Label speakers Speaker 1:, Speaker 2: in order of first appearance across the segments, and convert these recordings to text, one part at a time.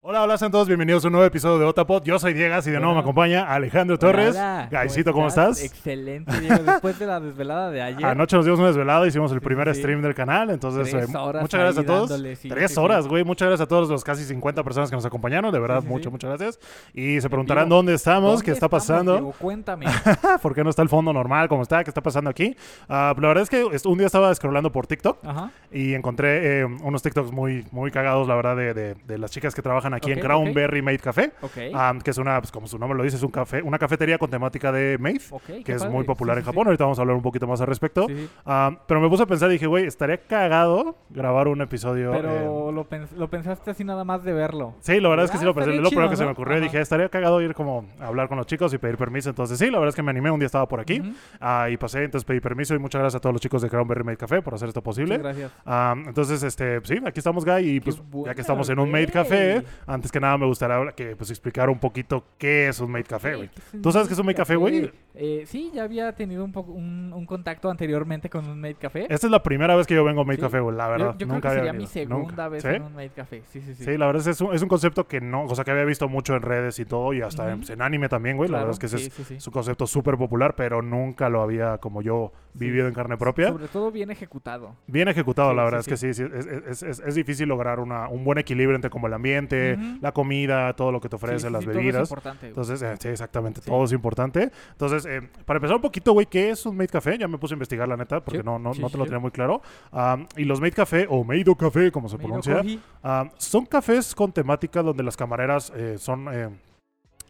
Speaker 1: Hola, hola, sean todos bienvenidos a un nuevo episodio de Otapod. Yo soy Diegas y de nuevo me
Speaker 2: Hola.
Speaker 1: acompaña Alejandro Torres.
Speaker 2: Hola,
Speaker 1: Gaisito, ¿cómo estás? Ah,
Speaker 2: Excelente, Diego. Después de la desvelada de ayer.
Speaker 1: Anoche nos dimos una desvelada, hicimos el primer
Speaker 2: sí.
Speaker 1: stream del canal, entonces
Speaker 2: Tres
Speaker 1: eh,
Speaker 2: horas
Speaker 1: muchas gracias a
Speaker 2: ahí
Speaker 1: todos.
Speaker 2: dándole, sí,
Speaker 1: Tres
Speaker 2: sí, sí.
Speaker 1: horas, güey, muchas gracias a todos los casi 50 personas que nos acompañaron, de verdad,
Speaker 2: sí,
Speaker 1: muchas,
Speaker 2: sí.
Speaker 1: muchas gracias. Y se preguntarán
Speaker 2: vivo.
Speaker 1: dónde estamos,
Speaker 2: ¿Dónde
Speaker 1: qué está
Speaker 2: estamos,
Speaker 1: pasando. Ah,
Speaker 2: Diego? Cuéntame.
Speaker 1: ¿Por qué no está el fondo normal? ¿Cómo está? ¿Qué está pasando aquí? Ah, la verdad es que est- un día estaba scrollando por TikTok
Speaker 2: Ajá.
Speaker 1: y encontré eh, unos TikToks muy, muy cagados, la verdad, de, de- de las chicas que trabajan aquí en
Speaker 2: Ok,
Speaker 1: Crown
Speaker 2: ok.
Speaker 1: Berry Made Café,
Speaker 2: Ok.
Speaker 1: ah, que es una, pues, como su nombre lo dice, es un café, una cafetería con temática de Made,
Speaker 2: ok, qué
Speaker 1: que es
Speaker 2: padre.
Speaker 1: muy popular
Speaker 2: Sí,
Speaker 1: en
Speaker 2: sí, sí.
Speaker 1: Japón. Ahorita vamos a hablar un poquito más al respecto.
Speaker 2: Sí, sí.
Speaker 1: Ah, pero me puse a pensar y dije, güey, estaría cagado grabar un episodio. eh,
Speaker 2: Pero lo, pens- lo pensaste así nada más de verlo.
Speaker 1: Sí, la verdad es que
Speaker 2: Ah,
Speaker 1: sí lo pensé.
Speaker 2: estaría
Speaker 1: Lo primero
Speaker 2: chido,
Speaker 1: que se me
Speaker 2: ¿no?
Speaker 1: ocurrió
Speaker 2: Ajá.
Speaker 1: dije, estaría cagado ir como a hablar con los chicos y pedir permiso. Entonces sí, la verdad es que me animé. Un día estaba por aquí
Speaker 2: Ujú.
Speaker 1: ah, y pasé, entonces pedí permiso y muchas gracias a todos los chicos de Crownberry Made Café por hacer esto
Speaker 2: Muchas
Speaker 1: posible.
Speaker 2: gracias.
Speaker 1: Ah, entonces, este, sí, aquí estamos, Guy, y
Speaker 2: Qué
Speaker 1: pues ya
Speaker 2: bueno,
Speaker 1: que estamos en un Made
Speaker 2: güey.
Speaker 1: Café, antes que nada me gustaría hablar- que pues explicar un poquito qué es un Made Café, güey.
Speaker 2: ¿qué es
Speaker 1: ¿Tú sabes qué es un Made Café, güey?
Speaker 2: Eh, sí, ya había tenido un, poco, un, un contacto anteriormente con un Made Café.
Speaker 1: Esta es la primera vez que yo vengo a Made
Speaker 2: Sí.
Speaker 1: Café, güey, la verdad.
Speaker 2: yo yo
Speaker 1: nunca
Speaker 2: creo que
Speaker 1: había
Speaker 2: sería mi
Speaker 1: venido,
Speaker 2: segunda
Speaker 1: nunca.
Speaker 2: vez
Speaker 1: ¿Sí?
Speaker 2: en un Made Café. Sí, sí, sí.
Speaker 1: Sí, la verdad es que es un, es un concepto que no, o sea, que había visto mucho en redes y todo, y hasta en, pues,
Speaker 2: Ujú.
Speaker 1: en anime también, güey. La
Speaker 2: Claro,
Speaker 1: verdad es que ese
Speaker 2: sí,
Speaker 1: es,
Speaker 2: sí, sí.
Speaker 1: es un concepto súper popular, pero nunca lo había, como yo,
Speaker 2: Sí.
Speaker 1: vivido en carne propia.
Speaker 2: Sobre todo bien ejecutado.
Speaker 1: Bien ejecutado,
Speaker 2: Sí,
Speaker 1: la
Speaker 2: sí,
Speaker 1: verdad
Speaker 2: sí.
Speaker 1: es que sí, sí, es, es- es- es difícil lograr una, un buen equilibrio entre como el ambiente,
Speaker 2: Ujú.
Speaker 1: la comida, todo lo que te
Speaker 2: Sí,
Speaker 1: ofrece,
Speaker 2: sí,
Speaker 1: las
Speaker 2: sí, todo es
Speaker 1: bebidas.
Speaker 2: importante, güey.
Speaker 1: Entonces, eh, sí, exactamente,
Speaker 2: Sí.
Speaker 1: todo es importante. Entonces, eh, para empezar un poquito, güey, ¿qué es un Made Café? Ya me puse a investigar, la neta, porque
Speaker 2: Sí,
Speaker 1: no, no,
Speaker 2: sí,
Speaker 1: no
Speaker 2: sí,
Speaker 1: te lo
Speaker 2: sí.
Speaker 1: tenía muy claro. Am, y los Made Café, o Made Café, como se
Speaker 2: Made
Speaker 1: pronuncia,
Speaker 2: Okoji.
Speaker 1: am, son cafés con temática donde las camareras eh, son... eh,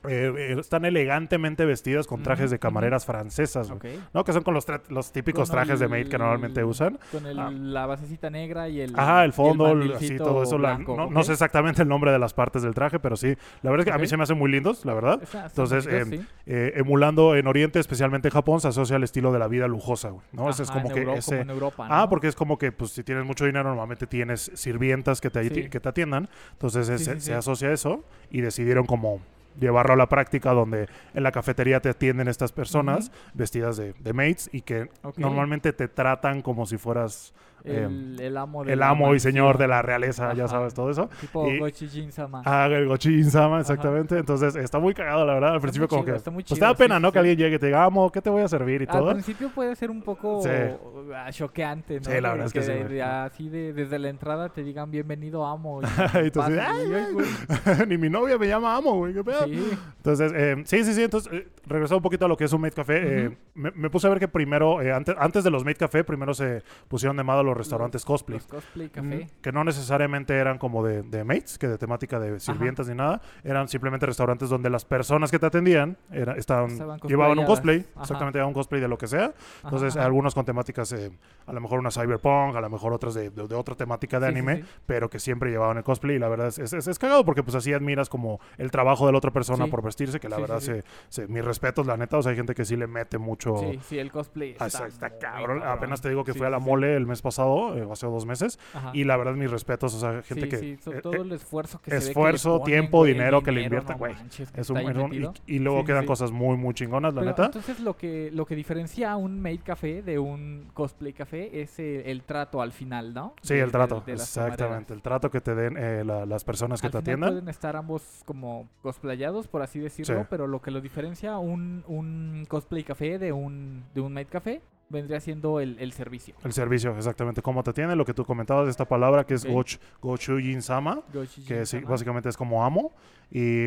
Speaker 1: eh, eh, están elegantemente vestidas con
Speaker 2: Ujú,
Speaker 1: trajes de
Speaker 2: ujú.
Speaker 1: camareras francesas, güey.
Speaker 2: Ok.
Speaker 1: ¿no? Que son con los, tra- los típicos
Speaker 2: Con
Speaker 1: trajes de maid que normalmente
Speaker 2: el-
Speaker 1: usan.
Speaker 2: Con el-
Speaker 1: Ah.
Speaker 2: la basecita negra y el.
Speaker 1: Ajá,
Speaker 2: y
Speaker 1: el fondo, el- así
Speaker 2: mandilcito
Speaker 1: todo eso. la-
Speaker 2: blanco,
Speaker 1: no,
Speaker 2: ¿ok?
Speaker 1: no sé exactamente el nombre de las partes del traje, pero sí. La verdad es que a mí
Speaker 2: Ok.
Speaker 1: se me hacen muy lindos, la verdad.
Speaker 2: Está- está
Speaker 1: Entonces,
Speaker 2: bonito,
Speaker 1: eh,
Speaker 2: sí.
Speaker 1: eh, emulando en Oriente, especialmente en Japón, se asocia al estilo de la vida lujosa, güey. ¿no? Ese es
Speaker 2: Ajá,
Speaker 1: como
Speaker 2: en
Speaker 1: que
Speaker 2: Euro-
Speaker 1: ese...
Speaker 2: en Europa,
Speaker 1: Ah,
Speaker 2: ¿no?
Speaker 1: porque es como que, pues, si tienes mucho dinero, normalmente tienes sirvientas que te,
Speaker 2: Sí.
Speaker 1: que te atiendan. Entonces, eh,
Speaker 2: Sí,
Speaker 1: se,
Speaker 2: sí,
Speaker 1: se
Speaker 2: sí.
Speaker 1: asocia a eso y decidieron como llevarlo a la práctica donde en la cafetería te atienden estas personas vestidas de, de maids y que
Speaker 2: Ok.
Speaker 1: pues, normalmente te tratan como si fueras eh,
Speaker 2: el, el amo de
Speaker 1: el
Speaker 2: la
Speaker 1: amo y
Speaker 2: mansión,
Speaker 1: señor de la realeza, ya
Speaker 2: Ajá.
Speaker 1: sabes, todo eso.
Speaker 2: Tipo
Speaker 1: y-
Speaker 2: Gochijin-sama.
Speaker 1: Ah, el Gochin-sama, exactamente. Entonces, está muy cagado, la verdad. Al
Speaker 2: Está
Speaker 1: principio
Speaker 2: muy
Speaker 1: como
Speaker 2: chido,
Speaker 1: que...
Speaker 2: está muy
Speaker 1: pues te
Speaker 2: chido,
Speaker 1: da pena,
Speaker 2: sí,
Speaker 1: ¿no?
Speaker 2: sí, Ah,
Speaker 1: Que
Speaker 2: sí.
Speaker 1: alguien llegue y te diga, amo, ¿qué te voy a servir? Y todo.
Speaker 2: Al principio puede ser un poco
Speaker 1: Sí.
Speaker 2: ah, choqueante, ¿no?
Speaker 1: Sí, la verdad es que sí,
Speaker 2: de-
Speaker 1: güey.
Speaker 2: de- así de, desde la entrada te digan bienvenido, amo. Y,
Speaker 1: Y tú así,
Speaker 2: pasa,
Speaker 1: "Ay,
Speaker 2: y, ay, güey,
Speaker 1: Ni mi novia me llama amo, güey. ¿Qué pedo?
Speaker 2: pues. sí.
Speaker 1: Entonces, eh, sí, sí, sí. Entonces, eh, regresando un poquito a lo que es un Made Café, eh, me, me puse a ver que primero, eh, antes, antes de los Made Café, primero se pusieron de moda los restaurantes cosplay.
Speaker 2: Los cosplay
Speaker 1: Mm,
Speaker 2: café.
Speaker 1: Que no necesariamente eran como de, de maids, que de temática de sirvientas ni nada. Eran simplemente restaurantes donde las personas que te atendían era- estaban,
Speaker 2: Estaban
Speaker 1: llevaban un cosplay.
Speaker 2: cosplayadas. Ajá.
Speaker 1: Exactamente, llevaban un cosplay de lo que sea.
Speaker 2: Ajá,
Speaker 1: Entonces,
Speaker 2: ajá.
Speaker 1: algunos con temáticas, eh, a lo mejor una cyberpunk, a lo mejor otras de, de- de otra temática de
Speaker 2: Sí, sí,
Speaker 1: anime,
Speaker 2: sí.
Speaker 1: pero que siempre llevaban el cosplay. Y la verdad es, es, es- es cagado porque pues así admiras como el trabajo de la otra persona
Speaker 2: Sí.
Speaker 1: por vestirse, que la
Speaker 2: Sí, sí,
Speaker 1: verdad,
Speaker 2: sí.
Speaker 1: Se, se- mis respetos, la neta. O sea, hay gente que sí le mete mucho,
Speaker 2: Sí, sí, el cosplay.
Speaker 1: Ah,
Speaker 2: Está,
Speaker 1: Está, está
Speaker 2: muy
Speaker 1: cabrón. Apenas te digo que
Speaker 2: Sí,
Speaker 1: fui a la
Speaker 2: sí, sí.
Speaker 1: mole el mes pasado, eh, o hace dos meses,
Speaker 2: Ajá.
Speaker 1: y la verdad, mis respetos, o sea, gente
Speaker 2: sí,
Speaker 1: que.
Speaker 2: sí, so-
Speaker 1: eh,
Speaker 2: todo
Speaker 1: eh,
Speaker 2: el esfuerzo que
Speaker 1: esfuerzo,
Speaker 2: se ve que le ponen,
Speaker 1: tiempo,
Speaker 2: güey,
Speaker 1: dinero que le
Speaker 2: dinero,
Speaker 1: invierten,
Speaker 2: no
Speaker 1: güey.
Speaker 2: manches, que
Speaker 1: es un-
Speaker 2: está ahí
Speaker 1: es un- y,
Speaker 2: metido.
Speaker 1: y luego
Speaker 2: Sí, sí,
Speaker 1: quedan
Speaker 2: sí.
Speaker 1: cosas muy, muy chingonas, la
Speaker 2: Pero
Speaker 1: neta.
Speaker 2: Entonces lo que lo que diferencia a un maid café de un cosplay café es eh, el, trato al final, ¿no?
Speaker 1: Sí,
Speaker 2: De-
Speaker 1: el trato.
Speaker 2: de- de las camareras.
Speaker 1: Exactamente. El trato que te den eh, la- las personas que
Speaker 2: Al
Speaker 1: te
Speaker 2: final
Speaker 1: atiendan.
Speaker 2: pueden estar ambos como cosplayados, por así decirlo,
Speaker 1: Sí.
Speaker 2: pero lo que lo diferencia un, un cosplay café de un de un maid café vendría siendo el, el servicio.
Speaker 1: El servicio, exactamente. Cómo te atienden, lo que tú comentabas de esta palabra que es
Speaker 2: Ok.
Speaker 1: goch, Gochujin-sama, que sí,
Speaker 2: Gochijin-sama.
Speaker 1: básicamente es como amo. Y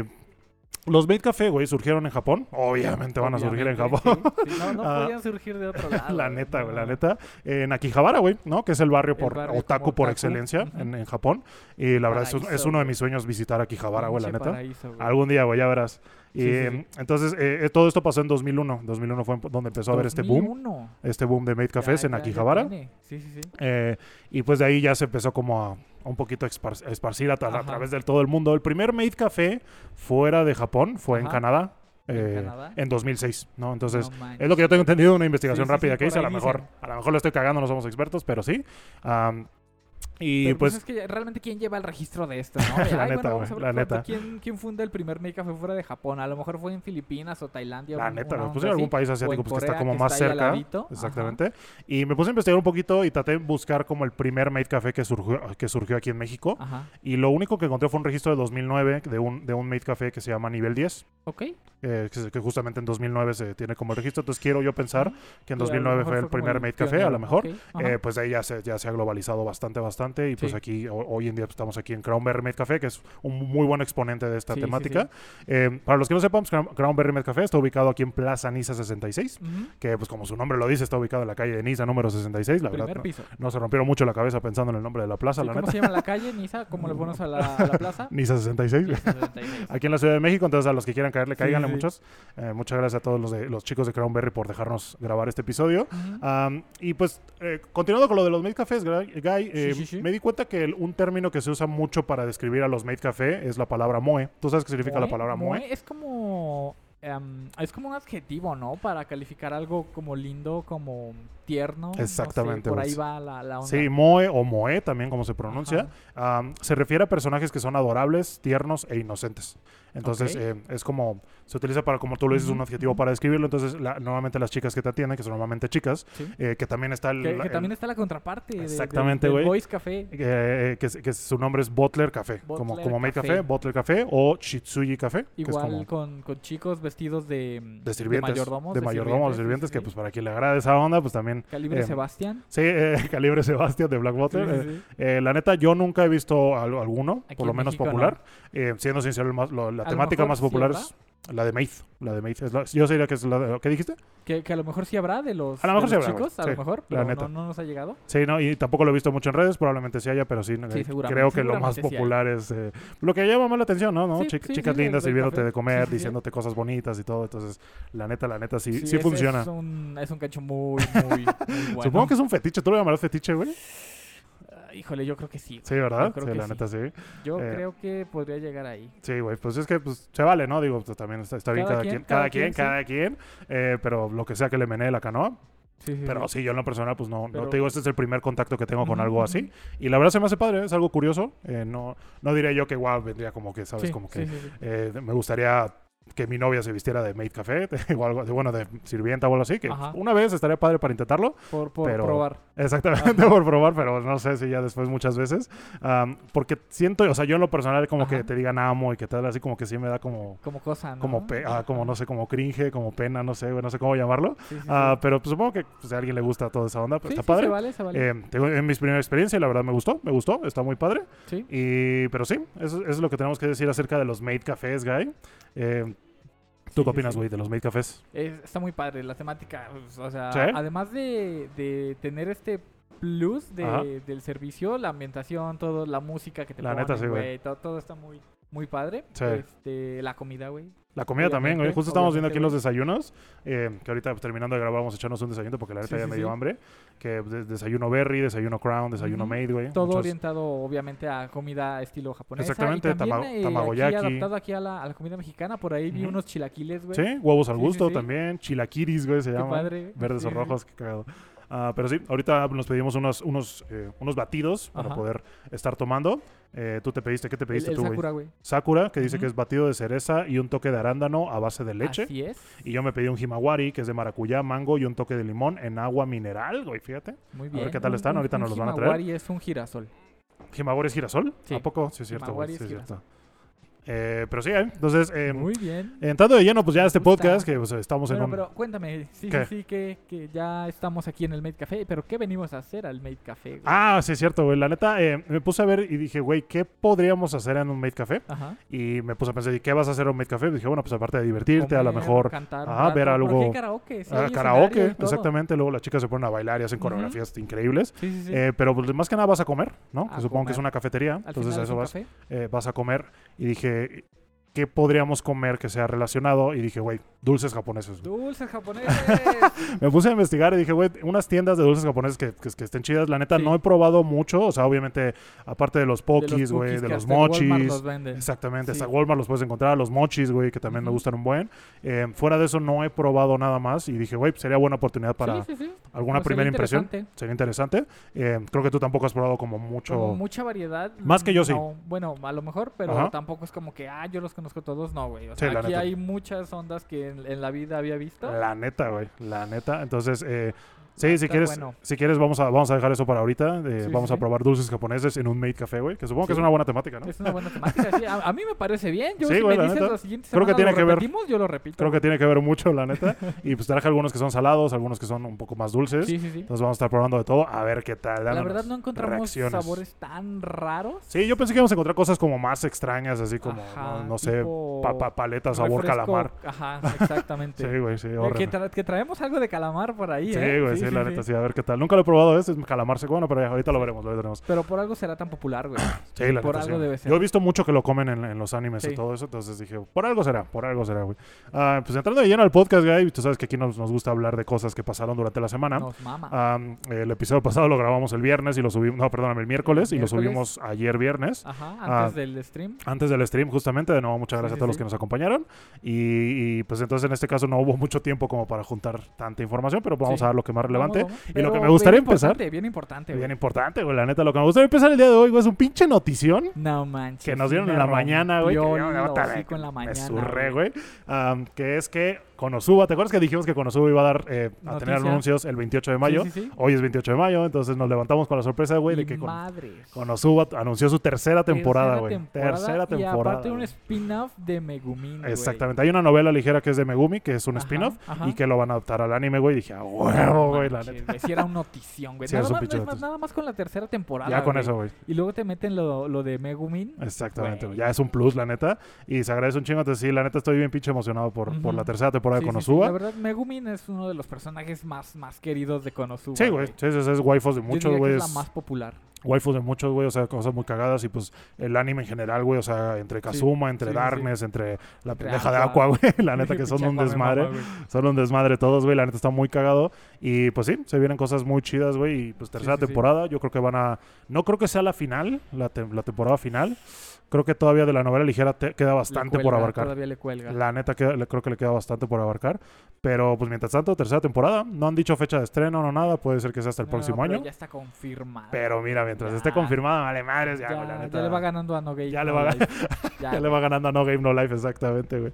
Speaker 1: los maid café, güey, surgieron en Japón. Obviamente van a surgir en
Speaker 2: Obviamente,
Speaker 1: Japón.
Speaker 2: sí, sí. No, no
Speaker 1: Ah,
Speaker 2: podían surgir de otro lado.
Speaker 1: La neta, güey, la
Speaker 2: no.
Speaker 1: neta. En Akihabara, güey, ¿no? Que es el barrio
Speaker 2: El
Speaker 1: por
Speaker 2: barrio
Speaker 1: otaku
Speaker 2: como
Speaker 1: por
Speaker 2: otaku,
Speaker 1: excelencia
Speaker 2: ujú.
Speaker 1: en, en Japón. Y la verdad es, un- es
Speaker 2: Paraíso,
Speaker 1: uno de
Speaker 2: güey.
Speaker 1: mis sueños visitar Akihabara, güey, la
Speaker 2: Pinche
Speaker 1: neta.
Speaker 2: paraíso, güey.
Speaker 1: Algún día, güey, ya verás. Y
Speaker 2: Sí, sí,
Speaker 1: em, entonces, eh, eh, todo esto pasó en 2001. 2001 fue en- donde empezó a haber este boom,
Speaker 2: 2001.
Speaker 1: este boom de Made Cafés
Speaker 2: Ya-
Speaker 1: en
Speaker 2: ya- ya
Speaker 1: Akihabara.
Speaker 2: tiene. Sí, sí, sí.
Speaker 1: Eh, y pues de ahí ya se empezó como a a un poquito espar- a esparcir a, tra- a
Speaker 2: Ajá.
Speaker 1: través del todo el mundo. El primer Made Café fuera de Japón fue en
Speaker 2: Ajá.
Speaker 1: Canadá.
Speaker 2: ¿En
Speaker 1: eh,
Speaker 2: Canadá?
Speaker 1: en 2006, ¿no? Entonces,
Speaker 2: No manches.
Speaker 1: es lo que yo tengo entendido, una investigación
Speaker 2: Sí, sí, sí,
Speaker 1: rápida que
Speaker 2: por
Speaker 1: hice. A
Speaker 2: ahí
Speaker 1: lo mejor,
Speaker 2: dicen.
Speaker 1: a lo mejor lo estoy cagando, no somos expertos, pero sí. Am, Y
Speaker 2: Pero, pues,
Speaker 1: pues,
Speaker 2: es que ya- realmente quién lleva el registro de esto, ¿no? De,
Speaker 1: La
Speaker 2: "Ay,
Speaker 1: neta,
Speaker 2: bueno, vamos a
Speaker 1: güey, la
Speaker 2: ver cuánto-
Speaker 1: neta.
Speaker 2: ¿quién, ¿Quién funda el primer Made Café fuera de Japón? A lo mejor fue en Filipinas o Tailandia.
Speaker 1: la
Speaker 2: un-
Speaker 1: neta,
Speaker 2: una
Speaker 1: me
Speaker 2: onda
Speaker 1: puse en algún
Speaker 2: así.
Speaker 1: país
Speaker 2: o
Speaker 1: asiático
Speaker 2: en
Speaker 1: pues, que está
Speaker 2: Corea,
Speaker 1: como
Speaker 2: que
Speaker 1: más
Speaker 2: está ahí al
Speaker 1: cerca.
Speaker 2: ladito. Ajá.
Speaker 1: Exactamente. Y me puse a investigar un poquito y traté de buscar como el primer Made Café que surgió, que surgió aquí en México.
Speaker 2: Ajá.
Speaker 1: Y lo único que encontré fue un registro de 2009 de un, de un Made Café que se llama Nivel 10,
Speaker 2: Ok.
Speaker 1: eh, que, se- que justamente en 2009 se tiene como el registro. Entonces quiero yo pensar que en
Speaker 2: Que a lo
Speaker 1: 2009
Speaker 2: mejor
Speaker 1: fue el
Speaker 2: como
Speaker 1: primer
Speaker 2: el
Speaker 1: Made Café, a
Speaker 2: pionero.
Speaker 1: lo mejor.
Speaker 2: Ok, ajá.
Speaker 1: Eh, pues ahí ya se, ya se ha globalizado bastante, bastante. Y pues
Speaker 2: Sí.
Speaker 1: aquí, ho- hoy en día, pues, estamos aquí en Crownberry Med Café, que es un muy buen exponente de esta
Speaker 2: Sí, sí,
Speaker 1: temática. Eh, para los que no sepan, pues, Crown- Crownberry Med Café está ubicado aquí en Plaza Niza 66,
Speaker 2: Ujú.
Speaker 1: que pues como su nombre lo dice, está ubicado en la calle de Niza número 66. La
Speaker 2: Primer
Speaker 1: verdad, no-
Speaker 2: piso.
Speaker 1: no, se rompieron mucho la cabeza pensando en el nombre de la plaza,
Speaker 2: ¿Y
Speaker 1: la
Speaker 2: ¿Cómo
Speaker 1: neta.
Speaker 2: se llama la calle, Nisa? ¿Cómo le ponemos a la, a la plaza?
Speaker 1: Niza 66.
Speaker 2: Sí, 76.
Speaker 1: Aquí en la Ciudad de México, entonces a los que quieran caerle,
Speaker 2: Sí,
Speaker 1: cáiganle
Speaker 2: sí.
Speaker 1: muchos. Eh, muchas gracias a todos los, de, los chicos de Crownberry por dejarnos grabar este episodio.
Speaker 2: Ujú.
Speaker 1: Am, y pues, eh, continuando con lo de los maid cafés, Gra- Guy, eh,
Speaker 2: sí, sí.
Speaker 1: me di cuenta que el- un término que se usa mucho para describir a los maid café es la palabra moe. ¿Tú sabes qué significa la
Speaker 2: Moe-
Speaker 1: palabra moe?
Speaker 2: moe es como. em, es como un adjetivo, ¿no? Para calificar algo como lindo, como tierno. no sé,
Speaker 1: Exactamente,
Speaker 2: por
Speaker 1: güey.
Speaker 2: ahí va la, la onda.
Speaker 1: Sí, moe o moe, también como se pronuncia, am, se refiere a personajes que son adorables, tiernos e inocentes. Entonces,
Speaker 2: Ok.
Speaker 1: eh, es como, se utiliza para, como tú lo dices, un
Speaker 2: Ujú,
Speaker 1: adjetivo
Speaker 2: ujú.
Speaker 1: para describirlo. Entonces, la- normalmente las chicas que te atienden, que son normalmente chicas,
Speaker 2: Sí.
Speaker 1: eh, que también está el...
Speaker 2: Que, que
Speaker 1: el-
Speaker 2: también está la contraparte. de- de-
Speaker 1: Exactamente,
Speaker 2: del
Speaker 1: güey.
Speaker 2: Boys Café.
Speaker 1: eh, que, es- que su nombre es Butler Café, como,
Speaker 2: Butler
Speaker 1: como Maid Café.
Speaker 2: Café.
Speaker 1: Butler Café o Shitsuji Café, que es
Speaker 2: Igual
Speaker 1: como
Speaker 2: con, con chicos vestidos de,
Speaker 1: de sirvientes,
Speaker 2: de mayordomos.
Speaker 1: de mayordomos,
Speaker 2: sí,
Speaker 1: sirvientes,
Speaker 2: sí,
Speaker 1: que
Speaker 2: sí.
Speaker 1: pues para quien le agrade esa onda, pues también...
Speaker 2: Calibre
Speaker 1: eh,
Speaker 2: Sebastián.
Speaker 1: Sí, eh, Calibre Sebastián de Black
Speaker 2: Sí,
Speaker 1: Butler. eh,
Speaker 2: sí, sí.
Speaker 1: Eh, la neta, yo nunca he visto al- alguno,
Speaker 2: Aquí
Speaker 1: por lo
Speaker 2: en
Speaker 1: menos
Speaker 2: México,
Speaker 1: popular. Eh, siendo sincero, el más- lo- la
Speaker 2: A lo
Speaker 1: temática
Speaker 2: mejor
Speaker 1: más
Speaker 2: sí,
Speaker 1: popular
Speaker 2: ¿verdad?
Speaker 1: es la de Maid. La de Maid. es la- yo diría que es la de- ¿Qué dijiste?
Speaker 2: Que, que a lo mejor sí habrá de los,
Speaker 1: A lo mejor
Speaker 2: de los
Speaker 1: sí habrá,
Speaker 2: chicos, a
Speaker 1: sí,
Speaker 2: lo mejor,
Speaker 1: la
Speaker 2: pero
Speaker 1: neta.
Speaker 2: no, no nos ha llegado.
Speaker 1: Sí, no, y tampoco lo he visto mucho en redes, probablemente sí haya, pero sí, eh,
Speaker 2: seguramente-
Speaker 1: creo que lo más
Speaker 2: seguramente sí hay.
Speaker 1: popular es eh, lo que llama más la atención, ¿no? ¿No?
Speaker 2: Sí,
Speaker 1: Chic-
Speaker 2: sí,
Speaker 1: chicas
Speaker 2: sí, del-
Speaker 1: lindas
Speaker 2: del
Speaker 1: sirviéndote
Speaker 2: café.
Speaker 1: de comer,
Speaker 2: Sí, sí, sí.
Speaker 1: diciéndote cosas bonitas y todo, entonces la neta, la neta sí, sí,
Speaker 2: ese
Speaker 1: funciona.
Speaker 2: Es un, es un cacho muy, muy, muy bueno.
Speaker 1: Supongo que es un fetiche, ¿tú lo llamarás fetiche, güey?
Speaker 2: Ah, Híjole, yo creo que sí.
Speaker 1: Sí, ¿verdad?
Speaker 2: Yo creo
Speaker 1: sí,
Speaker 2: que
Speaker 1: la
Speaker 2: sí.
Speaker 1: neta sí.
Speaker 2: Yo
Speaker 1: Eh,
Speaker 2: creo que podría llegar ahí.
Speaker 1: Sí, güey, pues es que pues, se vale, ¿no? Digo, pues, también está, está bien cada, quien, cada quien,
Speaker 2: sí.
Speaker 1: cada quien, eh, pero lo que sea que le menee la canoa.
Speaker 2: Sí, sí,
Speaker 1: Pero
Speaker 2: sí.
Speaker 1: sí, yo en lo personal, pues no, no
Speaker 2: Pero-
Speaker 1: te digo, este es el primer contacto que tengo con
Speaker 2: Ujú,
Speaker 1: algo así.
Speaker 2: ujú.
Speaker 1: Y la verdad se me hace padre, es algo curioso. eh, no, no diría yo que guau, vendría como que, ¿sabes?
Speaker 2: Sí,
Speaker 1: como
Speaker 2: sí,
Speaker 1: que
Speaker 2: sí, sí.
Speaker 1: eh, me gustaría que mi novia se vistiera de maid café o algo de, bueno, de sirvienta o algo así, que
Speaker 2: Ajá.
Speaker 1: una vez estaría padre para intentarlo.
Speaker 2: Por, por
Speaker 1: pero-
Speaker 2: probar.
Speaker 1: Exactamente, por probar, pero no sé si ya después muchas veces. am, porque siento, o sea, yo en lo personal como que
Speaker 2: Ajá.
Speaker 1: te digan amo y que tal, así como que sí me da como...
Speaker 2: Como cosa, ¿no?
Speaker 1: Como, pe- ah, como no sé, como cringe, como pena, no sé, güey, no sé cómo llamarlo.
Speaker 2: Sí, sí, sí.
Speaker 1: Ah, pero pues, supongo que pues, a alguien le gusta toda esa onda, pero
Speaker 2: Sí,
Speaker 1: está
Speaker 2: sí,
Speaker 1: padre.
Speaker 2: Se vale, se vale.
Speaker 1: Eh, tengo en mi primera experiencia y la verdad me gustó, me gustó, está muy padre.
Speaker 2: sí.
Speaker 1: Y, pero sí, eso, eso es lo que tenemos que decir acerca de los Made Cafés, Guy. Eh, ¿Tú
Speaker 2: Sí, sí,
Speaker 1: qué opinas,
Speaker 2: sí.
Speaker 1: güey, de los Made Cafés?
Speaker 2: Es- está muy padre la temática. pues, O sea,
Speaker 1: ¿Sí?
Speaker 2: además de, de tener este plus de-
Speaker 1: Ajá.
Speaker 2: del servicio, la ambientación, todo, la música que te
Speaker 1: La neta,
Speaker 2: ponen,
Speaker 1: sí, güey.
Speaker 2: Todo, todo está muy, muy padre.
Speaker 1: Sí.
Speaker 2: Este, la comida, güey.
Speaker 1: La comida también, güey.
Speaker 2: Obviamente,
Speaker 1: Justo estamos viendo
Speaker 2: obviamente,
Speaker 1: aquí los desayunos, eh, que ahorita pues, terminando de grabar vamos a echarnos un desayuno porque la neta
Speaker 2: Sí,
Speaker 1: ya
Speaker 2: sí,
Speaker 1: me dio
Speaker 2: sí.
Speaker 1: hambre. Que de- desayuno Berry, desayuno Crown, desayuno
Speaker 2: Ujú.
Speaker 1: Made, güey.
Speaker 2: Todo
Speaker 1: Muchos-
Speaker 2: orientado, obviamente, a comida estilo japonesa.
Speaker 1: Exactamente,
Speaker 2: y también,
Speaker 1: tama-
Speaker 2: eh, aquí
Speaker 1: tamagoyaki.
Speaker 2: adaptado aquí a la, a la comida mexicana. Por ahí vi
Speaker 1: Ujú.
Speaker 2: unos chilaquiles, güey.
Speaker 1: Sí, huevos al
Speaker 2: Sí, sí,
Speaker 1: gusto
Speaker 2: sí.
Speaker 1: también, chilaquiris, güey, se
Speaker 2: Qué
Speaker 1: llama.
Speaker 2: padre.
Speaker 1: Verdes
Speaker 2: Sí,
Speaker 1: o
Speaker 2: sí, sí.
Speaker 1: rojos, qué cagado. Ah, pero sí, ahorita nos pedimos unos, unos, eh, unos batidos para
Speaker 2: Ajá.
Speaker 1: poder estar tomando. Eh, tú te pediste, ¿qué te
Speaker 2: El,
Speaker 1: pediste
Speaker 2: el
Speaker 1: tú, güey?
Speaker 2: sakura, güey.
Speaker 1: Sakura, que dice
Speaker 2: Ujú.
Speaker 1: que es batido de cereza y un toque de arándano a base de leche.
Speaker 2: Así es.
Speaker 1: Y yo me pedí un himawari, que es de maracuyá, mango y un toque de limón en agua mineral, güey, fíjate.
Speaker 2: Muy
Speaker 1: ver
Speaker 2: bien.
Speaker 1: qué tal
Speaker 2: Un-
Speaker 1: están,
Speaker 2: un-
Speaker 1: ahorita
Speaker 2: un
Speaker 1: nos los van a traer.
Speaker 2: himawari es un girasol.
Speaker 1: ¿Himawari es girasol?
Speaker 2: Sí.
Speaker 1: ¿A poco? Sí, es cierto. güey,
Speaker 2: Himawari
Speaker 1: sí,
Speaker 2: es
Speaker 1: es cierto. Eh, pero sí, ¿eh? Entonces, eh,
Speaker 2: Muy bien.
Speaker 1: entrando de lleno, pues ya este
Speaker 2: gusta.
Speaker 1: podcast, que pues, estamos en
Speaker 2: Bueno,
Speaker 1: un...
Speaker 2: pero cuéntame, sí,
Speaker 1: ¿Qué?
Speaker 2: sí, sí, que, que ya estamos aquí en el Made Café, pero ¿qué venimos a hacer al Made Café? güey?
Speaker 1: Ah, sí, es cierto, güey. La neta, eh, me puse a ver y dije, güey, ¿qué podríamos hacer en un Made Café?
Speaker 2: Ajá.
Speaker 1: Y me puse a pensar, ¿y qué vas a hacer en un Made Café? Y dije, bueno, pues aparte de divertirte, a lo
Speaker 2: Comer,
Speaker 1: mejor
Speaker 2: cantar un
Speaker 1: ajá, ver
Speaker 2: rato, porque hay
Speaker 1: algo-
Speaker 2: karaoke, sí,
Speaker 1: ah,
Speaker 2: hay
Speaker 1: karaoke,
Speaker 2: escenario y todo.
Speaker 1: exactamente. Luego las chicas se ponen a bailar y hacen
Speaker 2: Ujú.
Speaker 1: coreografías increíbles.
Speaker 2: Sí, sí, sí.
Speaker 1: Eh, pero pues, más que nada vas a comer, ¿no?
Speaker 2: A
Speaker 1: Que supongo que es
Speaker 2: comer.
Speaker 1: una cafetería.
Speaker 2: Al
Speaker 1: entonces
Speaker 2: final
Speaker 1: a
Speaker 2: es
Speaker 1: eso
Speaker 2: un
Speaker 1: eh, vas,
Speaker 2: café.
Speaker 1: eh, vas a comer. Y dije, qué podríamos comer que sea relacionado. Y dije, güey, dulces japoneses.
Speaker 2: Dulces japoneses.
Speaker 1: Me puse a investigar y dije, güey, unas tiendas de dulces japoneses que, que- que estén chidas. La neta,
Speaker 2: Sí.
Speaker 1: no he probado mucho. O sea, obviamente, aparte de los pokis, güey,
Speaker 2: cookies
Speaker 1: de
Speaker 2: que
Speaker 1: los
Speaker 2: hasta en Walmart
Speaker 1: mochis.
Speaker 2: los venden.
Speaker 1: Exactamente,
Speaker 2: Sí.
Speaker 1: hasta Walmart los puedes encontrar, los mochis, güey, que también me
Speaker 2: Ujú.
Speaker 1: gustan un buen. Eh, fuera de eso no he probado nada más y dije, güey, sería buena oportunidad para
Speaker 2: Sí, sí, sí.
Speaker 1: alguna
Speaker 2: Pues sería
Speaker 1: primera impresión.
Speaker 2: interesante.
Speaker 1: Sería interesante. Eh, creo que tú tampoco has probado como mucho...
Speaker 2: Como mucha variedad.
Speaker 1: Más que yo sí.
Speaker 2: no, bueno, a lo mejor, pero
Speaker 1: Ajá.
Speaker 2: tampoco es como que, ah, yo los conozco todos. No, güey. O
Speaker 1: Sí,
Speaker 2: sea,
Speaker 1: la
Speaker 2: aquí
Speaker 1: neta. Eh,
Speaker 2: hay muchas ondas que en, en la vida había visto.
Speaker 1: La neta, güey, la neta. Entonces, eh, sí, si
Speaker 2: neta,
Speaker 1: quieres,
Speaker 2: Ah, bueno.
Speaker 1: si quieres vamos a, vamos a dejar eso para ahorita. eh,
Speaker 2: Sí,
Speaker 1: vamos
Speaker 2: sí,
Speaker 1: a
Speaker 2: sí.
Speaker 1: probar dulces japoneses en un made café, güey, que supongo que
Speaker 2: Sí.
Speaker 1: es una buena temática, ¿no?
Speaker 2: Es una buena temática. sí. A, a mí me parece bien. Yo
Speaker 1: Sí,
Speaker 2: si
Speaker 1: güey, la
Speaker 2: me dices
Speaker 1: neta.
Speaker 2: la siguiente
Speaker 1: Creo que
Speaker 2: semana
Speaker 1: tiene
Speaker 2: lo
Speaker 1: que ver-
Speaker 2: repetimos, yo lo repito.
Speaker 1: Creo que tiene que ver mucho, la neta. y pues traje algunos que son salados, algunos que son un poco más dulces.
Speaker 2: Sí, sí, sí.
Speaker 1: Entonces vamos a estar probando de todo, a ver qué tal.
Speaker 2: La
Speaker 1: dándonos
Speaker 2: verdad no encontramos
Speaker 1: reacciones.
Speaker 2: sabores tan raros.
Speaker 1: Sí, yo pensé que íbamos a encontrar cosas como más extrañas, así como,
Speaker 2: Ajá,
Speaker 1: no, no sé,
Speaker 2: tipo
Speaker 1: pa- pa- paleta, sabor
Speaker 2: refresco-
Speaker 1: calamar.
Speaker 2: Ajá, exactamente.
Speaker 1: Sí, güey, sí,
Speaker 2: Eh, que,
Speaker 1: horrible.
Speaker 2: tra- que traemos algo de calamar por ahí,
Speaker 1: Sí,
Speaker 2: ¿eh?
Speaker 1: güey, sí, la neta, sí, a ver qué tal. Nunca lo he probado eso, es calamar seco, bueno, pero ya, ahorita lo veremos, lo veremos.
Speaker 2: Pero por algo será tan popular, güey.
Speaker 1: Sí, la
Speaker 2: Por
Speaker 1: neta, sí.
Speaker 2: algo debe ser.
Speaker 1: Yo he visto mucho que lo comen en, en los animes
Speaker 2: Sí.
Speaker 1: y todo eso, entonces dije, por algo será, por algo será, güey. Ah, pues entrando de lleno al podcast, güey, tú sabes que aquí nos, nos gusta hablar de cosas que pasaron durante la semana.
Speaker 2: Nos mama.
Speaker 1: Ah, el episodio pasado lo grabamos el viernes y lo subimos, no, perdóname, el miércoles, y lo
Speaker 2: Miércoles.
Speaker 1: subimos ayer viernes.
Speaker 2: Ajá,
Speaker 1: ah,
Speaker 2: antes del stream.
Speaker 1: Antes del stream, justamente, de nuevo, muchas
Speaker 2: Sí,
Speaker 1: gracias
Speaker 2: sí,
Speaker 1: a todos los
Speaker 2: sí.
Speaker 1: que nos acompañaron. Y, y, pues entonces en este caso no hubo mucho tiempo como para juntar tanta información, pero vamos
Speaker 2: Sí.
Speaker 1: a ver lo que más relevante.
Speaker 2: Vamos, vamos.
Speaker 1: Y lo que
Speaker 2: Pero
Speaker 1: me gustaría
Speaker 2: bien
Speaker 1: empezar-
Speaker 2: importante, Bien importante,
Speaker 1: Bien
Speaker 2: güey.
Speaker 1: importante, güey, la neta, lo que me gustaría empezar el día de hoy, güey, es un pinche notición.
Speaker 2: No manches.
Speaker 1: que nos dieron
Speaker 2: me
Speaker 1: en la mañana, güey. que
Speaker 2: rompió
Speaker 1: yo,
Speaker 2: el
Speaker 1: puta, me-
Speaker 2: hocico en la mañana.
Speaker 1: Me surré, güey. Am, que es que Konosuba, ¿te acuerdas que dijimos que Konosuba iba a dar eh, a tener
Speaker 2: Noticia.
Speaker 1: anuncios el 28 de mayo?
Speaker 2: Sí, sí, sí.
Speaker 1: Hoy es 28 de mayo, entonces nos levantamos con la sorpresa, Ah, güey, de
Speaker 2: Y
Speaker 1: que Kon-
Speaker 2: madres.
Speaker 1: Konosuba anunció su tercera temporada, güey. Tercera
Speaker 2: Y
Speaker 1: temporada.
Speaker 2: aparte un
Speaker 1: güey.
Speaker 2: spin-off de Megumin, güey.
Speaker 1: Exactamente. Hay una novela ligera que es de Megumi, que es un
Speaker 2: Ajá,
Speaker 1: spin-off,
Speaker 2: ajá.
Speaker 1: y que lo van a adaptar al anime, güey. Y dije, a
Speaker 2: No
Speaker 1: huevo, güey, la
Speaker 2: manches,
Speaker 1: neta.
Speaker 2: güey, sí era un notición, güey.
Speaker 1: Sí,
Speaker 2: nada,
Speaker 1: es un
Speaker 2: más,
Speaker 1: pinche
Speaker 2: es más,
Speaker 1: notición.
Speaker 2: nada más con la tercera temporada.
Speaker 1: Ya con
Speaker 2: güey.
Speaker 1: eso, güey.
Speaker 2: Y luego te meten lo, lo de Megumin.
Speaker 1: Exactamente, güey.
Speaker 2: Güey.
Speaker 1: ya es un plus, la neta. Y se agradece un chingo. Entonces, sí, la neta estoy bien pinche emocionado por, por la
Speaker 2: Ujú.
Speaker 1: tercera temporada
Speaker 2: Sí,
Speaker 1: de
Speaker 2: sí, sí,
Speaker 1: Konosuba.
Speaker 2: La verdad, Megumin es uno de los personajes más, más queridos de Konosuba.
Speaker 1: Sí, güey. Sí, sí, sí, es waifus de
Speaker 2: Yo
Speaker 1: muchos,
Speaker 2: diría
Speaker 1: güey.
Speaker 2: que es la
Speaker 1: es
Speaker 2: más popular.
Speaker 1: Waifus de muchos, güey. O sea, cosas muy cagadas. Y pues el anime en general, güey. O sea, entre Kazuma, entre
Speaker 2: sí, sí.
Speaker 1: Darkness, entre la
Speaker 2: Entre
Speaker 1: pendeja de
Speaker 2: Aqua.
Speaker 1: Aqua, güey. La neta que son
Speaker 2: Pinche
Speaker 1: un
Speaker 2: agua me
Speaker 1: desmadre.
Speaker 2: mama, güey.
Speaker 1: Son un desmadre todos, güey. La neta está muy cagado. Y pues sí, se vienen cosas muy chidas, güey. Y pues tercera
Speaker 2: sí, sí.
Speaker 1: temporada, yo creo que van a. No creo que sea la final, la, tem- la temporada final. Creo que todavía de la novela ligera te- queda
Speaker 2: Le
Speaker 1: bastante por
Speaker 2: cuelga,
Speaker 1: abarcar.
Speaker 2: Todavía le cuelga.
Speaker 1: La neta, que, le- creo que le queda bastante por abarcar. Pero pues mientras tanto, tercera temporada. No han dicho fecha de estreno, no nada. Puede ser que sea hasta el
Speaker 2: No,
Speaker 1: próximo
Speaker 2: pero
Speaker 1: año.
Speaker 2: Ya está confirmada.
Speaker 1: Pero mira, mientras
Speaker 2: Ya.
Speaker 1: esté confirmada, vale madres, ya,
Speaker 2: ya,
Speaker 1: güey, la
Speaker 2: ya
Speaker 1: neta.
Speaker 2: le va ganando a No Gay.
Speaker 1: Ya le
Speaker 2: No
Speaker 1: va-
Speaker 2: Life. Ya,
Speaker 1: Ya le va ganando a No Game No Life, exactamente, güey.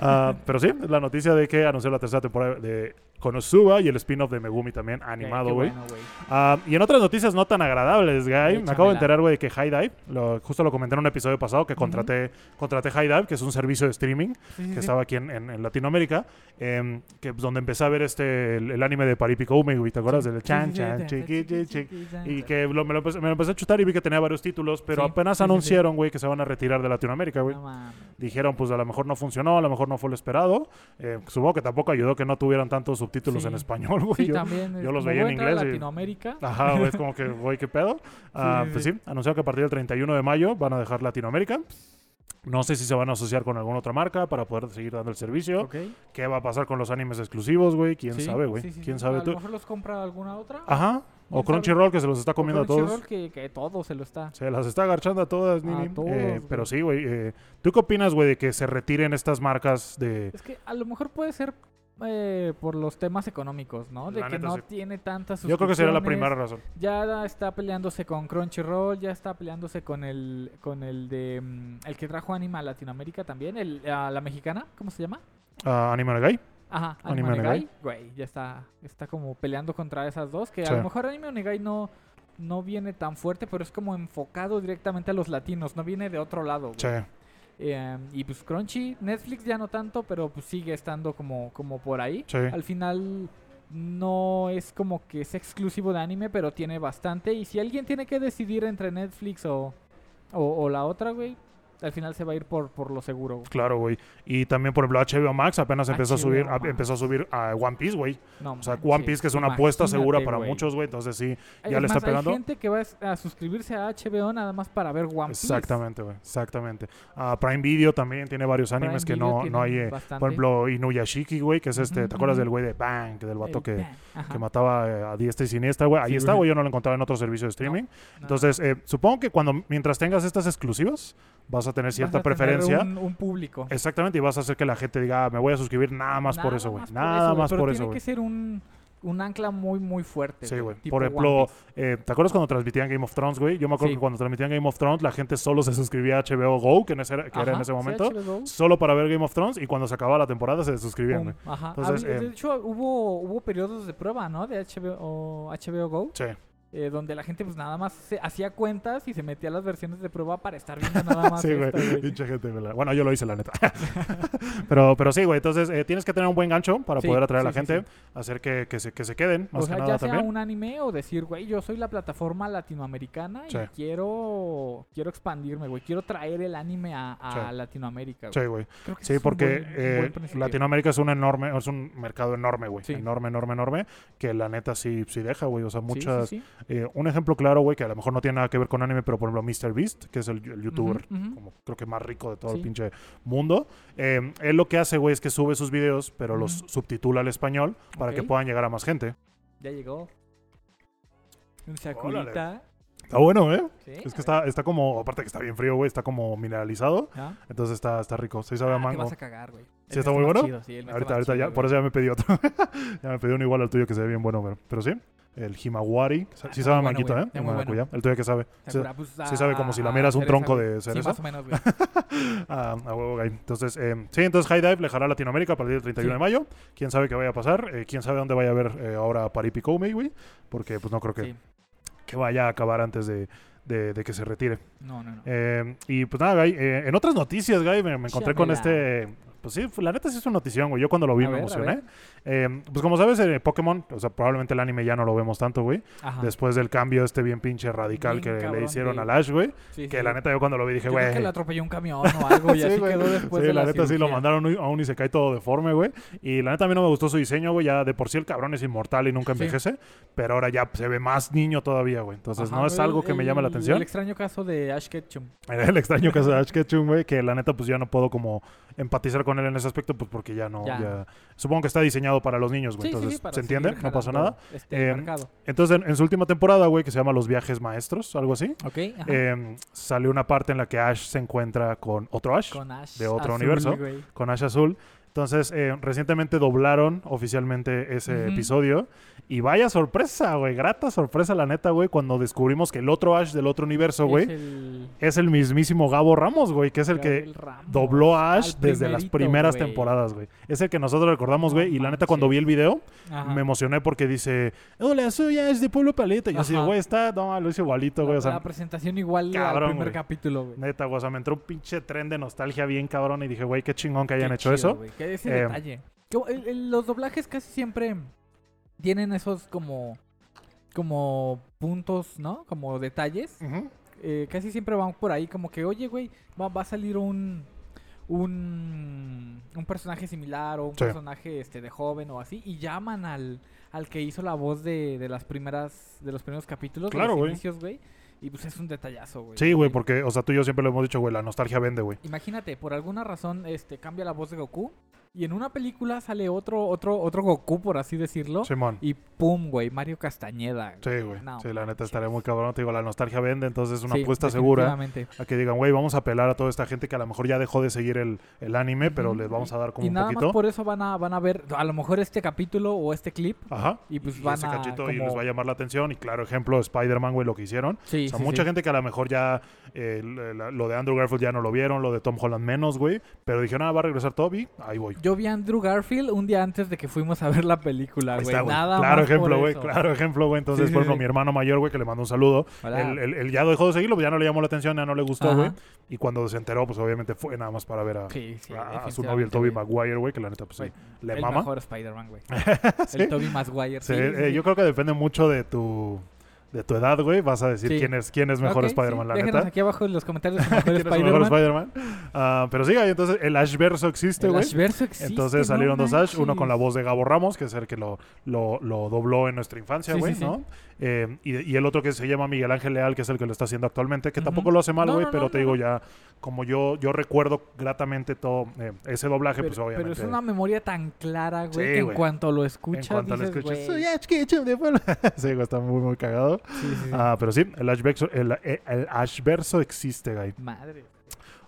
Speaker 1: Ah, pero sí, la noticia de que anunció la tercera temporada de Konosuba y el spin-off de Megumi también
Speaker 2: güey,
Speaker 1: animado,
Speaker 2: qué
Speaker 1: güey.
Speaker 2: bueno, güey.
Speaker 1: Ah, y en otras noticias no tan agradables, Guy. Me acabo
Speaker 2: Échamela.
Speaker 1: de enterar, güey, que High Dive, lo- justo lo comenté en un episodio pasado, que contraté, contraté High Dive, que es un servicio de streaming
Speaker 2: Sí, sí,
Speaker 1: que
Speaker 2: sí.
Speaker 1: estaba aquí en, en- en Latinoamérica, em, que pues, donde empecé a ver este el, el anime de Paripico Ume, güey, ¿te acuerdas? Del Chan Chan, chiqui, chiqui, chiqui. Y que lo- me, lo empecé, me lo empecé a chutar y vi que tenía varios títulos, pero
Speaker 2: Sí,
Speaker 1: apenas
Speaker 2: sí, sí, sí.
Speaker 1: anunciaron, güey, que se van a retirar de Latinoamérica, güey.
Speaker 2: No mames.
Speaker 1: Dijeron, pues a lo mejor no funcionó, a lo mejor no fue lo esperado. Eh, supongo que tampoco ayudó que no tuvieran tantos subtítulos
Speaker 2: Sí.
Speaker 1: en español, güey.
Speaker 2: Sí,
Speaker 1: Yo-
Speaker 2: también. es
Speaker 1: yo los
Speaker 2: como
Speaker 1: veía en
Speaker 2: voy a entrar a
Speaker 1: inglés y-
Speaker 2: Latinoamérica.
Speaker 1: Ajá, güey, es como que, güey, qué pedo. Ah,
Speaker 2: sí,
Speaker 1: pues
Speaker 2: sí.
Speaker 1: sí, anunciaron que a partir del 31 de mayo van a dejar Latinoamérica. No sé si se van a asociar con alguna otra marca para poder seguir dando el servicio.
Speaker 2: Ok.
Speaker 1: ¿Qué va a pasar con los animes exclusivos, güey? ¿Quién
Speaker 2: Sí,
Speaker 1: sabe, güey?
Speaker 2: sí, sí,
Speaker 1: ¿Quién
Speaker 2: sí.
Speaker 1: sabe
Speaker 2: A lo
Speaker 1: tú?
Speaker 2: mejor los compra alguna otra.
Speaker 1: Ajá. O
Speaker 2: ¿Quién sabe?
Speaker 1: Crunchyroll, que se los está
Speaker 2: O
Speaker 1: comiendo a todos.
Speaker 2: Crunchyroll que, que todo se lo está.
Speaker 1: Se las está agarchando a todas,
Speaker 2: A
Speaker 1: Nini. Eh,
Speaker 2: todos,
Speaker 1: pero
Speaker 2: güey.
Speaker 1: sí, güey. eh, ¿Tú qué opinas, güey, de que se retiren estas marcas de...
Speaker 2: Es que a lo mejor puede ser eh, por los temas económicos, ¿no? De
Speaker 1: La
Speaker 2: que
Speaker 1: neta,
Speaker 2: no
Speaker 1: sí.
Speaker 2: tiene tantas
Speaker 1: Yo creo que sería la
Speaker 2: suscripciones.
Speaker 1: primera razón.
Speaker 2: Ya está peleándose con Crunchyroll, ya está peleándose con el con el de mm, el que trajo anima a Latinoamérica también, el a la mexicana, ¿cómo se llama?
Speaker 1: Ah, Anime Guy.
Speaker 2: Ajá, Anime
Speaker 1: Anime
Speaker 2: Onegai. Güey, ya está está como peleando contra esas dos que
Speaker 1: Sí.
Speaker 2: a lo mejor Anime Onegai no no viene tan fuerte, pero es como enfocado directamente a los latinos, no viene de otro lado. güey.
Speaker 1: Sí.
Speaker 2: Eh, y pues Crunchy, Netflix ya no tanto, pero pues sigue estando como, como por ahí.
Speaker 1: Sí.
Speaker 2: Al final no es como que es exclusivo de anime, pero tiene bastante. Y si alguien tiene que decidir entre Netflix o, o, o la otra, güey, al final se va a ir por, por lo seguro. güey.
Speaker 1: Claro, güey. Y también, por ejemplo, HBO Max apenas empezó a subir
Speaker 2: HBO
Speaker 1: a- empezó a subir a One Piece, güey.
Speaker 2: No,
Speaker 1: O sea,
Speaker 2: manches,
Speaker 1: One Piece que es una apuesta
Speaker 2: imagínate,
Speaker 1: segura para
Speaker 2: güey.
Speaker 1: muchos, güey. Entonces sí,
Speaker 2: Ay,
Speaker 1: ya
Speaker 2: es
Speaker 1: le está
Speaker 2: más,
Speaker 1: pegando.
Speaker 2: Hay gente que va a suscribirse a HBO nada más para ver One Piece.
Speaker 1: Exactamente, güey. Exactamente. Ah, Prime Video también tiene varios
Speaker 2: Prime
Speaker 1: animes que
Speaker 2: Video
Speaker 1: no,
Speaker 2: tiene
Speaker 1: no hay. eh,
Speaker 2: bastante.
Speaker 1: por ejemplo, Inuyashiki, güey, que es este.
Speaker 2: Ujú,
Speaker 1: ¿Te acuerdas
Speaker 2: ujú.
Speaker 1: del güey de Bang, del vato
Speaker 2: El
Speaker 1: que,
Speaker 2: Bang, ajá.
Speaker 1: que mataba eh, a diestra y siniestra, güey? Ahí
Speaker 2: Sí,
Speaker 1: está,
Speaker 2: güey.
Speaker 1: güey. Yo no lo encontraba en otro servicio de streaming.
Speaker 2: No,
Speaker 1: Entonces, eh, supongo que cuando mientras tengas estas exclusivas, vas a tener
Speaker 2: vas
Speaker 1: cierta
Speaker 2: a tener
Speaker 1: preferencia.
Speaker 2: Un, un público.
Speaker 1: Exactamente, y vas a hacer que la gente diga, "Ah, me voy a suscribir nada más por eso, güey. Nada más
Speaker 2: pero
Speaker 1: por eso,
Speaker 2: Tiene
Speaker 1: güey.
Speaker 2: que ser un, un ancla muy, muy fuerte.
Speaker 1: Sí, güey.
Speaker 2: tipo
Speaker 1: Por
Speaker 2: One
Speaker 1: ejemplo,
Speaker 2: Piece.
Speaker 1: eh, ¿te acuerdas cuando transmitían Game of Thrones, güey? Yo me acuerdo
Speaker 2: Sí.
Speaker 1: que cuando transmitían Game of Thrones, la gente solo se suscribía a HBO Go, que, en ese era, que era en
Speaker 2: Ajá,
Speaker 1: ese
Speaker 2: sí,
Speaker 1: momento,
Speaker 2: HBO.
Speaker 1: solo para ver Game of Thrones, y cuando se acababa la temporada se suscribían,
Speaker 2: Pum,
Speaker 1: güey.
Speaker 2: Ajá.
Speaker 1: Entonces,
Speaker 2: Había- de
Speaker 1: eh,
Speaker 2: hecho, hubo, hubo periodos de prueba, ¿no? De HBO, HBO Go,
Speaker 1: Sí,
Speaker 2: eh, donde la gente pues nada más se hacía cuentas y se metía a las versiones de prueba para estar viendo nada más
Speaker 1: sí,
Speaker 2: esto,
Speaker 1: güey.
Speaker 2: güey.
Speaker 1: Pinche gente, güey. la- Bueno, yo lo hice, la neta. pero, pero sí, güey. Entonces, eh, tienes que tener un buen gancho para
Speaker 2: Sí,
Speaker 1: poder atraer a la
Speaker 2: sí, sí,
Speaker 1: gente, hacer que, que se, que se queden, más
Speaker 2: o sea,
Speaker 1: que
Speaker 2: ya
Speaker 1: nada
Speaker 2: sea
Speaker 1: también.
Speaker 2: un anime o decir, güey, yo soy la plataforma latinoamericana
Speaker 1: Sí.
Speaker 2: y quiero quiero expandirme, güey. Quiero traer el anime a, a
Speaker 1: Sí.
Speaker 2: Latinoamérica, güey.
Speaker 1: Sí, güey.
Speaker 2: Creo que
Speaker 1: Sí,
Speaker 2: ese es un
Speaker 1: porque
Speaker 2: buen- un
Speaker 1: eh,
Speaker 2: buen principio.
Speaker 1: Latinoamérica es un enorme, es un mercado enorme, güey.
Speaker 2: Sí.
Speaker 1: Enorme, enorme, enorme. Que la neta sí, sí deja, güey. O sea,
Speaker 2: Sí,
Speaker 1: muchas.
Speaker 2: sí, sí.
Speaker 1: eh, un ejemplo claro, güey, que a lo mejor no tiene nada que ver con anime, pero por ejemplo, Mr. Beast, que es el, el youtuber.
Speaker 2: Ujú, ujú.
Speaker 1: Como creo que más rico de todo el
Speaker 2: Sí.
Speaker 1: pinche mundo. eh, él lo que hace, güey, es que sube sus videos, pero los
Speaker 2: Ujú.
Speaker 1: subtitula al español para que
Speaker 2: Ok.
Speaker 1: puedan llegar a más gente.
Speaker 2: Ya llegó. Un
Speaker 1: Órale.
Speaker 2: saculita.
Speaker 1: Está bueno, ¿eh?
Speaker 2: Sí,
Speaker 1: Es
Speaker 2: a
Speaker 1: que
Speaker 2: ver.
Speaker 1: está, está como, aparte que está bien frío, güey, está como mineralizado.
Speaker 2: ¿Ah?
Speaker 1: Entonces está, está rico. Sí sabe a
Speaker 2: Ah, te
Speaker 1: mango.
Speaker 2: vas a cagar, güey.
Speaker 1: ¿Sí
Speaker 2: El
Speaker 1: está
Speaker 2: mes
Speaker 1: muy
Speaker 2: más
Speaker 1: bueno?
Speaker 2: chido, sí, el mes
Speaker 1: Ahorita,
Speaker 2: más
Speaker 1: ahorita
Speaker 2: chido,
Speaker 1: ya,
Speaker 2: güey.
Speaker 1: por eso ya me pedí otro. ya me pedí uno igual al tuyo que se ve bien bueno, pero, pero sí. El Himawari. sa-
Speaker 2: Ah,
Speaker 1: Sí sabe a
Speaker 2: está muy bueno,
Speaker 1: manguito,
Speaker 2: güey,
Speaker 1: ¿eh?
Speaker 2: está
Speaker 1: El
Speaker 2: muy bueno.
Speaker 1: maracuyá. El tuyo que sabe. Sí,
Speaker 2: Sakura, pues,
Speaker 1: sí sabe como
Speaker 2: a-
Speaker 1: si la
Speaker 2: a
Speaker 1: miras un
Speaker 2: cereza,
Speaker 1: tronco
Speaker 2: güey.
Speaker 1: de
Speaker 2: Sí,
Speaker 1: cereza.
Speaker 2: más o menos, güey.
Speaker 1: Ah, a huevo, güey. Entonces, eh, sí, entonces High Dive le jala a Latinoamérica a partir del 31
Speaker 2: Sí.
Speaker 1: de mayo. ¿Quién sabe qué vaya a pasar? Eh, ¿Quién sabe dónde vaya a ver eh, ahora Paripicoume, güey? Porque pues no creo que,
Speaker 2: Sí.
Speaker 1: que vaya a acabar antes de, de- de que se retire.
Speaker 2: No, no, no.
Speaker 1: Eh, y pues nada, Guy, eh, en otras noticias, Guy, me, me encontré con
Speaker 2: Échamela.
Speaker 1: este... Pues sí, la neta sí es una notición, güey. Yo cuando lo vi
Speaker 2: A
Speaker 1: me
Speaker 2: ver, a
Speaker 1: emocioné.
Speaker 2: ver.
Speaker 1: Eh, pues como sabes, eh, Pokémon, o sea, probablemente el anime ya no lo vemos tanto, güey.
Speaker 2: Ajá.
Speaker 1: Después del cambio este bien pinche radical
Speaker 2: Ah. Bien
Speaker 1: que le
Speaker 2: cabrón
Speaker 1: hicieron
Speaker 2: de-
Speaker 1: al Ash, güey.
Speaker 2: Sí,
Speaker 1: Que
Speaker 2: sí.
Speaker 1: la neta yo cuando lo vi dije,
Speaker 2: Yo creo
Speaker 1: güey...
Speaker 2: que lo atropelló un camión o algo y
Speaker 1: Sí,
Speaker 2: así
Speaker 1: güey.
Speaker 2: quedó después
Speaker 1: Sí,
Speaker 2: de
Speaker 1: la,
Speaker 2: la,
Speaker 1: neta sí lo
Speaker 2: cirugía.
Speaker 1: mandaron a un Isekai todo deforme, güey. Y la neta a mí no me gustó su diseño, güey. Ya de por sí el cabrón es inmortal y nunca
Speaker 2: Sí.
Speaker 1: envejece. Pero ahora ya se ve más niño todavía, güey. Entonces
Speaker 2: Ajá,
Speaker 1: no es
Speaker 2: el-
Speaker 1: algo que me llame la
Speaker 2: el-
Speaker 1: atención. Pues,
Speaker 2: El extraño caso de Ash Ketchum.
Speaker 1: Era el extraño caso de Ash Ketchum, güey. Que la neta pues ya no puedo como empatizar con él en ese aspecto. Pues porque ya no...
Speaker 2: Ya.
Speaker 1: ya- Supongo que está diseñado para los niños,
Speaker 2: Sí,
Speaker 1: güey.
Speaker 2: sí, sí,
Speaker 1: Entonces
Speaker 2: para
Speaker 1: se entiende,
Speaker 2: seguir
Speaker 1: no pasa
Speaker 2: jalando
Speaker 1: nada.
Speaker 2: Este
Speaker 1: Eh,
Speaker 2: mercado.
Speaker 1: Entonces en, en su última temporada, güey, que se llama Los Viajes Maestros, algo así.
Speaker 2: Ok, ajá.
Speaker 1: eh, salió una parte en la que Ash se encuentra con otro Ash.
Speaker 2: con Ash.
Speaker 1: de otro
Speaker 2: azul,
Speaker 1: universo.
Speaker 2: güey.
Speaker 1: con Ash Azul. Entonces, eh, recientemente doblaron oficialmente ese
Speaker 2: Ujú.
Speaker 1: episodio. Y vaya sorpresa, güey. Grata sorpresa, la neta, güey, cuando descubrimos que el otro Ash del otro universo, güey,
Speaker 2: Es
Speaker 1: es,
Speaker 2: el,
Speaker 1: el mismísimo Gabo Ramos, güey, que es el que
Speaker 2: Gabriel Ramos.
Speaker 1: dobló a Ash
Speaker 2: Al
Speaker 1: desde las
Speaker 2: primerito,
Speaker 1: primeras
Speaker 2: güey.
Speaker 1: temporadas, güey. Es el que nosotros recordamos,
Speaker 2: No
Speaker 1: güey. y la neta, cuando vi el video,
Speaker 2: Ajá.
Speaker 1: me emocioné porque dice: "Oh, Hola, soy Ash de Pueblo Paleta. Y yo así,
Speaker 2: Ajá.
Speaker 1: güey, está, no, lo hice igualito, güey.
Speaker 2: la,
Speaker 1: O sea,
Speaker 2: la pues, presentación igual
Speaker 1: cabrón,
Speaker 2: al primer
Speaker 1: güey.
Speaker 2: capítulo, güey.
Speaker 1: neta, güey. O sea, me entró un pinche tren de nostalgia bien cabrón. Y dije, güey, qué chingón que hayan
Speaker 2: Qué
Speaker 1: hecho
Speaker 2: chido,
Speaker 1: eso.
Speaker 2: güey, que ese
Speaker 1: Eh,
Speaker 2: detalle. Que, el- el- los doblajes casi siempre tienen esos como como puntos, ¿no? Como detalles.
Speaker 1: Ujú.
Speaker 2: Eh, casi siempre van por ahí como que, oye, güey, va, va a salir un un, un personaje similar o un
Speaker 1: Sí.
Speaker 2: personaje este de joven o así y llaman al, al que hizo la voz de, de las primeras de los primeros capítulos de
Speaker 1: Claro,
Speaker 2: los
Speaker 1: güey.
Speaker 2: inicios, güey. Y pues es un detallazo, güey.
Speaker 1: Sí, güey,
Speaker 2: Que-
Speaker 1: porque, o sea, tú y yo siempre lo hemos dicho, güey, la nostalgia vende, güey.
Speaker 2: Imagínate, por alguna razón, este, cambia la voz de Goku y en una película sale otro, otro, otro Goku, por así decirlo,
Speaker 1: Simón.
Speaker 2: y pum, güey, Mario Castañeda. güey.
Speaker 1: Sí, güey.
Speaker 2: No
Speaker 1: sí, la neta
Speaker 2: manches.
Speaker 1: estaría muy cabrón. Te digo, la nostalgia vende, entonces es una
Speaker 2: Sí,
Speaker 1: apuesta segura
Speaker 2: definitivamente.
Speaker 1: a que digan, güey, vamos a apelar a toda esta gente que a lo mejor ya dejó de seguir el, el anime, pero
Speaker 2: Ujú.
Speaker 1: les vamos a dar como
Speaker 2: y
Speaker 1: un
Speaker 2: nada
Speaker 1: poquito.
Speaker 2: más por eso van a, van a ver, a lo mejor este capítulo o este clip.
Speaker 1: Ajá.
Speaker 2: Y pues van
Speaker 1: ese
Speaker 2: a
Speaker 1: cachito y
Speaker 2: como-
Speaker 1: les va a llamar la atención. Y claro, ejemplo, Spider-Man, güey, lo que hicieron.
Speaker 2: Sí,
Speaker 1: o sea,
Speaker 2: sí,
Speaker 1: mucha
Speaker 2: sí.
Speaker 1: gente que a lo mejor ya eh, la- la- lo de Andrew Garfield ya no lo vieron, lo de Tom Holland menos, güey. Pero dijeron, ah, va a regresar Toby, ahí voy.
Speaker 2: Yo vi a Andrew Garfield un día antes de que fuimos a ver la película,
Speaker 1: Ahí
Speaker 2: güey.
Speaker 1: está, güey.
Speaker 2: Nada
Speaker 1: claro
Speaker 2: más por
Speaker 1: ejemplo, güey,
Speaker 2: eso.
Speaker 1: claro ejemplo, güey. Entonces,
Speaker 2: Sí,
Speaker 1: por
Speaker 2: sí,
Speaker 1: ejemplo,
Speaker 2: sí.
Speaker 1: mi hermano mayor, güey, que le mandó un saludo.
Speaker 2: Hola.
Speaker 1: Él, él- él ya dejó de seguirlo, pues ya no le llamó la atención, ya no le gustó,
Speaker 2: Ajá.
Speaker 1: güey. Y cuando se enteró, pues obviamente fue nada más para ver a,
Speaker 2: Sí, sí,
Speaker 1: a- a Ah, su
Speaker 2: definitivamente,
Speaker 1: novio, el Toby
Speaker 2: güey.
Speaker 1: Maguire, güey, que la neta, pues sí,
Speaker 2: Güey,
Speaker 1: le
Speaker 2: el
Speaker 1: mama.
Speaker 2: mejor Spider-Man, güey.
Speaker 1: Sí,
Speaker 2: El Toby Maguire.
Speaker 1: sí,
Speaker 2: sí, sí,
Speaker 1: eh,
Speaker 2: sí.
Speaker 1: Yo creo que depende mucho de tu de tu edad, güey, vas a decir
Speaker 2: Sí.
Speaker 1: quién es quién es mejor
Speaker 2: Ok,
Speaker 1: Spider-Man,
Speaker 2: sí,
Speaker 1: la
Speaker 2: déjenos
Speaker 1: neta.
Speaker 2: aquí abajo en los comentarios el mejor
Speaker 1: ¿Quién es el mejor
Speaker 2: Spider-Man.
Speaker 1: Spider-Man? Ah, pero sí, ahí entonces el Ashverso existe,
Speaker 2: El
Speaker 1: Este güey.
Speaker 2: Ashverso existe,
Speaker 1: Entonces
Speaker 2: no
Speaker 1: salieron dos Ash, uno con la
Speaker 2: manches.
Speaker 1: voz de Gabo Ramos, que es el que lo, lo, lo dobló en nuestra infancia,
Speaker 2: Sí, sí,
Speaker 1: güey,
Speaker 2: sí.
Speaker 1: ¿no? Eh, y, y el otro que se llama Miguel Ángel Leal, que es el que lo está haciendo actualmente, que
Speaker 2: Ujú.
Speaker 1: tampoco lo hace mal,
Speaker 2: No,
Speaker 1: güey,
Speaker 2: no,
Speaker 1: pero
Speaker 2: no,
Speaker 1: te
Speaker 2: no,
Speaker 1: digo
Speaker 2: no.
Speaker 1: ya, como yo yo recuerdo gratamente todo eh, ese doblaje, pues
Speaker 2: pero, pero
Speaker 1: obviamente.
Speaker 2: es una memoria tan clara, güey,
Speaker 1: Sí,
Speaker 2: que en
Speaker 1: güey.
Speaker 2: cuanto lo
Speaker 1: en
Speaker 2: escuchas,
Speaker 1: cuanto lo
Speaker 2: dices,
Speaker 1: escuchas, "Soy
Speaker 2: güey,
Speaker 1: Ash Ketchum de Puebla". sí, güey, está muy, muy cagado.
Speaker 2: sí, sí, sí.
Speaker 1: Ah, pero sí, el Ashverso, el, el- el Ashverso existe, güey.
Speaker 2: Madre.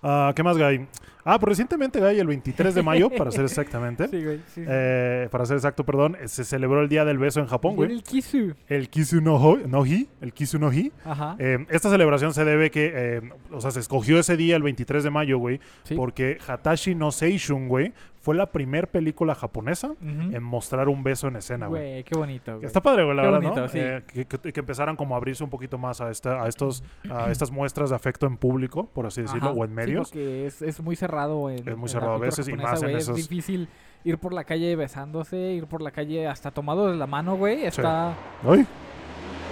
Speaker 1: Ah, ¿Qué más, Guy? Ah, pues recientemente, Guy, el 23 de mayo, para ser exactamente.
Speaker 2: Sí, güey, sí, sí.
Speaker 1: eh, para ser exacto, perdón, eh, se celebró el Día del Beso en Japón,
Speaker 2: Viene
Speaker 1: güey.
Speaker 2: el Kisu.
Speaker 1: El Kisu no, Ho- no Hi, el Kisu no Hi.
Speaker 2: Ajá.
Speaker 1: Eh, esta celebración se debe que, eh, o sea, se escogió ese día, el 23 de mayo, güey,
Speaker 2: Sí.
Speaker 1: porque Hatashi no Seishun, güey, fue la primer película japonesa
Speaker 2: Ujú.
Speaker 1: en mostrar un beso en escena, güey.
Speaker 2: Güey, qué bonito, güey.
Speaker 1: Está padre, güey, la
Speaker 2: Qué
Speaker 1: verdad, ¿no?
Speaker 2: bonito, sí.
Speaker 1: Eh, que, que- que empezaran como a abrirse un poquito más a, esta, a, estos, a estas muestras de afecto en público, por así decirlo,
Speaker 2: Ajá.
Speaker 1: o en
Speaker 2: Sí,
Speaker 1: medios.
Speaker 2: porque es, es muy cerrado. En,
Speaker 1: Es muy
Speaker 2: en la
Speaker 1: cerrado a
Speaker 2: cultura
Speaker 1: veces y
Speaker 2: japonesa,
Speaker 1: más en
Speaker 2: güey,
Speaker 1: esos-
Speaker 2: Es difícil ir por la calle besándose, ir por la calle hasta tomado de la mano, güey. Está
Speaker 1: ¡Ay!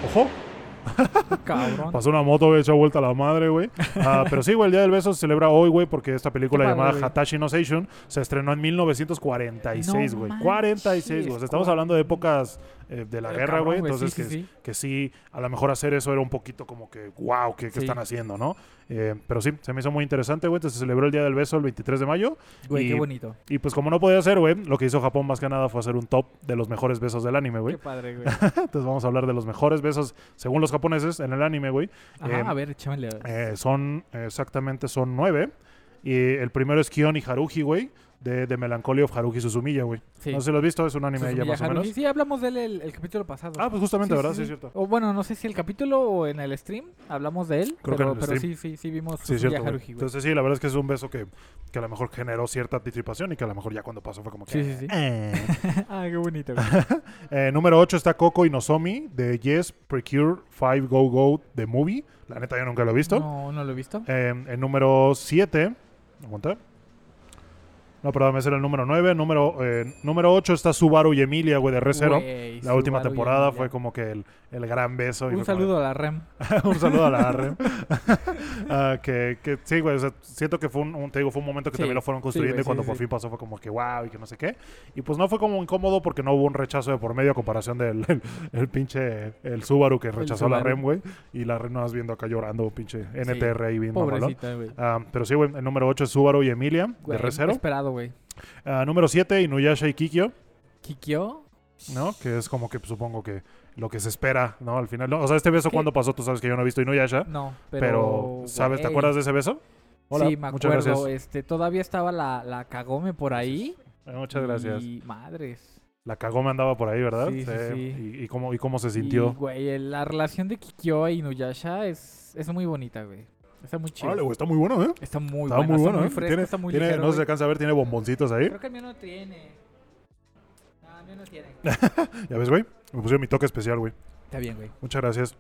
Speaker 1: ¡Ojo!
Speaker 2: cabrón.
Speaker 1: Pasó una moto, güey, echó vuelta a la madre, güey. Ah, pero sí, güey, el Día del Beso se celebra hoy, güey, porque esta película
Speaker 2: Qué padre,
Speaker 1: llamada
Speaker 2: güey.
Speaker 1: Hatashi no Seishun se estrenó en 1946,
Speaker 2: No
Speaker 1: güey.
Speaker 2: manches,
Speaker 1: 46, güey. O sea, estamos hablando de épocas eh, de la
Speaker 2: Eh,
Speaker 1: guerra,
Speaker 2: cabrón,
Speaker 1: güey.
Speaker 2: güey, sí,
Speaker 1: Entonces,
Speaker 2: sí,
Speaker 1: que,
Speaker 2: sí.
Speaker 1: que sí, a lo mejor hacer eso era un poquito como que, wow, ¿qué, qué
Speaker 2: Sí.
Speaker 1: están haciendo, no? Eh, pero sí, se me hizo muy interesante, güey. Entonces se celebró el Día del Beso el 23 de mayo.
Speaker 2: Güey,
Speaker 1: y-
Speaker 2: qué bonito.
Speaker 1: Y pues, como no podía ser, güey, lo que hizo Japón más que nada fue hacer un top de los mejores besos del anime, güey.
Speaker 2: Qué padre, güey.
Speaker 1: Entonces, vamos a hablar de los mejores besos, según los japoneses, en el anime, güey.
Speaker 2: Ajá,
Speaker 1: Em,
Speaker 2: a ver, échamele.
Speaker 1: Eh, son, eh, exactamente, son nueve. Y el primero es Kion y Haruhi, güey, de, de Melancholy of Haruhi Suzumiya, güey.
Speaker 2: Sí.
Speaker 1: No sé si lo has visto, es un anime ya
Speaker 2: Suzumiya
Speaker 1: más o
Speaker 2: Haruhi.
Speaker 1: menos.
Speaker 2: Sí, hablamos de él el, el capítulo pasado.
Speaker 1: Ah, pues justamente, ¿verdad? Sí, es cierto.
Speaker 2: O bueno, no sé si el capítulo o en el stream hablamos de él,
Speaker 1: Creo que
Speaker 2: pero,
Speaker 1: en el
Speaker 2: pero
Speaker 1: stream.
Speaker 2: sí, sí, sí vimos
Speaker 1: Sí, es
Speaker 2: Suzumiya
Speaker 1: cierto. güey.
Speaker 2: Haruhi, güey.
Speaker 1: Entonces, sí, la verdad es que es un beso que, que a lo mejor generó cierta anticipación y que a lo mejor ya cuando pasó fue como que.
Speaker 2: Sí, sí, sí.
Speaker 1: "Eh".
Speaker 2: ah, qué bonito. güey.
Speaker 1: Eh, número 8 está Coco Inosomi de Yes Precure 5 Go Go The Movie. La neta, yo nunca lo he visto.
Speaker 2: No, no lo he visto.
Speaker 1: Eh, el número 7. Aguanta. No, perdón, ese era el número 9. Número, eh, número 8 está Subaru y Emilia, güey, de Recero.
Speaker 2: Güey,
Speaker 1: La última
Speaker 2: Subaru y
Speaker 1: temporada
Speaker 2: Emilia.
Speaker 1: fue como que el, el gran beso. y
Speaker 2: Un
Speaker 1: fue como de-
Speaker 2: saludo a la REM.
Speaker 1: un saludo a la RM. Ah, que, que sí, güey. o sea, siento que fue un, un- te digo, fue un momento que
Speaker 2: Sí,
Speaker 1: también lo fueron
Speaker 2: sí,
Speaker 1: construyendo
Speaker 2: güey,
Speaker 1: y cuando
Speaker 2: sí,
Speaker 1: por
Speaker 2: sí.
Speaker 1: fin pasó fue como que wow y que no sé qué. Y pues no fue como incómodo porque no hubo un rechazo de por medio a comparación del el, el pinche el Subaru que rechazó la
Speaker 2: Subaru.
Speaker 1: REM, güey. Y la REM no vas viendo acá llorando, pinche NTR ahí bien mamalón.
Speaker 2: Pobrecita, güey.
Speaker 1: Ah, pero sí, güey, el número 8 es Subaru y Emilia,
Speaker 2: Güey,
Speaker 1: de Recero.
Speaker 2: Esperado, güey.
Speaker 1: Ah, número 7, Inuyasha y Kikyo,
Speaker 2: Kikyo.
Speaker 1: ¿no? Que es como que pues, supongo que lo que se espera, ¿no? Al final. No, o sea, este beso,
Speaker 2: ¿Qué?
Speaker 1: cuando pasó? Tú sabes que yo no he visto Inuyasha.
Speaker 2: No, pero.
Speaker 1: ¿Ah? Pero, ¿sabes? ¿Te
Speaker 2: güey.
Speaker 1: acuerdas de ese beso?
Speaker 2: sí, me
Speaker 1: muchas
Speaker 2: acuerdo.
Speaker 1: gracias.
Speaker 2: Este, todavía estaba la, la Kagome por ahí.
Speaker 1: Eh, Muchas gracias.
Speaker 2: Y madres.
Speaker 1: La cagó me andaba por ahí, ¿verdad?
Speaker 2: Sí, sí, sí.
Speaker 1: Y, y cómo, ¿Y cómo se
Speaker 2: Y,
Speaker 1: sintió?
Speaker 2: güey, el- la relación de Kikyo e Inuyasha es, es muy bonita, güey. Está muy chido.
Speaker 1: Órale, güey, está muy bueno, ¿eh?
Speaker 2: Está muy
Speaker 1: Está
Speaker 2: bueno,
Speaker 1: muy bueno,
Speaker 2: está muy
Speaker 1: ¿eh?
Speaker 2: fresco,
Speaker 1: Tiene-
Speaker 2: está muy
Speaker 1: tiene-
Speaker 2: ligero,
Speaker 1: no se
Speaker 2: güey.
Speaker 1: alcanza a ver, tiene bomboncitos ahí.
Speaker 2: Creo que el mío no tiene. No, el mío no tiene.
Speaker 1: Ya ves, güey. Me pusieron mi toque especial, güey.
Speaker 2: está bien, güey.
Speaker 1: Muchas gracias.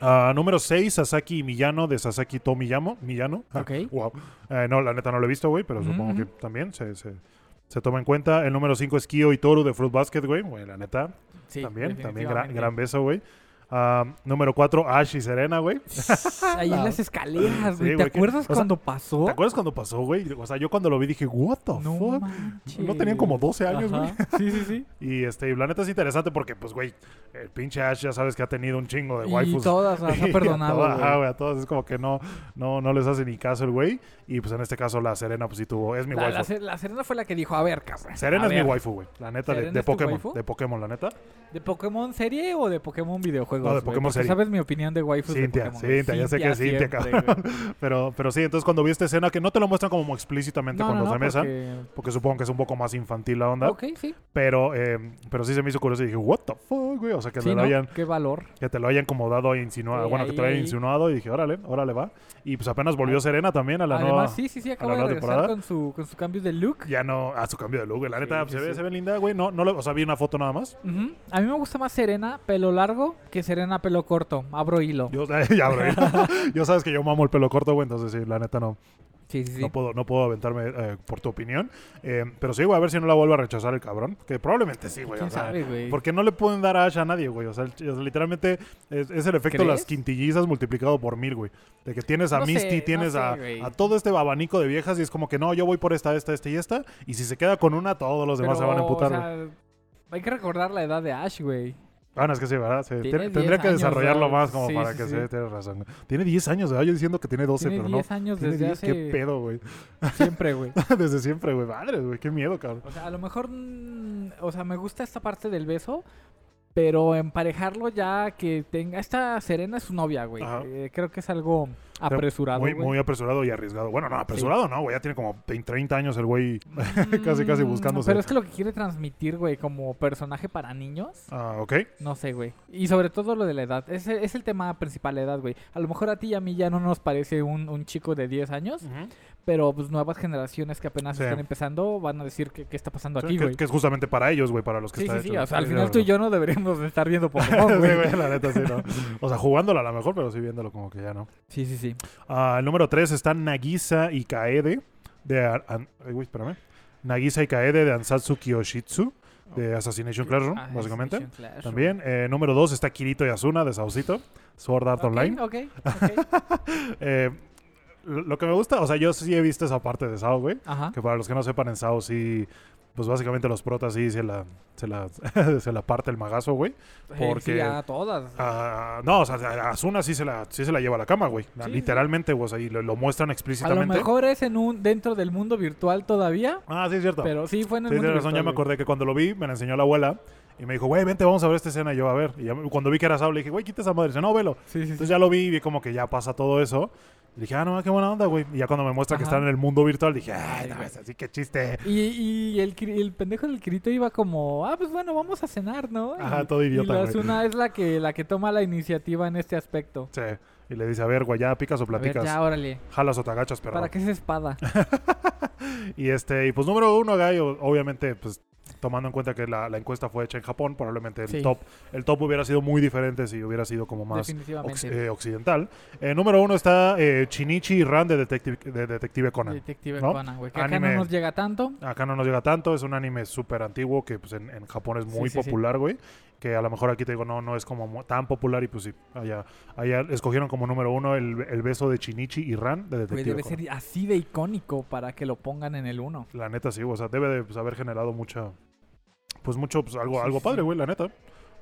Speaker 1: Ah, número 6, Sasaki y Millano de Sasaki Tomiyamo. Millano. Ah,
Speaker 2: Ok.
Speaker 1: wow. Eh, no, la neta no lo he visto, güey, pero
Speaker 2: Ujú,
Speaker 1: supongo que
Speaker 2: ujú.
Speaker 1: también se, se, se toma en cuenta. El número 5 es Kyo y Toru de Fruit Basket, güey. Güey, la neta.
Speaker 2: Sí,
Speaker 1: también, también gran,
Speaker 2: definitivamente.
Speaker 1: gran beso, güey. Ah, número 4, Ash y Serena, güey.
Speaker 2: Ahí en las escaleras,
Speaker 1: Sí,
Speaker 2: güey. ¿Te
Speaker 1: güey, que- o
Speaker 2: acuerdas
Speaker 1: sea,
Speaker 2: cuando pasó?
Speaker 1: ¿Te acuerdas cuando pasó, güey? O sea, yo cuando lo vi dije, what the fuck. No tenían como 12 años, güey.
Speaker 2: Sí, sí, sí.
Speaker 1: Y este, y la neta es interesante porque, pues, güey, el pinche Ash ya sabes que ha tenido un chingo de
Speaker 2: Y
Speaker 1: waifus.
Speaker 2: todas las ha
Speaker 1: Y a
Speaker 2: perdonado,
Speaker 1: toda- ajá,
Speaker 2: güey.
Speaker 1: güey, a todos es como que no, no, no les hace ni caso el güey. Y pues en este caso la Serena, pues sí tuvo, es mi
Speaker 2: La, la
Speaker 1: waifu.
Speaker 2: Ser- la Serena fue la que dijo, a ver, cabrón.
Speaker 1: Serena
Speaker 2: a
Speaker 1: es mi
Speaker 2: ver,
Speaker 1: waifu, güey. La neta, de,
Speaker 2: ¿Serena
Speaker 1: de
Speaker 2: es tu
Speaker 1: Pokémon.
Speaker 2: waifu?
Speaker 1: De Pokémon, la neta.
Speaker 2: ¿De Pokémon serie o de Pokémon videojuegos?
Speaker 1: No, de
Speaker 2: güey?
Speaker 1: Pokémon
Speaker 2: Porque
Speaker 1: serie.
Speaker 2: ¿Sabes mi opinión de waifus
Speaker 1: Cintia,
Speaker 2: de Pokémon? güey.
Speaker 1: Cintia, ya sé que Cintia,
Speaker 2: siempre,
Speaker 1: cabrón.
Speaker 2: güey.
Speaker 1: Pero, pero sí, entonces cuando vi esta escena, que no te lo muestran como explícitamente
Speaker 2: No,
Speaker 1: cuando
Speaker 2: no,
Speaker 1: se
Speaker 2: no,
Speaker 1: besan, porque...
Speaker 2: porque-
Speaker 1: supongo que es un poco más infantil la onda.
Speaker 2: Ok, sí.
Speaker 1: Pero, eh, pero sí se me hizo curioso y dije, what the fuck, güey. O sea, que
Speaker 2: Sí,
Speaker 1: le
Speaker 2: ¿no?
Speaker 1: hayan,
Speaker 2: Qué valor.
Speaker 1: que te lo hayan como dado a insinuado,
Speaker 2: Sí,
Speaker 1: bueno, que te lo
Speaker 2: ahí,
Speaker 1: hayan
Speaker 2: ahí.
Speaker 1: insinuado y dije, órale, órale va. Y pues apenas volvió
Speaker 2: Ah.
Speaker 1: Serena también a la
Speaker 2: Además,
Speaker 1: nueva.
Speaker 2: sí, sí, sí, acaba de
Speaker 1: nueva
Speaker 2: regresar
Speaker 1: temporada.
Speaker 2: con su, con su cambio de look.
Speaker 1: Ya no, a su cambio de look, güey. La neta,
Speaker 2: Sí,
Speaker 1: se,
Speaker 2: sí,
Speaker 1: ve,
Speaker 2: sí.
Speaker 1: se ve linda, güey. No, no, le- o sea, vi una foto nada más.
Speaker 2: Ujú. A mí me gusta más Serena, pelo largo, que Serena, pelo corto. Abro hilo.
Speaker 1: Yo, ya, bro, ya. Yo sabes que yo mamo el pelo corto, güey, entonces sí, la neta no.
Speaker 2: Sí, sí, sí.
Speaker 1: No puedo, no puedo aventarme eh, por tu opinión. Eh, pero sí, güey, a ver si no la vuelvo a rechazar el cabrón. Que probablemente sí, güey.
Speaker 2: ¿Quién
Speaker 1: o sea,
Speaker 2: sabe, güey?
Speaker 1: porque no le pueden dar a Ash a nadie, güey. O sea, el ch- o sea, literalmente es, es el efecto de las
Speaker 2: ¿Crees?
Speaker 1: quintillizas multiplicado por mil, güey. De que tienes a
Speaker 2: No sé,
Speaker 1: Misty,
Speaker 2: no
Speaker 1: tienes
Speaker 2: sé,
Speaker 1: a,
Speaker 2: güey.
Speaker 1: a todo este abanico de viejas y es como que no, yo voy por esta, esta, esta y esta. Y si se queda con una, todos los demás se van a
Speaker 2: Pero, o
Speaker 1: emputar, güey.
Speaker 2: sea, hay que recordar la edad de Ash, güey.
Speaker 1: Ah, no, es que sí, ¿verdad? Sí.
Speaker 2: Tiene
Speaker 1: Tien-
Speaker 2: 10
Speaker 1: Tendría que
Speaker 2: años,
Speaker 1: desarrollarlo
Speaker 2: ¿verdad?
Speaker 1: más como
Speaker 2: Sí,
Speaker 1: para
Speaker 2: sí,
Speaker 1: que
Speaker 2: sí.
Speaker 1: se... Tienes razón. güey. Tiene 10 años, ¿verdad? Yo diciendo que tiene 12,
Speaker 2: Tiene
Speaker 1: pero no.
Speaker 2: 10 años
Speaker 1: Tiene
Speaker 2: desde
Speaker 1: 10, qué
Speaker 2: hace
Speaker 1: pedo, güey.
Speaker 2: siempre, güey.
Speaker 1: Desde siempre, güey. Madre, güey, qué miedo, cabrón.
Speaker 2: O sea, a lo mejor, mm, o sea, me gusta esta parte del beso, pero emparejarlo ya que tenga... Esta Serena es su novia, güey.
Speaker 1: Ajá.
Speaker 2: Eh, creo que es algo apresurado,
Speaker 1: Muy,
Speaker 2: güey.
Speaker 1: muy apresurado y arriesgado. Bueno, no, apresurado no, güey. Ya tiene como 20, 30 años el güey. casi, casi
Speaker 2: Mm,
Speaker 1: buscándose.
Speaker 2: Pero es que lo que quiere transmitir, güey, como personaje para niños,
Speaker 1: Ah, ok.
Speaker 2: no sé, güey. Y sobre todo lo de la edad. Es, es el tema principal, la edad, güey. A lo mejor a ti y a mí ya no nos parece un, un chico de 10 años, pero pues nuevas generaciones que apenas
Speaker 1: Sí.
Speaker 2: están empezando van a decir que, qué está pasando
Speaker 1: Sí,
Speaker 2: aquí,
Speaker 1: que-
Speaker 2: güey.
Speaker 1: que, es justamente para ellos, güey, para los que
Speaker 2: Sí,
Speaker 1: está
Speaker 2: sí, sí.
Speaker 1: hecho.
Speaker 2: O sea, al
Speaker 1: Sí,
Speaker 2: final
Speaker 1: sí,
Speaker 2: tú y
Speaker 1: sí.
Speaker 2: yo no deberíamos de estar viendo Pokémon,
Speaker 1: Sí, güey,
Speaker 2: güey.
Speaker 1: la neta, sí, ¿no? O sea, jugándola a lo mejor, pero sí viéndolo como que ya no.
Speaker 2: Sí, sí, sí.
Speaker 1: Ah, el número 3 está Nagisa y Kaede de Ar- An- ay, güey, espérame. Nagisa y Kaede de Ansatsu Kyoshitsu de Assassination Classroom,
Speaker 2: Oh, Ah,
Speaker 1: básicamente.
Speaker 2: Assassin's Classroom.
Speaker 1: También, eh, número 2 está Kirito y Asuna de Saucito, Sword Art
Speaker 2: Ok,
Speaker 1: Online.
Speaker 2: Ok, ok.
Speaker 1: Eh, lo lo que me gusta, o sea, yo sí he visto esa parte de Sao, güey.
Speaker 2: Ajá. Eh,
Speaker 1: Que para los que no sepan, en Sao sí, pues básicamente los protas sí se la, se la, se la parte el magazo, güey. porque-
Speaker 2: Sí, a todas.
Speaker 1: Ah, no, o sea, a Asuna sí se la, sí se la lleva a la cama, güey.
Speaker 2: Sí, sí.
Speaker 1: Literalmente, güey, o sea, y lo, lo muestran
Speaker 2: A lo
Speaker 1: explícitamente.
Speaker 2: mejor es en un dentro del mundo virtual todavía,
Speaker 1: Ah, sí, es cierto.
Speaker 2: pero sí fue en el
Speaker 1: Sí,
Speaker 2: mundo
Speaker 1: tienes razón, ya
Speaker 2: virtual,
Speaker 1: me
Speaker 2: güey.
Speaker 1: acordé que cuando lo vi, me la enseñó la abuela y me dijo, güey, vente, vamos a ver esta escena. Y yo, a ver. Y ya me- cuando vi que era Sao, le dije, güey, quita esa madre. Y dice, no, velo.
Speaker 2: Sí, sí, sí.
Speaker 1: Entonces ya lo vi y vi como que ya pasa todo eso. Y dije, ah, no, qué buena onda, güey. Y ya cuando me muestra que
Speaker 2: Ajá.
Speaker 1: están en el mundo virtual, dije, ay,
Speaker 2: Ay,
Speaker 1: no,
Speaker 2: güey.
Speaker 1: es así, qué chiste.
Speaker 2: Y, y el, cri- el pendejo del Kirito iba como, ah, pues bueno, vamos a cenar, ¿no? Y-
Speaker 1: Ajá, todo idiota,
Speaker 2: Y la
Speaker 1: güey.
Speaker 2: Asuna es la que, la que toma la iniciativa en este aspecto.
Speaker 1: Sí. Y le dice, a ver, güey, ya picas o
Speaker 2: A ver,
Speaker 1: platicas.
Speaker 2: ya, órale.
Speaker 1: Jalas o te agachas, pero.
Speaker 2: ¿Para qué es espada?
Speaker 1: Y este, y pues número uno, Gallo, obviamente, pues tomando en cuenta que la, la encuesta fue hecha en Japón, probablemente el
Speaker 2: Sí.
Speaker 1: top, el top hubiera sido muy diferente si hubiera sido como más
Speaker 2: Definitivamente.
Speaker 1: occ- eh, occidental. Eh, número uno está eh, Chinichi y Ran de Detective, de Detective Conan.
Speaker 2: Detective
Speaker 1: ¿no?
Speaker 2: Conan, güey. Que acá
Speaker 1: Anime.
Speaker 2: no nos llega tanto.
Speaker 1: Acá no nos llega tanto, es un anime súper antiguo que pues, en, en Japón es
Speaker 2: Sí,
Speaker 1: muy
Speaker 2: sí, sí.
Speaker 1: popular, güey. Que a lo mejor aquí te digo, no, no es como mu- tan popular y pues sí, allá, allá escogieron como número uno el, el beso de Chinichi y Ran de
Speaker 2: Güey,
Speaker 1: Detective
Speaker 2: debe
Speaker 1: Conan.
Speaker 2: ser así de icónico para que lo pongan en el 1.
Speaker 1: La neta sí, o sea, debe de pues, haber generado mucha, pues mucho, pues algo,
Speaker 2: Sí,
Speaker 1: algo
Speaker 2: sí,
Speaker 1: padre,
Speaker 2: sí.
Speaker 1: güey, la neta.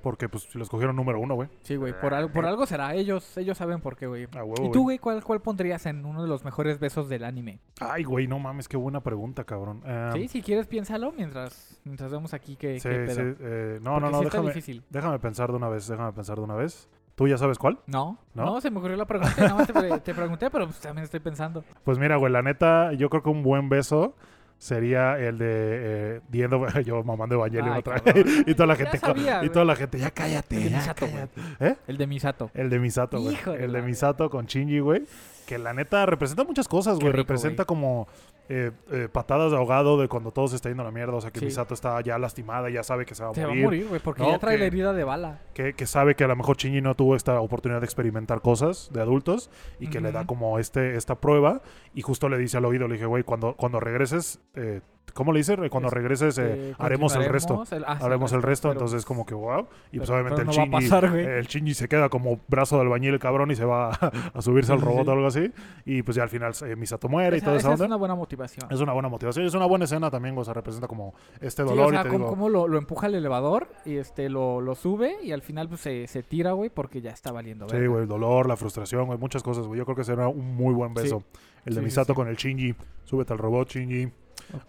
Speaker 1: Porque pues los cogieron número uno, güey.
Speaker 2: Sí, güey.
Speaker 1: Ah,
Speaker 2: Por, algo por algo será. Ellos ellos saben por qué, güey.
Speaker 1: A huevo,
Speaker 2: ¿Y
Speaker 1: güey.
Speaker 2: tú, güey, cuál, cuál pondrías en uno de los mejores besos del anime?
Speaker 1: Ay, güey, no mames, qué buena pregunta, cabrón. Eh,
Speaker 2: sí, si quieres, piénsalo mientras, mientras vemos aquí qué,
Speaker 1: sí,
Speaker 2: qué pedo.
Speaker 1: sí, eh, no,
Speaker 2: Porque
Speaker 1: no, no,
Speaker 2: sí está
Speaker 1: déjame,
Speaker 2: difícil.
Speaker 1: déjame pensar de una vez, déjame pensar de una vez. ¿Tú ya sabes cuál?
Speaker 2: ¿No?
Speaker 1: ¿No?
Speaker 2: ¿No? se me ocurrió la pregunta. Nada más te, pre- te pregunté, pero pues, también estoy pensando.
Speaker 1: Pues mira, güey, la neta, yo creo que un buen beso sería el de eh, The End of- yo mamando Evangelion
Speaker 2: Ay,
Speaker 1: otra
Speaker 2: cabrón.
Speaker 1: vez. y toda la
Speaker 2: Ya
Speaker 1: gente, co-
Speaker 2: sabía,
Speaker 1: y
Speaker 2: güey.
Speaker 1: toda la gente, ya cállate,
Speaker 2: El de
Speaker 1: ya
Speaker 2: Misato, güey.
Speaker 1: ah, cállate. ¿Eh?
Speaker 2: El de Misato.
Speaker 1: El de Misato, güey.
Speaker 2: Hijo de
Speaker 1: El
Speaker 2: la
Speaker 1: de
Speaker 2: verga.
Speaker 1: Misato con Shinji, güey. Que la neta representa muchas cosas,
Speaker 2: Qué
Speaker 1: güey.
Speaker 2: rico,
Speaker 1: Representa como eh, eh, patadas de ahogado de cuando todo se está yendo a la mierda. O sea, que
Speaker 2: Sí.
Speaker 1: Misato está ya lastimada, ya sabe que se va a
Speaker 2: Se va a
Speaker 1: morir.
Speaker 2: morir, güey, porque
Speaker 1: No,
Speaker 2: ya trae
Speaker 1: que-
Speaker 2: la herida de bala.
Speaker 1: Que, que sabe que a lo mejor Shinji no tuvo esta oportunidad de experimentar cosas de adultos y que le da
Speaker 2: Ujú.
Speaker 1: como este esta prueba. Y justo le dice al oído, le dije, güey, cuando, cuando regreses, eh, ¿cómo le dice? Cuando
Speaker 2: Es-
Speaker 1: regreses, eh,
Speaker 2: Eh,
Speaker 1: haremos el resto.
Speaker 2: continuaremos el- ah, sí,
Speaker 1: Haremos el resto,
Speaker 2: pero-
Speaker 1: entonces como que wow. Y pues
Speaker 2: pero-
Speaker 1: obviamente
Speaker 2: pero
Speaker 1: el
Speaker 2: no va a
Speaker 1: Shinji,
Speaker 2: pasar, güey.
Speaker 1: el Shinji se queda como brazo de albañil el cabrón y se va a, a subirse al
Speaker 2: Sí, sí,
Speaker 1: robot
Speaker 2: sí.
Speaker 1: o algo así. Y pues ya al final eh, Misato muere y
Speaker 2: Esa-
Speaker 1: toda esa
Speaker 2: esa es
Speaker 1: onda.
Speaker 2: una buena motivación.
Speaker 1: Es una buena motivación, es una buena escena también, o sea, representa como este
Speaker 2: Sí,
Speaker 1: dolor
Speaker 2: o sea,
Speaker 1: y te
Speaker 2: como,
Speaker 1: digo,
Speaker 2: como lo, lo empuja al elevador y este lo, lo sube y al final pues, se, se tira, güey, porque ya está valiendo.
Speaker 1: sí,
Speaker 2: verga.
Speaker 1: güey, el dolor, la frustración, güey, muchas cosas, güey. Yo creo que será un muy buen
Speaker 2: Sí.
Speaker 1: beso. El de
Speaker 2: Sí, sí,
Speaker 1: Misato
Speaker 2: sí.
Speaker 1: con el Shinji, súbete al robot, Shinji.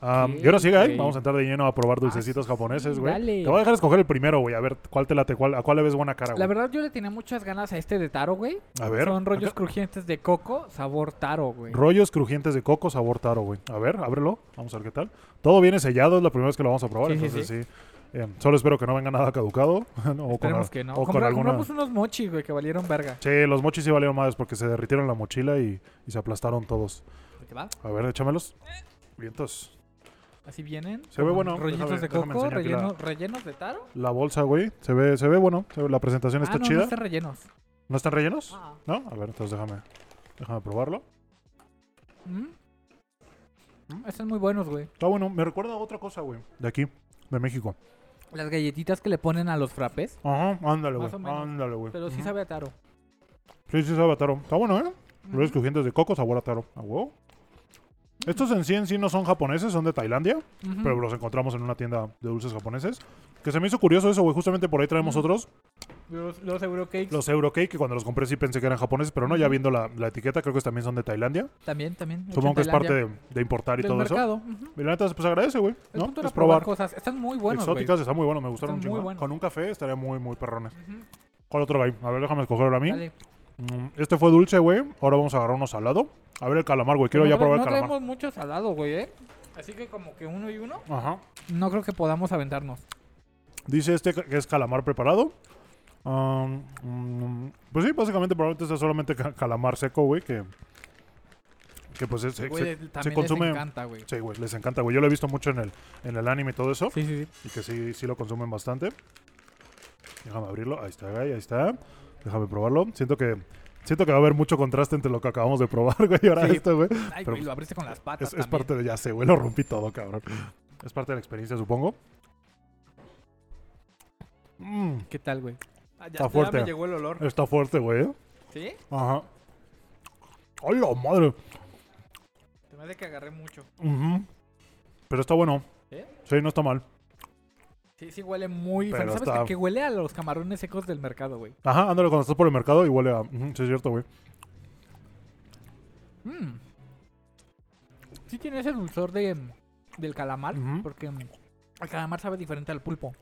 Speaker 1: Am, y ahora sí, Guy,
Speaker 2: güey.
Speaker 1: vamos a entrar de lleno a probar dulcecitos
Speaker 2: Ah, sí,
Speaker 1: japoneses, güey.
Speaker 2: dale.
Speaker 1: Te voy a dejar escoger el primero, güey, a ver cuál te late, cuál, a cuál le ves buena cara,
Speaker 2: La
Speaker 1: güey.
Speaker 2: verdad yo le tenía muchas ganas a este de taro, güey.
Speaker 1: A ver,
Speaker 2: Son rollos crujientes de coco, sabor taro, güey.
Speaker 1: Rollos crujientes de coco sabor taro, güey. A ver, ábrelo. Vamos a ver qué tal. Todo viene sellado, es la primera vez que lo vamos a probar.
Speaker 2: Sí, sí,
Speaker 1: entonces, sí. Eh, solo espero que no venga nada caducado. no, o con,
Speaker 2: Esperemos
Speaker 1: al-
Speaker 2: que no.
Speaker 1: o con
Speaker 2: Compra-
Speaker 1: alguna...
Speaker 2: Compramos unos mochis, güey, que valieron verga.
Speaker 1: Sí, los mochis sí valieron madres porque se derritieron la mochila y, y se aplastaron todos.
Speaker 2: ¿Te va?
Speaker 1: A ver, échamelos. Vientos.
Speaker 2: Así vienen.
Speaker 1: Se ve
Speaker 2: con
Speaker 1: bueno,
Speaker 2: Rollitos
Speaker 1: déjame-
Speaker 2: de
Speaker 1: déjame
Speaker 2: coco,
Speaker 1: enseñar aquí la-
Speaker 2: relleno- rellenos de taro.
Speaker 1: La bolsa, güey. Se ve, se ve bueno. se ve- la presentación está
Speaker 2: ah, no,
Speaker 1: chida.
Speaker 2: no están rellenos.
Speaker 1: ¿No están rellenos?
Speaker 2: Ah.
Speaker 1: No. A ver, entonces déjame, déjame probarlo.
Speaker 2: ¿Mm? Están muy buenos, güey.
Speaker 1: Está bueno. Me recuerda a otra cosa, güey. De aquí, de México.
Speaker 2: Las galletitas que le ponen a los frappes.
Speaker 1: Ajá, ándale, güey.
Speaker 2: Más o menos.
Speaker 1: Ándale, güey.
Speaker 2: Pero sí
Speaker 1: Ujú.
Speaker 2: sabe a taro.
Speaker 1: Sí, sí, sabe a taro. Está bueno, ¿eh? Los crujientes de coco, sabor a taro. A huevo. Estos en sí en sí no son japoneses, son de Tailandia,
Speaker 2: Ujú.
Speaker 1: pero los encontramos en una tienda de dulces japoneses. Que se me hizo curioso eso, güey. Justamente por ahí traemos
Speaker 2: Ujú.
Speaker 1: otros.
Speaker 2: Los, los Eurocakes
Speaker 1: Los Eurocake, que cuando los compré sí pensé que eran japoneses, pero no, ya viendo la, la etiqueta, creo que también son de Tailandia.
Speaker 2: también, también. hecho en
Speaker 1: Supongo que es parte
Speaker 2: Tailandia.
Speaker 1: de, de importar y
Speaker 2: del
Speaker 1: todo
Speaker 2: mercado. ujú.
Speaker 1: eso. Y la neta, pues agradece, güey.
Speaker 2: El
Speaker 1: ¿no?
Speaker 2: punto era
Speaker 1: Es
Speaker 2: probar
Speaker 1: probar.
Speaker 2: cosas. Están muy buenos, güey.
Speaker 1: Exóticas, está muy bueno, me gustaron un
Speaker 2: Están muy
Speaker 1: chingo.
Speaker 2: buenos.
Speaker 1: Con un café estaría muy, muy perrones.
Speaker 2: Ujú.
Speaker 1: ¿Cuál otro hay? A ver, déjame escoger ahora a mí.
Speaker 2: Dale.
Speaker 1: Mm, Este fue dulce, güey. Ahora vamos a agarrar uno salado. A ver el calamar, güey. Quiero
Speaker 2: No
Speaker 1: ya
Speaker 2: tra-
Speaker 1: probar
Speaker 2: No
Speaker 1: el calamar.
Speaker 2: traemos mucho salado, güey, ¿eh? Así que como que uno y uno,
Speaker 1: Ajá.
Speaker 2: no creo que podamos aventarnos.
Speaker 1: Dice este que es calamar preparado. Am, mm, pues sí, básicamente probablemente sea solamente ca- calamar seco, güey, que... Que pues es- se-
Speaker 2: Güey, eh.
Speaker 1: se-
Speaker 2: también
Speaker 1: consume-
Speaker 2: les encanta, güey.
Speaker 1: sí, güey, les encanta, güey. Yo lo he visto mucho en el, en el anime y todo eso.
Speaker 2: Sí, sí, sí.
Speaker 1: Y que sí, sí lo consumen bastante. Déjame abrirlo. Ahí está, güey, ahí está. Déjame probarlo. Siento que... Siento que va a haber mucho contraste entre lo que acabamos de probar, güey, y ahora
Speaker 2: Sí.
Speaker 1: esto, güey.
Speaker 2: Ay,
Speaker 1: Pero
Speaker 2: güey, lo abriste con las patas
Speaker 1: Es, es
Speaker 2: también.
Speaker 1: parte de... Ya sé, güey, lo rompí todo, cabrón. Es parte de la experiencia, supongo. Mmm...
Speaker 2: ¿Qué tal, güey? Ah, ya,
Speaker 1: Está fuerte.
Speaker 2: me llegó el olor.
Speaker 1: Está fuerte, güey. ¿eh?
Speaker 2: ¿Sí?
Speaker 1: Ajá. ¡Ay, la madre!
Speaker 2: Te me hace que agarré mucho.
Speaker 1: Ujú. Pero está bueno.
Speaker 2: ¿Eh?
Speaker 1: Sí, no está mal.
Speaker 2: Sí, sí huele muy...
Speaker 1: Pero
Speaker 2: diferente. ¿Sabes
Speaker 1: está-
Speaker 2: a qué huele a los camarones secos del mercado, güey?
Speaker 1: Ajá, ándale cuando estás por el mercado y huele a... ujú, sí, es cierto, güey.
Speaker 2: Mm. Sí tiene ese dulzor de, mm, del calamar,
Speaker 1: Ujú.
Speaker 2: porque mm, el calamar sabe diferente al pulpo.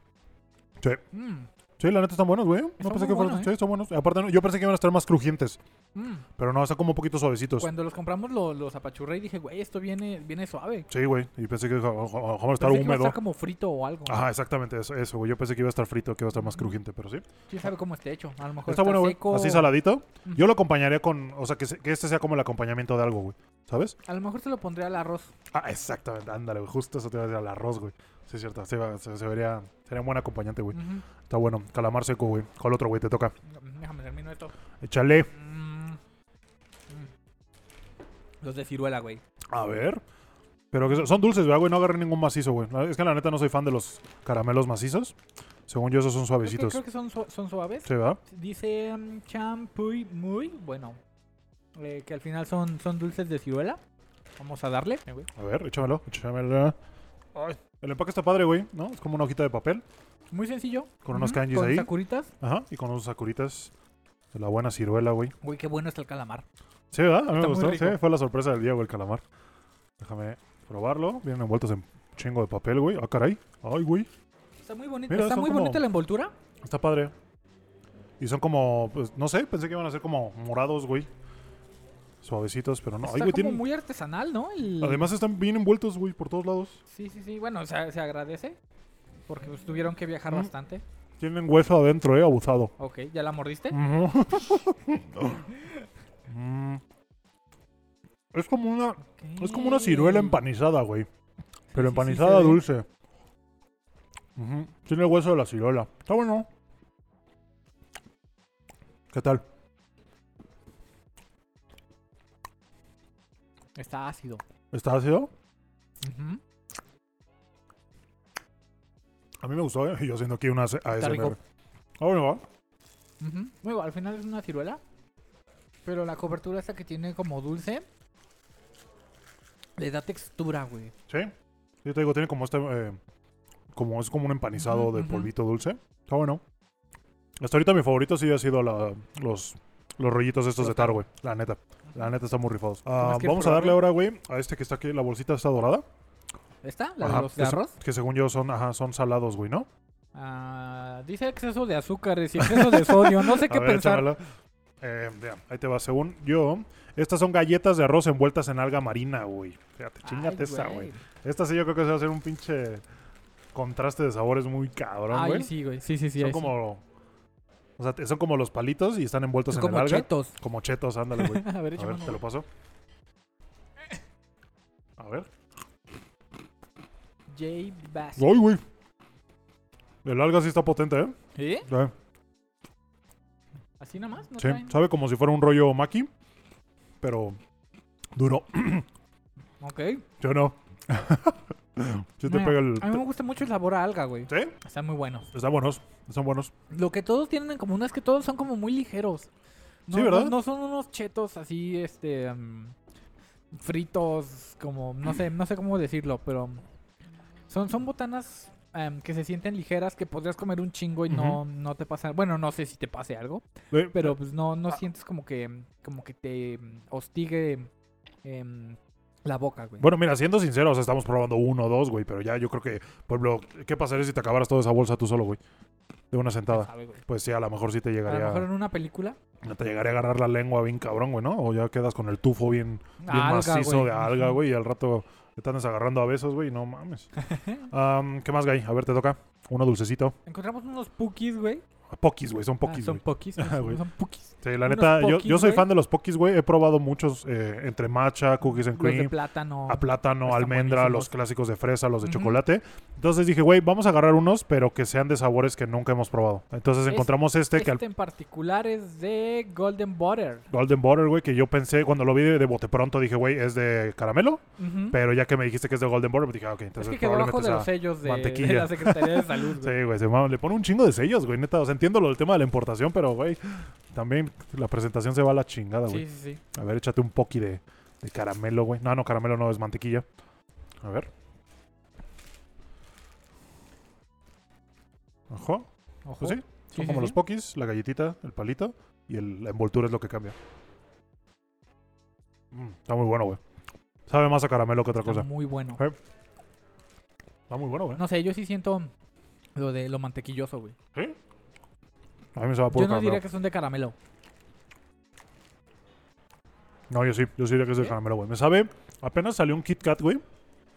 Speaker 1: Sí.
Speaker 2: Mm,
Speaker 1: Sí, la neta están buenos, güey. No
Speaker 2: Están
Speaker 1: pensé
Speaker 2: muy
Speaker 1: que fueran...
Speaker 2: buenos, ¿eh?
Speaker 1: Sí, están buenos. Y aparte, no- yo pensé que iban a estar más crujientes.
Speaker 2: mm.
Speaker 1: Pero no, están como un poquito suavecitos.
Speaker 2: Cuando los compramos lo- los apachurré y dije, güey, esto viene, viene suave.
Speaker 1: Sí, güey. Y pensé que ja- ja- ja- ja- iban a estar
Speaker 2: Pensé que iba a
Speaker 1: húmedo. Ah.
Speaker 2: estar como frito o algo.
Speaker 1: Ajá, exactamente. Eso, eso, güey. Yo pensé que iba a estar frito, que iba a estar más
Speaker 2: Ujú.
Speaker 1: crujiente, pero sí.
Speaker 2: ¿Quién sabe cómo esté hecho? A lo mejor
Speaker 1: Está bueno, güey.
Speaker 2: seco.
Speaker 1: Así saladito.
Speaker 2: Ujú.
Speaker 1: Yo lo acompañaría con... O sea, que, se- que este sea como el acompañamiento de algo, güey. ¿Sabes?
Speaker 2: A lo mejor se lo pondré al arroz.
Speaker 1: Ah, exactamente, ándale, güey. Justo eso te iba a decir al arroz, güey. Sí, es cierto. Se, va- se- se vería. Sería un buen acompañante, güey.
Speaker 2: Ujú.
Speaker 1: Está bueno. Calamar seco, güey. ¿Cuál otro, güey? Te toca.
Speaker 2: Mm, Déjame termino esto.
Speaker 1: Échale.
Speaker 2: Mm. Mm. Los de ciruela, güey.
Speaker 1: A ver. Pero que son- son dulces, ¿verdad, güey. No agarré ningún macizo, güey. La- Es que la neta no soy fan de los caramelos macizos. Según yo, esos son
Speaker 2: Creo que,
Speaker 1: suavecitos.
Speaker 2: creo que son, su- son suaves.
Speaker 1: Sí, ¿verdad?
Speaker 2: Dice mm, champuy muy bueno. eh, que al final son, son dulces de ciruela. Vamos a darle. eh, güey.
Speaker 1: A ver, échamelo. Échamelo. Ay, El empaque está padre, güey, ¿no? Es como una hojita de papel
Speaker 2: Muy sencillo.
Speaker 1: con unos
Speaker 2: Ujú,
Speaker 1: kanjis
Speaker 2: con
Speaker 1: ahí.
Speaker 2: sakuritas.
Speaker 1: Ajá. Y con unos sakuritas de la buena ciruela, güey.
Speaker 2: Güey, qué bueno está el calamar.
Speaker 1: Sí, ¿verdad? A mí me
Speaker 2: Está muy
Speaker 1: gustó.
Speaker 2: rico.
Speaker 1: Sí, fue la sorpresa del día, güey, el calamar. Déjame probarlo. Vienen envueltos en chingo de papel, güey. Ah, caray. Ay, güey.
Speaker 2: Está muy bonito.
Speaker 1: Mira,
Speaker 2: está
Speaker 1: son
Speaker 2: muy
Speaker 1: como-
Speaker 2: bonita la envoltura.
Speaker 1: Está padre. Y son como, pues, no sé, pensé que iban a ser como morados, güey. Suavecitos, pero no. Ay,
Speaker 2: está
Speaker 1: güey,
Speaker 2: como
Speaker 1: tienen...
Speaker 2: muy artesanal, ¿no? El-
Speaker 1: Además están bien envueltos, güey, por todos lados.
Speaker 2: Sí, sí, sí. Bueno, o sea, se agradece. Porque pues, tuvieron que viajar
Speaker 1: Mm.
Speaker 2: bastante.
Speaker 1: Tienen hueso adentro, eh, abusado.
Speaker 2: Ok, ¿ya la mordiste?
Speaker 1: Ujú. Mm. es como una, es como una ciruela
Speaker 2: Ok.
Speaker 1: empanizada, güey. Pero
Speaker 2: Mm. sí, sí,
Speaker 1: empanizada
Speaker 2: se ve.
Speaker 1: dulce. Ujú. Tiene el hueso de la ciruela. Está bueno. ¿Qué tal?
Speaker 2: Está ácido.
Speaker 1: ¿Está ácido?
Speaker 2: Ujú.
Speaker 1: A mí me gustó, ¿eh? Yo haciendo aquí unas ASMR.
Speaker 2: rico.
Speaker 1: Ah, bueno, va.
Speaker 2: Ujú. Bueno, al final es una ciruela. Pero la cobertura esta que tiene como dulce. Le da textura, güey.
Speaker 1: Sí. Yo te digo, tiene como este... eh, como es como un empanizado
Speaker 2: Ujú,
Speaker 1: de
Speaker 2: ujú.
Speaker 1: polvito dulce. Está bueno. Hasta ahorita mi favorito sí ha sido la- los, los rollitos estos
Speaker 2: Los
Speaker 1: de taro, güey. La neta. La neta están muy rifados. Ah,
Speaker 2: más que
Speaker 1: vamos a darle
Speaker 2: probarlo.
Speaker 1: ahora, güey, a este que está aquí. La bolsita está dorada.
Speaker 2: ¿Esta? ¿La
Speaker 1: Ajá,
Speaker 2: de los
Speaker 1: que se-
Speaker 2: garros?
Speaker 1: Que según yo son, ajá, son salados, güey, ¿no?
Speaker 2: Ah, dice exceso de azúcares y exceso de sodio. No sé
Speaker 1: A
Speaker 2: qué
Speaker 1: ver,
Speaker 2: pensar.
Speaker 1: échamela. Eh, mira, ahí te va. Según yo, estas son galletas de arroz envueltas en alga marina, güey. Fíjate,
Speaker 2: Ay,
Speaker 1: chingate esta,
Speaker 2: güey.
Speaker 1: güey. Esta sí yo creo que se va a hacer un pinche contraste de sabores muy cabrón,
Speaker 2: Ay,
Speaker 1: güey.
Speaker 2: sí, güey. Sí, sí, sí.
Speaker 1: son
Speaker 2: ahí sí.
Speaker 1: como... O sea, te- son como los palitos y están envueltos
Speaker 2: Son
Speaker 1: en el
Speaker 2: como
Speaker 1: alga.
Speaker 2: chetos.
Speaker 1: Como chetos, ándale, güey.
Speaker 2: A ver,
Speaker 1: A
Speaker 2: échame
Speaker 1: ver,
Speaker 2: uno,
Speaker 1: te lo paso. A ver.
Speaker 2: güey. J Bass.
Speaker 1: ¡Uy, güey! El alga sí está potente, ¿eh?
Speaker 2: ¿Eh?
Speaker 1: Sí.
Speaker 2: ¿Así nomás? ¿No
Speaker 1: Sí,
Speaker 2: traen?
Speaker 1: sabe como si fuera un rollo maki, pero duro.
Speaker 2: Ok.
Speaker 1: Yo no. Yo te
Speaker 2: Mira,
Speaker 1: pego el.
Speaker 2: A mí me gusta mucho el sabor a alga, güey.
Speaker 1: ¿Sí?
Speaker 2: Están muy buenos.
Speaker 1: Están buenos. Están buenos.
Speaker 2: Lo que todos tienen en común es que todos son como muy ligeros. No,
Speaker 1: Sí, ¿verdad?
Speaker 2: No, no son unos chetos así, este... mm, fritos, como... No sé, no sé cómo decirlo, pero... Son, son botanas em, que se sienten ligeras, que podrías comer un chingo y no, no te pasa... Bueno, no sé si te pase algo,
Speaker 1: Eh,
Speaker 2: pero pues no, no sientes como que... Como que te mm, hostigue em, la boca, güey.
Speaker 1: Bueno, mira, siendo sinceros, estamos probando uno o dos, güey. Pero ya yo creo que, por ejemplo, ¿qué pasaría si te acabaras toda esa bolsa tú solo, güey? De una sentada.
Speaker 2: Sabe, güey.
Speaker 1: Pues sí, a lo mejor sí te
Speaker 2: A lo
Speaker 1: llegaría.
Speaker 2: mejor en una película...
Speaker 1: No te llegaría a agarrar la lengua bien cabrón, güey, ¿no? O ya quedas con el tufo bien, bien
Speaker 2: Alga,
Speaker 1: macizo
Speaker 2: güey.
Speaker 1: de alga, güey, y al rato te andas agarrando a besos, güey, no mames. Am, ¿Qué más, Guy? A ver, te toca. Uno dulcecito.
Speaker 2: Encontramos unos pukis, güey.
Speaker 1: Pokis, güey, son
Speaker 2: Ah,
Speaker 1: pokis,
Speaker 2: son
Speaker 1: güey.
Speaker 2: pokis, no
Speaker 1: Ah,
Speaker 2: son-
Speaker 1: güey.
Speaker 2: son pukis.
Speaker 1: Sí, la
Speaker 2: unos
Speaker 1: neta, yo, yo
Speaker 2: pokis,
Speaker 1: soy
Speaker 2: güey.
Speaker 1: fan de los pokis, güey. He probado muchos, eh, entre matcha, cookies and
Speaker 2: Los de
Speaker 1: cream,
Speaker 2: plátano.
Speaker 1: a plátano,
Speaker 2: Están
Speaker 1: almendra, los
Speaker 2: buenísimos.
Speaker 1: clásicos de fresa, los de
Speaker 2: Ujú.
Speaker 1: chocolate. Entonces dije, güey, vamos a agarrar unos, pero que sean de sabores que nunca hemos probado. Entonces
Speaker 2: Es-
Speaker 1: encontramos este, que al
Speaker 2: Este en particular es de Golden Butter.
Speaker 1: Golden Butter, güey, que yo pensé, cuando lo vi de, de bote pronto, dije, güey, es de caramelo.
Speaker 2: Ujú.
Speaker 1: Pero ya que me dijiste que es de Golden Border, dije, ah, ok,
Speaker 2: es
Speaker 1: entonces
Speaker 2: que quedó
Speaker 1: probablemente
Speaker 2: bajo de
Speaker 1: sea-
Speaker 2: los sellos de,
Speaker 1: mantequilla.
Speaker 2: de la Secretaría de Salud. güey.
Speaker 1: Sí, güey, se mama. le pone un chingo de sellos, güey, neta. O sea, entiendo lo del tema de la importación, pero, güey, también la presentación se va a la chingada, güey.
Speaker 2: sí, sí, sí.
Speaker 1: A ver, échate un poqui de, de caramelo, güey. No, no, caramelo no, es mantequilla. A ver. Ojo,
Speaker 2: Ojo.
Speaker 1: pues sí. Son como
Speaker 2: sí,
Speaker 1: los
Speaker 2: sí.
Speaker 1: pokis, la galletita, el palito y el- la envoltura es lo que cambia. Mm, está muy bueno, güey. Sabe más a caramelo que otra
Speaker 2: Está
Speaker 1: cosa.
Speaker 2: muy bueno.
Speaker 1: Está muy bueno, güey.
Speaker 2: No sé, yo sí siento lo de lo mantequilloso, güey.
Speaker 1: A mí me sabe a
Speaker 2: Yo
Speaker 1: puro
Speaker 2: no
Speaker 1: caramelo.
Speaker 2: diría que son de caramelo.
Speaker 1: No, yo sí, yo sí diría que es de
Speaker 2: ¿Sí?
Speaker 1: caramelo, güey. Me sabe, apenas salió un Kit Kat, güey.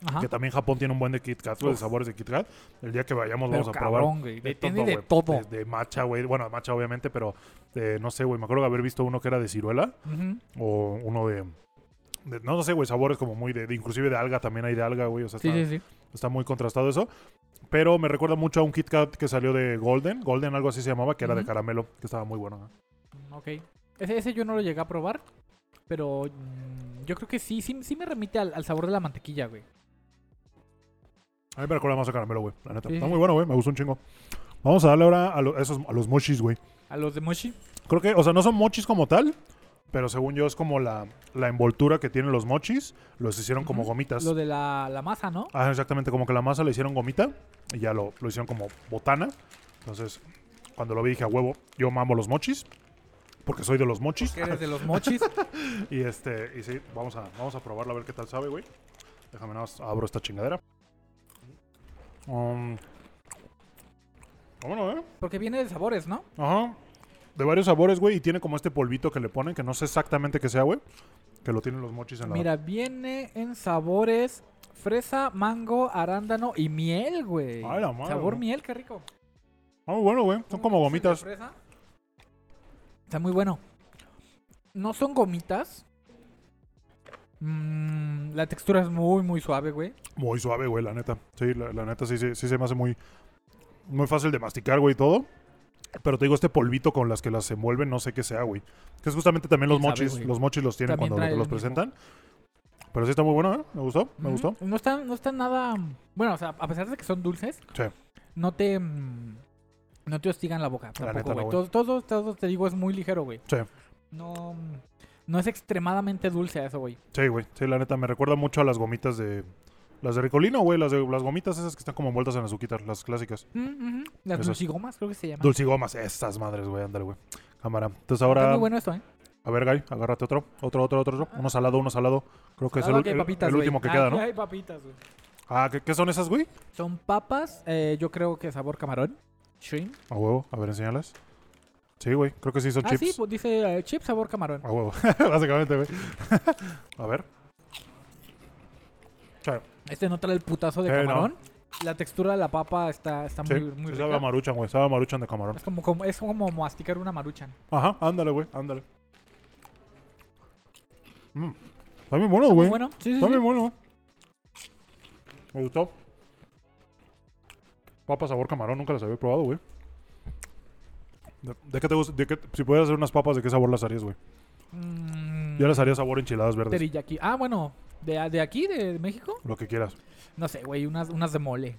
Speaker 2: Ajá.
Speaker 1: Que también Japón tiene un buen de Kit Kat, güey, de
Speaker 2: Ah. Uf.
Speaker 1: sabores de Kit Kat. El día que vayamos
Speaker 2: Pero
Speaker 1: vamos a probar.
Speaker 2: cabrón, güey. Tiene de
Speaker 1: güey.
Speaker 2: todo.
Speaker 1: De, de matcha, güey. Bueno, de matcha, obviamente, pero eh, no sé, güey. Me acuerdo de haber visto uno que era de ciruela
Speaker 2: Ujú.
Speaker 1: o uno de. de- no, no sé, güey. Sabores como muy de, de- Inclusive de alga también hay de alga, güey. O sea,
Speaker 2: Sí,
Speaker 1: está,
Speaker 2: sí, sí.
Speaker 1: está muy contrastado eso. Pero me recuerda mucho a un Kit Kat que salió de Golden. Golden, algo así se llamaba, que era de
Speaker 2: Ujú.
Speaker 1: caramelo, que estaba muy bueno. ¿no?
Speaker 2: Mm, Ok. Ese, ese yo no lo llegué a probar, pero mm, yo creo que sí, sí, sí me remite al, al sabor de la mantequilla, güey.
Speaker 1: A mí me recuerda más a caramelo, güey. La neta.
Speaker 2: Sí,
Speaker 1: Está
Speaker 2: sí,
Speaker 1: muy bueno, güey. Me gustó un chingo. Vamos a darle ahora a, lo- a esos, a los mochis, güey.
Speaker 2: A los de Moshi.
Speaker 1: Creo que, o sea, no son mochis como tal, pero según yo es como la, la envoltura que tienen los mochis. Los hicieron como
Speaker 2: Ujú.
Speaker 1: gomitas.
Speaker 2: Lo de la, la masa, ¿no?
Speaker 1: Ah, exactamente, como que la masa la hicieron gomita y ya lo, lo hicieron como botana. Entonces, cuando lo vi dije, a huevo, yo mamo los mochis. Porque soy de los mochis.
Speaker 2: Que eres de los mochis.
Speaker 1: Y este, y sí, vamos a, vamos a probarlo a ver qué tal sabe, güey. Déjame nada más, abro esta chingadera. Um, bueno, eh.
Speaker 2: Porque viene de sabores, ¿no?
Speaker 1: Ajá. De varios sabores, güey. Y tiene como este polvito que le ponen, que no sé exactamente qué sea, güey. Que lo tienen los mochis en la.
Speaker 2: Mira, viene en sabores fresa, mango, arándano y miel, güey.
Speaker 1: Ay, la madre,
Speaker 2: Sabor
Speaker 1: güey.
Speaker 2: miel, qué rico.
Speaker 1: Ah, muy bueno, güey. Son como
Speaker 2: ¿Cómo que
Speaker 1: gomitas.
Speaker 2: dicen de fresa? Está muy bueno. No son gomitas. Mm, la textura es muy, muy suave, güey.
Speaker 1: Muy suave, güey, la neta. Sí, la, la neta sí, sí, sí se me hace muy. Muy fácil de masticar, güey, y todo. Pero te digo, este polvito con las que las envuelven, no sé qué sea, güey. Que es justamente también los
Speaker 2: Quién sabe,
Speaker 1: mochis.
Speaker 2: güey.
Speaker 1: los mochis los tienen
Speaker 2: También
Speaker 1: cuando
Speaker 2: trae
Speaker 1: te los
Speaker 2: el mismo.
Speaker 1: presentan. Pero sí está muy bueno, ¿eh? Me gustó, me
Speaker 2: Ujú.
Speaker 1: gustó.
Speaker 2: No están, no están nada. Bueno, o sea, a pesar de que son dulces,
Speaker 1: Sí.
Speaker 2: no te. mm, No te hostigan la boca.
Speaker 1: neta,
Speaker 2: Tampoco,
Speaker 1: no,
Speaker 2: güey.
Speaker 1: güey.
Speaker 2: Todo, todo, todo, te digo, es muy ligero, güey.
Speaker 1: Sí.
Speaker 2: No. mm, No es extremadamente dulce a eso, güey.
Speaker 1: Sí, güey. Sí, la neta, me recuerda mucho a las gomitas de. Las de Ricolino, güey. Las, de, las gomitas esas que están como envueltas en azuquitar, las clásicas.
Speaker 2: Mm, ujú. Las
Speaker 1: Eso es.
Speaker 2: dulcigomas, creo que se llaman.
Speaker 1: Dulcigomas, estas madres, güey, ándale, güey. Cámara. Entonces
Speaker 2: Está
Speaker 1: ahora,
Speaker 2: muy bueno esto, ¿eh?
Speaker 1: a ver, Guy, agárrate otro, otro, otro, otro, otro. Uno salado, uno salado. Creo que es el,
Speaker 2: Claro que hay
Speaker 1: el-
Speaker 2: papitas,
Speaker 1: el
Speaker 2: güey.
Speaker 1: último que
Speaker 2: Aquí
Speaker 1: queda, ¿no?
Speaker 2: hay papitas, güey.
Speaker 1: Ah, ¿qué, qué son esas, güey?
Speaker 2: Son papas, eh, yo creo que sabor camarón. Shrimp.
Speaker 1: A huevo, a ver, enséñalas. Sí, güey, creo que sí son
Speaker 2: Ah,
Speaker 1: chips.
Speaker 2: sí, pues dice eh, chip sabor camarón.
Speaker 1: A huevo, básicamente, güey. a ver. Sí,
Speaker 2: Este no trae el putazo de
Speaker 1: Sí, no.
Speaker 2: camarón. La textura de la papa está, está
Speaker 1: sí,
Speaker 2: Ah, muy, muy
Speaker 1: sí
Speaker 2: rica.
Speaker 1: sabe a maruchan, güey, sabe a maruchan de camarón.
Speaker 2: Es como, como- es como masticar una maruchan.
Speaker 1: Ajá, ándale, güey, ándale. Mm. Está bien bueno, güey.
Speaker 2: Bueno, sí, sí,
Speaker 1: Está
Speaker 2: sí.
Speaker 1: bien bueno. Me gustó. Papa sabor camarón, nunca las había probado, güey. ¿De, de qué te gusta? de qué- si pudieras hacer unas papas, ¿de qué sabor las harías, güey?
Speaker 2: Mm,
Speaker 1: Yo las haría sabor enchiladas verdes.
Speaker 2: teriyaki. Ah, bueno, ¿De, de aquí, de México?
Speaker 1: Lo que quieras.
Speaker 2: No sé, güey, unas, unas de mole.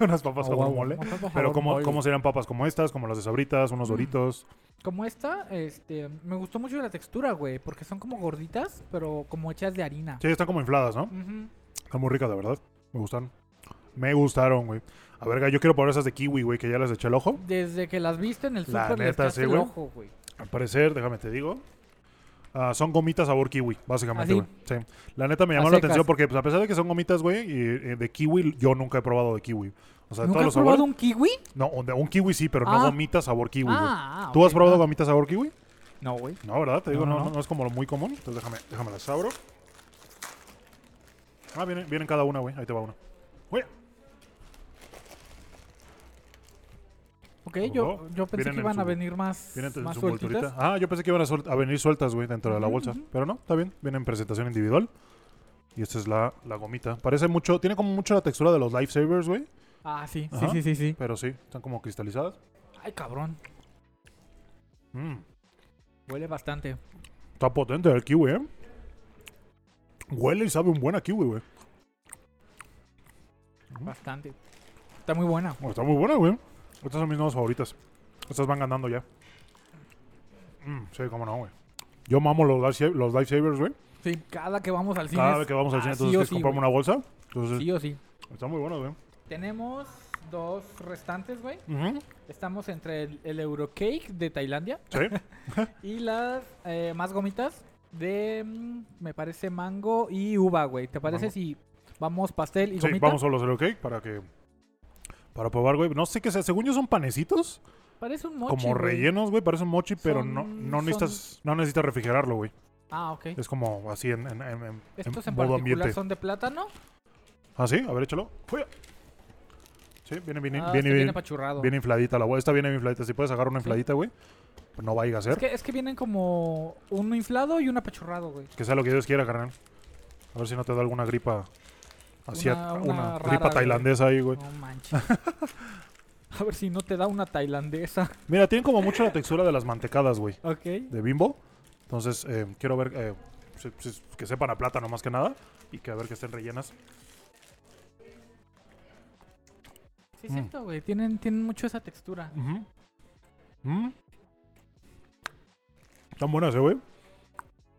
Speaker 1: Unas papas
Speaker 2: Oh,
Speaker 1: con
Speaker 2: guau,
Speaker 1: Pues, mole.
Speaker 2: unas papas
Speaker 1: Pero
Speaker 2: sabor
Speaker 1: ¿cómo,
Speaker 2: mole.
Speaker 1: ¿cómo serán papas como estas? Como las de Sabritas, unos
Speaker 2: Mm.
Speaker 1: Doritos.
Speaker 2: Como esta, este, me gustó mucho la textura, güey, porque son como gorditas, pero como hechas de harina.
Speaker 1: Sí, están como infladas, ¿no?
Speaker 2: Ujú.
Speaker 1: Están muy ricas, de verdad. Me gustaron. Me gustaron, güey. A verga, yo quiero probar esas de kiwi, güey, que ya les eché el ojo.
Speaker 2: Desde que las viste en el
Speaker 1: La
Speaker 2: súper, le
Speaker 1: neta,
Speaker 2: echaste
Speaker 1: sí,
Speaker 2: el
Speaker 1: güey.
Speaker 2: ojo, güey.
Speaker 1: Al parecer, déjame te digo. ah, son gomitas sabor kiwi, básicamente,
Speaker 2: ¿Así?
Speaker 1: güey. Sí. La neta me
Speaker 2: ¿Ah, A
Speaker 1: llamó la
Speaker 2: secas.
Speaker 1: atención porque, pues, a pesar de que son gomitas, güey, y, eh, de kiwi, yo nunca he probado de kiwi. O sea, de todos
Speaker 2: ¿Nunca has
Speaker 1: los
Speaker 2: probado
Speaker 1: sabores.
Speaker 2: un kiwi?
Speaker 1: No, un, de- un kiwi sí, pero no
Speaker 2: Ah.
Speaker 1: gomitas sabor kiwi, güey.
Speaker 2: ah,
Speaker 1: ¿Tú
Speaker 2: ok,
Speaker 1: has probado
Speaker 2: no.
Speaker 1: gomitas sabor kiwi?
Speaker 2: No, güey.
Speaker 1: No, ¿verdad? Te digo,
Speaker 2: No,
Speaker 1: no,
Speaker 2: no,
Speaker 1: no,
Speaker 2: no.
Speaker 1: no es como lo muy común. Entonces déjame, déjame las abro. Ah, viene- vienen, cada una, güey. Ahí te va una. Güey,
Speaker 2: Ok,
Speaker 1: Ojo.
Speaker 2: yo, yo pensé
Speaker 1: Vienen
Speaker 2: que
Speaker 1: en
Speaker 2: iban a
Speaker 1: su-
Speaker 2: venir más,
Speaker 1: vienen en
Speaker 2: más
Speaker 1: su
Speaker 2: sueltitas.
Speaker 1: envolturita. Ah, yo pensé que iban a, suel- a venir sueltas, güey, dentro de la
Speaker 2: Ujú,
Speaker 1: bolsa.
Speaker 2: ujú.
Speaker 1: Pero no, está bien. Vienen en presentación individual. Y esta es la, la gomita. Parece mucho, tiene como mucho la textura de los lifesavers, güey.
Speaker 2: Ah, sí, sí,
Speaker 1: Ajá.
Speaker 2: sí, sí, sí.
Speaker 1: Pero sí, están como cristalizadas.
Speaker 2: Ay, cabrón.
Speaker 1: Mm,
Speaker 2: Huele bastante.
Speaker 1: está potente el kiwi, ¿eh? Huele y sabe un buen a kiwi, güey.
Speaker 2: Bastante. Está muy buena.
Speaker 1: Bueno, está muy buena, güey. Estas son mis nuevas favoritas. Estas van ganando ya. Mm, sí, cómo no, güey. Yo mamo los, life- los lifesavers, güey.
Speaker 2: Sí, cada que vamos al cine.
Speaker 1: Cada
Speaker 2: es-
Speaker 1: vez que vamos al cine,
Speaker 2: ah, sí
Speaker 1: entonces
Speaker 2: o
Speaker 1: quieres
Speaker 2: sí,
Speaker 1: comprarme
Speaker 2: güey.
Speaker 1: una bolsa. Entonces,
Speaker 2: Sí o sí.
Speaker 1: está muy bueno, güey.
Speaker 2: Tenemos dos restantes, güey.
Speaker 1: Ujú,
Speaker 2: Estamos entre el, el Eurocake de Tailandia
Speaker 1: Sí.
Speaker 2: y las eh, más gomitas de, mm, me parece, mango y uva, güey. ¿Te parece
Speaker 1: Mango.
Speaker 2: si vamos pastel y
Speaker 1: sí,
Speaker 2: gomita?
Speaker 1: vamos solo a hacer el cake para que. Para probar, güey. No sé qué sea. Según yo, son panecitos.
Speaker 2: Parece un mochi,
Speaker 1: como
Speaker 2: güey.
Speaker 1: rellenos, güey. Parece un mochi, pero no,
Speaker 2: Son-
Speaker 1: no,
Speaker 2: son-
Speaker 1: necesitas, no necesitas refrigerarlo, güey.
Speaker 2: Ah, ok.
Speaker 1: Es como así en, en, en- en-
Speaker 2: Estos
Speaker 1: en
Speaker 2: en,
Speaker 1: modo
Speaker 2: particular
Speaker 1: ambiente.
Speaker 2: son de plátano.
Speaker 1: Ah, sí. A ver, échalo. Fue. Sí, viene, viene, viene,
Speaker 2: Ah, este viene
Speaker 1: bien-
Speaker 2: apachurrado.
Speaker 1: Bien infladita la hueá. Esta viene bien infladita. Si puedes agarrar una
Speaker 2: Sí.
Speaker 1: infladita, güey, pues no vaya a ser.
Speaker 2: es,
Speaker 1: Que...
Speaker 2: que, es que vienen como uno inflado y un apachurrado, güey.
Speaker 1: sea lo que Dios quiera, carnal. A ver si no te da alguna gripa. Así,
Speaker 2: Una-
Speaker 1: una,
Speaker 2: una rara,
Speaker 1: gripa
Speaker 2: güey.
Speaker 1: tailandesa ahí, güey.
Speaker 2: No manches. A ver si no te da una tailandesa.
Speaker 1: Mira, tienen como mucho la textura de las mantecadas, güey,
Speaker 2: Ok.
Speaker 1: de bimbo. Entonces, eh, quiero ver eh, si- si- que sepan a plátano más que nada y que a ver que estén rellenas.
Speaker 2: Sí, es
Speaker 1: Mm.
Speaker 2: cierto, güey. Tienen, tienen mucho esa textura.
Speaker 1: Ujú. Mm. Están buenas, eh, güey.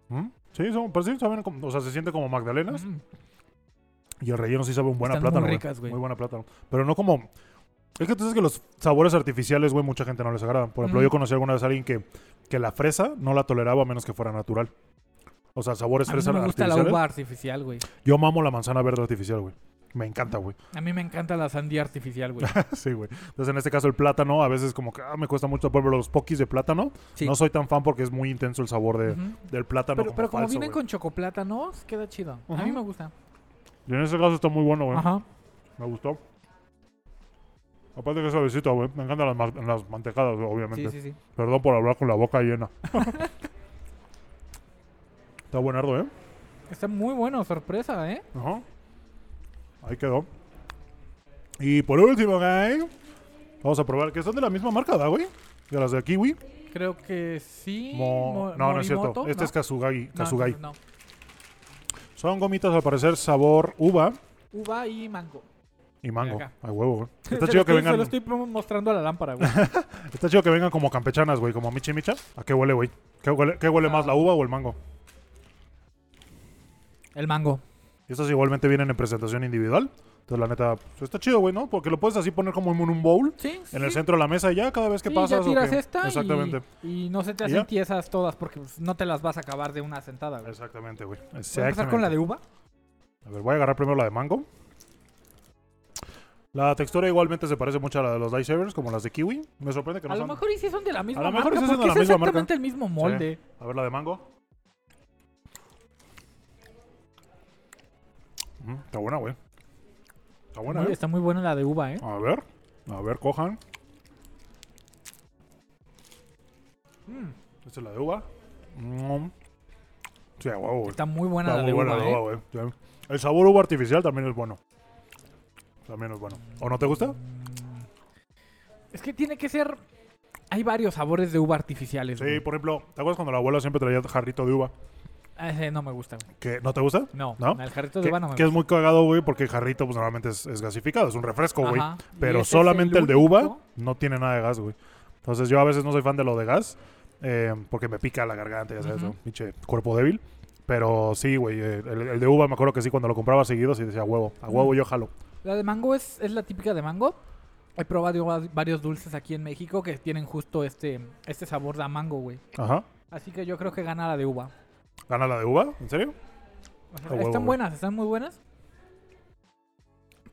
Speaker 1: Mm. Sí, son, pues sí, saben como- o sea, se siente como magdalenas.
Speaker 2: Mm.
Speaker 1: Y el relleno sí sabe un buen a
Speaker 2: Están muy
Speaker 1: plátano. güey.
Speaker 2: ricas, güey.
Speaker 1: Muy buena plátano. Pero no como. Es que tú sabes que los sabores artificiales, güey, mucha gente no les agrada. Por ejemplo,
Speaker 2: Ujú.
Speaker 1: yo conocí alguna vez a alguien que, que la fresa no la toleraba a menos que fuera natural. O sea, sabores
Speaker 2: A mí no
Speaker 1: fresa
Speaker 2: me gusta la
Speaker 1: artificiales.
Speaker 2: uva artificial, güey.
Speaker 1: Yo mamo la manzana verde artificial, güey. Me encanta, güey.
Speaker 2: A mí me encanta la sandía artificial, güey.
Speaker 1: sí, güey. Entonces, en este caso, el plátano, a veces como que ah, me cuesta mucho. Por ejemplo, los pokis de plátano,
Speaker 2: Sí.
Speaker 1: no soy tan fan porque es muy intenso el sabor de,
Speaker 2: Ujú.
Speaker 1: del plátano.
Speaker 2: Pero, pero como
Speaker 1: falso,
Speaker 2: vienen
Speaker 1: güey.
Speaker 2: con chocoplátanos, queda chido. A
Speaker 1: Ujú.
Speaker 2: mí me gusta.
Speaker 1: Y en este caso está muy bueno, güey.
Speaker 2: Ajá.
Speaker 1: Me gustó. Aparte que es suavecito, güey. Me encantan las, ma- las mantecadas, güey, obviamente.
Speaker 2: Sí, sí, sí.
Speaker 1: Perdón por hablar con la boca llena. Está buenardo, ¿eh?
Speaker 2: Está muy bueno, sorpresa, ¿eh?
Speaker 1: Ajá. Ahí quedó. Y por último, güey. Vamos a probar que son de la misma marca, ¿da, güey? De las de Kiwi.
Speaker 2: Creo que sí.
Speaker 1: Mo-
Speaker 2: Mo-
Speaker 1: no, no es cierto.
Speaker 2: Morimoto,
Speaker 1: Este
Speaker 2: ¿no?
Speaker 1: es Kazugagi.
Speaker 2: No,
Speaker 1: Kazugagi.
Speaker 2: entonces
Speaker 1: Son gomitas, al parecer, sabor uva
Speaker 2: no. Uva y mango.
Speaker 1: y mango.
Speaker 2: Acá.
Speaker 1: A huevo, güey.
Speaker 2: Se lo
Speaker 1: Está chido que
Speaker 2: estoy- Se
Speaker 1: vengan.
Speaker 2: lo estoy mostrando a la lámpara, güey.
Speaker 1: Está chido que vengan como campechanas, güey, como michi micha. ¿A qué huele, güey? ¿Qué huele, qué huele
Speaker 2: Ah.
Speaker 1: más, la uva o el mango?
Speaker 2: El mango.
Speaker 1: Y estas igualmente vienen en presentación individual. Entonces, la neta, pues, está chido, güey, ¿no? Porque lo puedes así poner como en un bowl
Speaker 2: Sí, sí.
Speaker 1: en el
Speaker 2: sí.
Speaker 1: centro de la mesa y ya cada vez que
Speaker 2: Sí,
Speaker 1: pasas.
Speaker 2: ya
Speaker 1: o
Speaker 2: tiras
Speaker 1: que-
Speaker 2: esta y-
Speaker 1: Exactamente.
Speaker 2: Y, no se te
Speaker 1: ¿Y
Speaker 2: hacen
Speaker 1: ya?
Speaker 2: tiesas todas porque pues, no te las vas a acabar de una sentada, güey.
Speaker 1: Exactamente, güey.
Speaker 2: Voy a empezar
Speaker 1: Exactamente.
Speaker 2: con la de uva.
Speaker 1: A ver, voy a agarrar primero la de mango. La textura igualmente se parece mucho a la de los Divers, como las de kiwi. Me sorprende que no
Speaker 2: a lo
Speaker 1: son-
Speaker 2: mejor y sí son de la misma
Speaker 1: lo mejor
Speaker 2: marca,
Speaker 1: sí son de
Speaker 2: porque
Speaker 1: la
Speaker 2: es
Speaker 1: misma marca.
Speaker 2: exactamente el mismo molde.
Speaker 1: A ver, la de mango. Mm, está buena, güey. Está buena,
Speaker 2: Muy-
Speaker 1: ¿eh?
Speaker 2: está muy buena la de uva, ¿eh?
Speaker 1: A ver. A ver, cojan.
Speaker 2: Mm,
Speaker 1: Esta es la de uva. Mm. Sí, a huevo, güey.
Speaker 2: está muy buena
Speaker 1: Está
Speaker 2: la
Speaker 1: muy
Speaker 2: de
Speaker 1: buena
Speaker 2: uva,
Speaker 1: la uva,
Speaker 2: ¿eh?
Speaker 1: güey. Sí. El sabor uva artificial también es bueno. También es bueno. ¿O no te gusta?
Speaker 2: Mm. Es que tiene que ser... Hay varios sabores de uva artificiales,
Speaker 1: Sí,
Speaker 2: güey.
Speaker 1: por ejemplo, ¿te acuerdas cuando la abuela siempre traía jarrito de uva?
Speaker 2: Ah, Ese no me gusta, güey.
Speaker 1: ¿Que ¿No te gusta?
Speaker 2: No,
Speaker 1: ¿No?
Speaker 2: el jarrito de
Speaker 1: Que,
Speaker 2: uva no me
Speaker 1: que es
Speaker 2: gusta.
Speaker 1: muy cagado, güey, porque el jarrito pues normalmente es, es gasificado, es un refresco, güey.
Speaker 2: Ajá. Y
Speaker 1: Pero
Speaker 2: ese es
Speaker 1: solamente el, de
Speaker 2: único-
Speaker 1: uva no tiene nada de gas, güey. Entonces yo a veces no soy fan de lo de gas, eh, porque me pica la garganta, ya sabes,
Speaker 2: Ujú.
Speaker 1: ¿no? Pinche cuerpo débil. Pero sí, güey, eh, el, el de uva me acuerdo que sí, cuando lo compraba seguido, sí decía, a huevo, a huevo yo jalo.
Speaker 2: La de mango es, es la típica de mango. He probado va- varios dulces aquí en México que tienen justo este, este sabor de mango, güey.
Speaker 1: Ajá.
Speaker 2: Así que yo creo que gana la de uva.
Speaker 1: ¿Gana la de uva? ¿En serio?
Speaker 2: O sea,
Speaker 1: Ah, huevo,
Speaker 2: están
Speaker 1: güey.
Speaker 2: buenas, están muy buenas.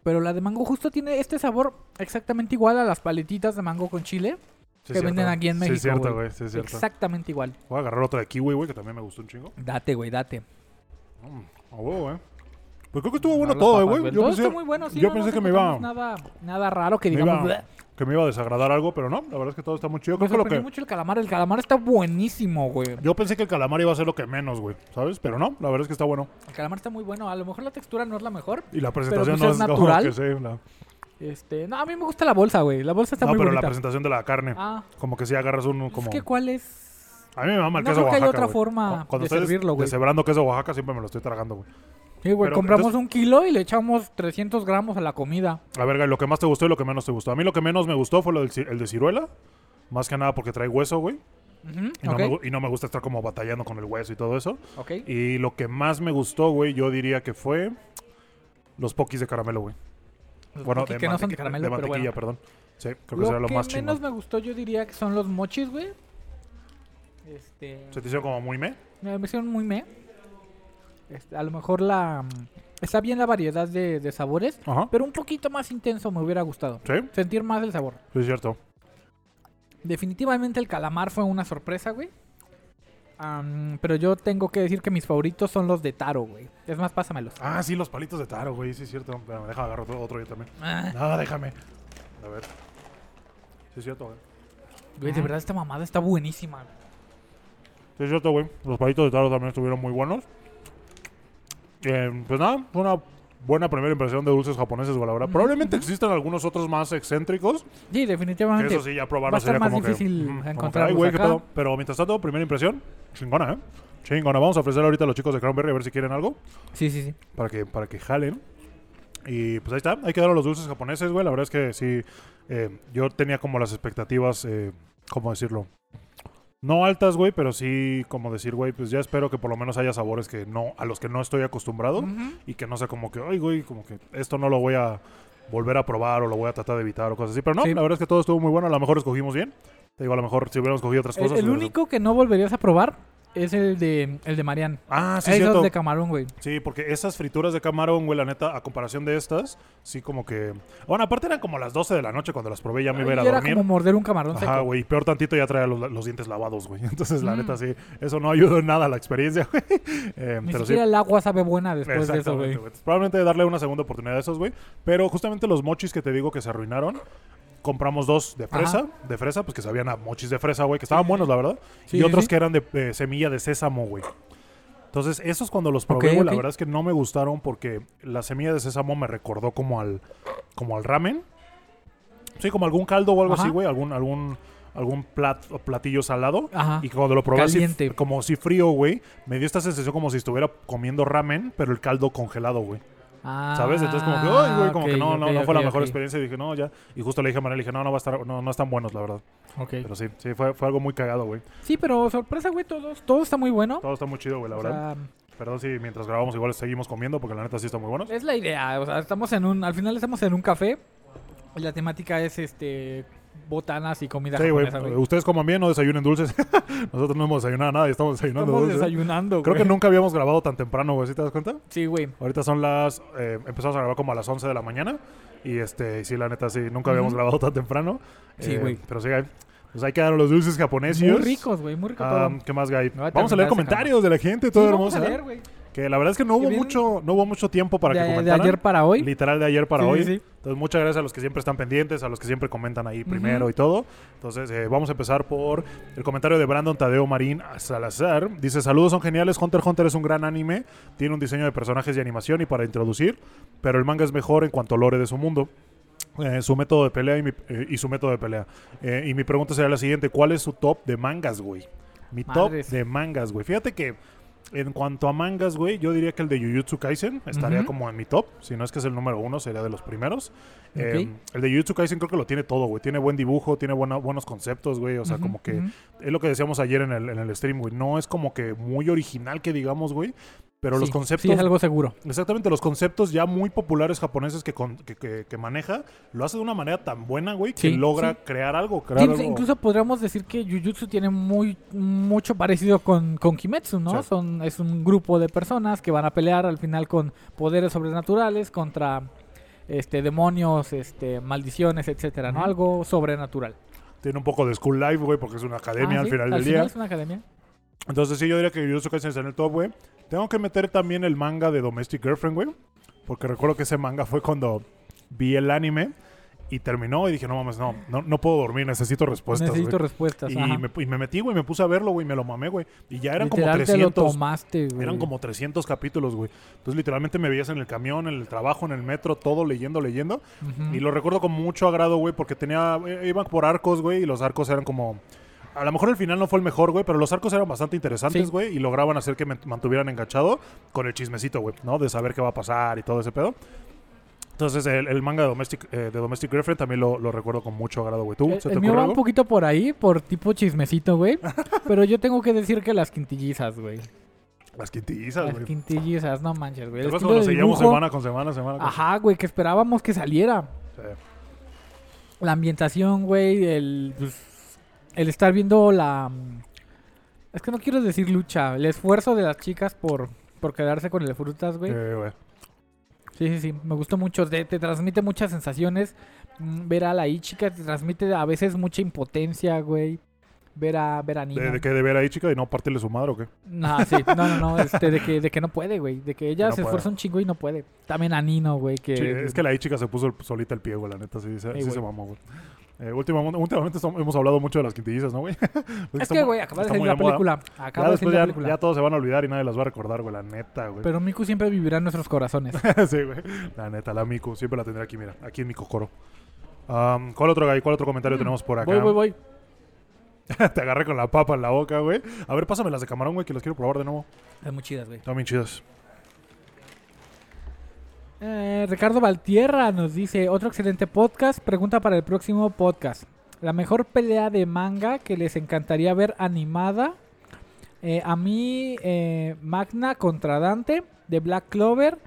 Speaker 2: Pero la de mango justo tiene este sabor exactamente igual a las paletitas de mango con chile.
Speaker 1: Sí,
Speaker 2: Que venden aquí en México,
Speaker 1: Sí, cierto,
Speaker 2: güey.
Speaker 1: güey, sí, cierto.
Speaker 2: Exactamente igual.
Speaker 1: Voy a agarrar otra de kiwi, güey, que también me gustó un chingo.
Speaker 2: Date, güey, date.
Speaker 1: Mm, a huevo, güey. Pues creo que estuvo bueno
Speaker 2: Hablas
Speaker 1: todo, eh,
Speaker 2: papas,
Speaker 1: güey. Yo
Speaker 2: Todo está
Speaker 1: pensé,
Speaker 2: muy bueno, sí,
Speaker 1: yo
Speaker 2: no
Speaker 1: pensé
Speaker 2: nos
Speaker 1: que me iba-
Speaker 2: encontramos Nada, nada raro que
Speaker 1: me
Speaker 2: digamos...
Speaker 1: iba-
Speaker 2: "Bleh".
Speaker 1: que me iba a desagradar algo, pero no, la verdad es que todo está muy chido.
Speaker 2: Me
Speaker 1: Creo que lo
Speaker 2: sorprendió
Speaker 1: que...
Speaker 2: mucho el calamar. El calamar está buenísimo, güey.
Speaker 1: Yo pensé que el calamar iba a ser lo que menos, güey, ¿sabes? Pero no, la verdad es que está bueno.
Speaker 2: El calamar está muy bueno. A lo mejor la textura no es la mejor.
Speaker 1: Y la presentación
Speaker 2: pues
Speaker 1: no
Speaker 2: es
Speaker 1: es como
Speaker 2: natural.
Speaker 1: que sí, la-
Speaker 2: Este, no, a mí me gusta la bolsa, güey. La bolsa está
Speaker 1: No,
Speaker 2: muy
Speaker 1: pero la
Speaker 2: bonita.
Speaker 1: presentación de la carne.
Speaker 2: ah,
Speaker 1: Como que si agarras un... Como...
Speaker 2: es que cuál es.
Speaker 1: A mí me mama el
Speaker 2: No
Speaker 1: queso
Speaker 2: creo que haya
Speaker 1: Oaxaca,
Speaker 2: otra
Speaker 1: güey.
Speaker 2: forma
Speaker 1: Cuando
Speaker 2: de
Speaker 1: ustedes
Speaker 2: servirlo, güey.
Speaker 1: deshebrando queso Oaxaca siempre me lo estoy tragando, güey.
Speaker 2: Sí, güey,
Speaker 1: Pero,
Speaker 2: compramos un kilo y le echamos 300 gramos a la comida.
Speaker 1: A ver, Gaby, lo que más te gustó y lo que menos te gustó. A mí lo que menos me gustó fue lo del ci- el de ciruela. Más que nada porque trae hueso, güey.
Speaker 2: Ujú,
Speaker 1: Y, no
Speaker 2: ok,
Speaker 1: me gu- y no me gusta estar como batallando con el hueso y todo eso.
Speaker 2: ok.
Speaker 1: Y lo que más me gustó, güey, yo diría que fue los pokis de caramelo, güey.
Speaker 2: Los
Speaker 1: Bueno,
Speaker 2: cookies
Speaker 1: de,
Speaker 2: Pues, que no son de
Speaker 1: mantequi-
Speaker 2: caramelo,
Speaker 1: de
Speaker 2: pero bueno.
Speaker 1: mantequilla, perdón. Sí, creo que será lo
Speaker 2: que
Speaker 1: más
Speaker 2: menos
Speaker 1: chingón.
Speaker 2: me gustó, yo diría que son los mochis, güey. Este.
Speaker 1: Se te hizo como muy me.
Speaker 2: Me me hicieron muy me. Este, a lo mejor la. mm, Está bien la variedad de, de sabores,
Speaker 1: Ajá.
Speaker 2: pero un poquito más intenso me hubiera gustado.
Speaker 1: Sí,
Speaker 2: Sentir más el sabor.
Speaker 1: sí, es cierto.
Speaker 2: Definitivamente el calamar fue una sorpresa, güey. Am, pero yo tengo que decir que mis favoritos son los de taro, güey. Es más, pásamelos.
Speaker 1: Ah, sí, los palitos de taro, güey. Sí, es cierto. Espérame, déjame agarrar otro, otro yo también.
Speaker 2: Ah,
Speaker 1: No, déjame. A ver. Sí, es cierto, güey.
Speaker 2: güey, de verdad esta mamada está buenísima.
Speaker 1: Sí, es cierto, güey. Los palitos de taro también estuvieron muy buenos. Eh, pues nada, fue una buena primera impresión de dulces japoneses, güey, la verdad. Probablemente existan algunos otros más excéntricos.
Speaker 2: Sí,
Speaker 1: que
Speaker 2: definitivamente.
Speaker 1: eso sí, ya probarlo
Speaker 2: va a estar
Speaker 1: sería
Speaker 2: más
Speaker 1: como que, mm,
Speaker 2: difícil
Speaker 1: como que, ay,
Speaker 2: encontrarlos
Speaker 1: güey, qué
Speaker 2: acá.
Speaker 1: pedo. Pero mientras tanto, primera impresión, chingona, ¿eh? Chingona. Vamos a ofrecer ahorita a los chicos de Cranberry a ver si quieren algo.
Speaker 2: sí, sí, sí.
Speaker 1: para que, para que jalen. Y pues ahí está, ahí quedaron los dulces japoneses, güey. La verdad es que sí, eh, yo tenía como las expectativas, eh, ¿cómo decirlo? No altas, güey, pero sí como decir, güey, pues ya espero que por lo menos haya sabores que no, a los que no estoy acostumbrado
Speaker 2: Ujú.
Speaker 1: y que no sea como que, ay, güey, como que esto no lo voy a volver a probar o lo voy a tratar de evitar o cosas así. Pero no,
Speaker 2: Sí.
Speaker 1: la verdad es que todo estuvo muy bueno, a lo mejor escogimos bien. Te digo, a lo mejor si hubiéramos cogido otras
Speaker 2: El,
Speaker 1: cosas.
Speaker 2: el
Speaker 1: hubiera-
Speaker 2: único que no volverías a probar es el de, el de Marian.
Speaker 1: Ah, sí,
Speaker 2: Esos
Speaker 1: cierto.
Speaker 2: de camarón, güey.
Speaker 1: Sí, porque esas frituras de camarón, güey, la neta, a comparación de estas, sí como que... Bueno, aparte eran como las 12 de la noche cuando las probé, ya me iba a ir a
Speaker 2: Y era
Speaker 1: dormir.
Speaker 2: como morder un camarón
Speaker 1: Ajá,
Speaker 2: seco.
Speaker 1: güey, y peor tantito ya traía los, los dientes lavados, güey. Entonces, la
Speaker 2: Mm.
Speaker 1: neta, sí, eso no ayudó en nada a la experiencia, güey. Eh,
Speaker 2: Ni
Speaker 1: pero sí,
Speaker 2: siquiera el agua sabe buena después de eso,
Speaker 1: Exactamente,
Speaker 2: güey.
Speaker 1: güey. Probablemente darle una segunda oportunidad a esos, güey. Pero justamente los mochis que te digo que se arruinaron, compramos dos de fresa, de fresa, pues que sabían a mochis de fresa, güey, que estaban buenos, la verdad.
Speaker 2: Sí,
Speaker 1: y
Speaker 2: sí,
Speaker 1: otros
Speaker 2: sí.
Speaker 1: que eran de eh, semilla de sésamo, güey. Entonces, esos cuando los probé,
Speaker 2: Ok,
Speaker 1: güey, la
Speaker 2: ok.
Speaker 1: verdad es que no me gustaron porque la semilla de sésamo me recordó como al, como al ramen. Sí, como algún caldo o algo
Speaker 2: Ajá.
Speaker 1: así, güey. Algún, algún, algún plat- platillo salado.
Speaker 2: Ajá.
Speaker 1: Y cuando lo probé así,
Speaker 2: Caliente.
Speaker 1: como si frío, güey, me dio esta sensación como si estuviera comiendo ramen, pero el caldo congelado, güey.
Speaker 2: Ah,
Speaker 1: ¿Sabes? Entonces como que, ay, güey, como que no, no, no fue la mejor experiencia. Y dije, no, ya. Y justo le dije a Manuel, dije, no, no va a estar, no, no están buenos, la verdad.
Speaker 2: Ok.
Speaker 1: Pero sí, sí, fue, fue algo muy cagado, güey.
Speaker 2: Sí, pero sorpresa, güey, todos, todo está muy bueno.
Speaker 1: Todo está muy chido, güey, la
Speaker 2: O
Speaker 1: verdad.
Speaker 2: sea,
Speaker 1: Perdón si mientras grabamos igual seguimos comiendo, porque la neta sí está muy bueno.
Speaker 2: es la idea, o sea, estamos en un, al final estamos en un café y la temática es este botanas y comida
Speaker 1: Sí, güey.
Speaker 2: japonesa, güey.
Speaker 1: Ustedes coman bien, no desayunen dulces. Nosotros no hemos desayunado nada y estamos desayunando
Speaker 2: Estamos
Speaker 1: dulces.
Speaker 2: desayunando,
Speaker 1: Creo
Speaker 2: güey.
Speaker 1: que nunca habíamos grabado tan temprano, güey, ¿sí te das cuenta?
Speaker 2: Sí, güey.
Speaker 1: Ahorita son las. eh, empezamos a grabar como a las 11 de la mañana. Y este, y sí, la neta, sí, nunca habíamos
Speaker 2: Ujú.
Speaker 1: grabado tan temprano.
Speaker 2: Sí,
Speaker 1: Eh,
Speaker 2: güey.
Speaker 1: pero sí, Guy, pues ahí quedaron los dulces japoneses.
Speaker 2: Muy ricos, güey, muy rico
Speaker 1: Ah,
Speaker 2: todo.
Speaker 1: ¿Qué más, Guy?
Speaker 2: Me voy a
Speaker 1: Vamos a leer
Speaker 2: terminar
Speaker 1: comentarios de la gente, todo
Speaker 2: Sí, vamos
Speaker 1: hermoso.
Speaker 2: a
Speaker 1: ¿eh?
Speaker 2: leer, güey.
Speaker 1: Que la verdad es que no
Speaker 2: Que
Speaker 1: hubo
Speaker 2: bien-
Speaker 1: mucho, no hubo mucho tiempo para que
Speaker 2: de, de
Speaker 1: comentaran.
Speaker 2: ayer para hoy.
Speaker 1: Literal de ayer para
Speaker 2: Sí,
Speaker 1: hoy.
Speaker 2: sí, sí.
Speaker 1: Entonces, muchas gracias a los que siempre están pendientes, a los que siempre comentan ahí
Speaker 2: Ujú.
Speaker 1: primero y todo. Entonces, eh, vamos a empezar por el comentario de Brandon Tadeo Marín Salazar. Dice, saludos, son geniales. Hunter x Hunter es un gran anime. Tiene un diseño de personajes y animación y para introducir, pero el manga es mejor en cuanto al lore de su mundo. eh, su método de pelea y, mi- eh, y su método de pelea. Eh, y mi pregunta sería la siguiente, ¿cuál es su top de mangas, güey? Mi
Speaker 2: Madres.
Speaker 1: top de mangas, güey. Fíjate que En cuanto a mangas, güey, yo diría que el de Jujutsu Kaisen estaría
Speaker 2: Ujú.
Speaker 1: como en mi top. Si no es que es el número uno, sería de los primeros. Eh,
Speaker 2: Ok.
Speaker 1: el de Jujutsu Kaisen creo que lo tiene todo, güey. Tiene buen dibujo, tiene buena- buenos conceptos, güey. O sea,
Speaker 2: Ujú,
Speaker 1: como que
Speaker 2: ujú.
Speaker 1: es lo que decíamos ayer en el, en el stream, güey. No es como que muy original que digamos, güey. Pero los
Speaker 2: Sí,
Speaker 1: conceptos
Speaker 2: Sí, es algo seguro.
Speaker 1: Exactamente, los conceptos ya muy populares japoneses que, con- que, que- que maneja, lo hace de una manera tan buena, güey, que
Speaker 2: Sí,
Speaker 1: logra
Speaker 2: sí.
Speaker 1: crear algo, crear
Speaker 2: Sí,
Speaker 1: algo.
Speaker 2: incluso podríamos decir que Jujutsu tiene muy mucho parecido con, con Kimetsu, ¿no?
Speaker 1: Sí.
Speaker 2: Son, es un grupo de personas que van a pelear al final con poderes sobrenaturales contra este demonios, este maldiciones, etcétera, ¿no?
Speaker 1: Ujú.
Speaker 2: Algo sobrenatural.
Speaker 1: Tiene un poco de School Life, güey, porque es una academia
Speaker 2: Ah,
Speaker 1: al
Speaker 2: sí,
Speaker 1: final del día.
Speaker 2: es una academia.
Speaker 1: Entonces sí, yo diría que Jujutsu Kaisen está en el top, güey. Tengo que meter también el manga de Domestic Girlfriend, güey. Porque recuerdo que ese manga fue cuando vi el anime y terminó y dije, no mames, no, no, no puedo dormir, necesito respuestas, güey".
Speaker 2: Necesito respuestas.
Speaker 1: Pues, Y
Speaker 2: ajá.
Speaker 1: me, y me metí, güey, me puse a verlo, güey, me lo mamé, güey. Y ya eran como
Speaker 2: Literal, te
Speaker 1: 300
Speaker 2: lo tomaste, güey.
Speaker 1: Eran como 300 capítulos, güey. Entonces, literalmente me veías en el camión, en el trabajo, en el metro, todo leyendo, leyendo.
Speaker 2: Ujú.
Speaker 1: Y lo recuerdo con mucho agrado, güey, porque tenía. eh, Iban por arcos, güey, y los arcos eran como. A lo mejor el final no fue el mejor, güey, pero los arcos eran bastante interesantes,
Speaker 2: Sí.
Speaker 1: güey, y lograban hacer que me mantuvieran enganchado con el chismecito, güey, ¿no? De saber qué va a pasar y todo ese pedo. Entonces, el, el manga de Domestic, eh, de Domestic Girlfriend también lo, lo recuerdo con mucho agrado, güey. ¿Tú?
Speaker 2: El,
Speaker 1: ¿Se
Speaker 2: Eh, el
Speaker 1: te
Speaker 2: mío
Speaker 1: ocurre
Speaker 2: va un
Speaker 1: algo?
Speaker 2: poquito por ahí, por tipo chismecito, güey. Pero yo tengo que decir que las quintillizas, güey.
Speaker 1: Las quintillizas,
Speaker 2: Las
Speaker 1: güey.
Speaker 2: quintillizas, no manches, güey.
Speaker 1: ¿Te acuerdas
Speaker 2: El estilo
Speaker 1: cuando
Speaker 2: de
Speaker 1: seguíamos
Speaker 2: dibujo-
Speaker 1: semana con semana, semana con
Speaker 2: Ajá, güey, que esperábamos que saliera.
Speaker 1: Sí.
Speaker 2: La ambientación, güey, el, pues, el estar viendo la... mm, Es que no quiero decir lucha, el esfuerzo de las chicas por, por quedarse con el frutas, güey.
Speaker 1: Sí, güey.
Speaker 2: Sí, sí, sí, me gustó mucho. Te, te transmite muchas sensaciones. Mm, Ver a la Ichika te transmite a veces mucha impotencia, güey. Ver a, ver a Nina.
Speaker 1: ¿De, de qué de ver ahí, chica, y no partirle su madre o qué?
Speaker 2: No, sí, no, no, no, este, de, que, de que no puede, güey. De que ella
Speaker 1: no
Speaker 2: se
Speaker 1: puede.
Speaker 2: esfuerza un chingo y no puede. También a Nino, güey, que...
Speaker 1: Sí, es que la chica se puso el- solita el pie, güey, la neta, sí, se,
Speaker 2: Sí,
Speaker 1: sí
Speaker 2: güey.
Speaker 1: se mamó, güey. Eh, últimamente, últimamente estamos- hemos hablado mucho de las quintillizas, ¿no, güey? Porque
Speaker 2: Es
Speaker 1: está
Speaker 2: que,
Speaker 1: mu-
Speaker 2: güey, acaba de
Speaker 1: está
Speaker 2: salir
Speaker 1: muy
Speaker 2: la
Speaker 1: de moda.
Speaker 2: película.
Speaker 1: Ya
Speaker 2: Acaba de salir
Speaker 1: después
Speaker 2: la
Speaker 1: ya,
Speaker 2: película.
Speaker 1: ya todos se van a olvidar y nadie las va a recordar, güey, la neta, güey.
Speaker 2: Pero Miku siempre vivirá en nuestros corazones.
Speaker 1: sí, güey. La neta, la Miku, siempre la tendré aquí, mira, aquí en mi cocoro. Am, ¿Cuál otro, Guy? ¿Cuál otro comentario tenemos por acá?
Speaker 2: voy, voy, voy.
Speaker 1: Te agarré con la papa en la boca, güey. A ver, pásame las de camarón, güey, que las quiero probar de nuevo.
Speaker 2: Es muy chidas, güey.
Speaker 1: Están bien chidas.
Speaker 2: Eh, Ricardo Valtierra nos dice, otro excelente podcast, pregunta para el próximo podcast. La mejor pelea de manga que les encantaría ver animada. Eh, a mí, eh, Magna contra Dante de Black Clover.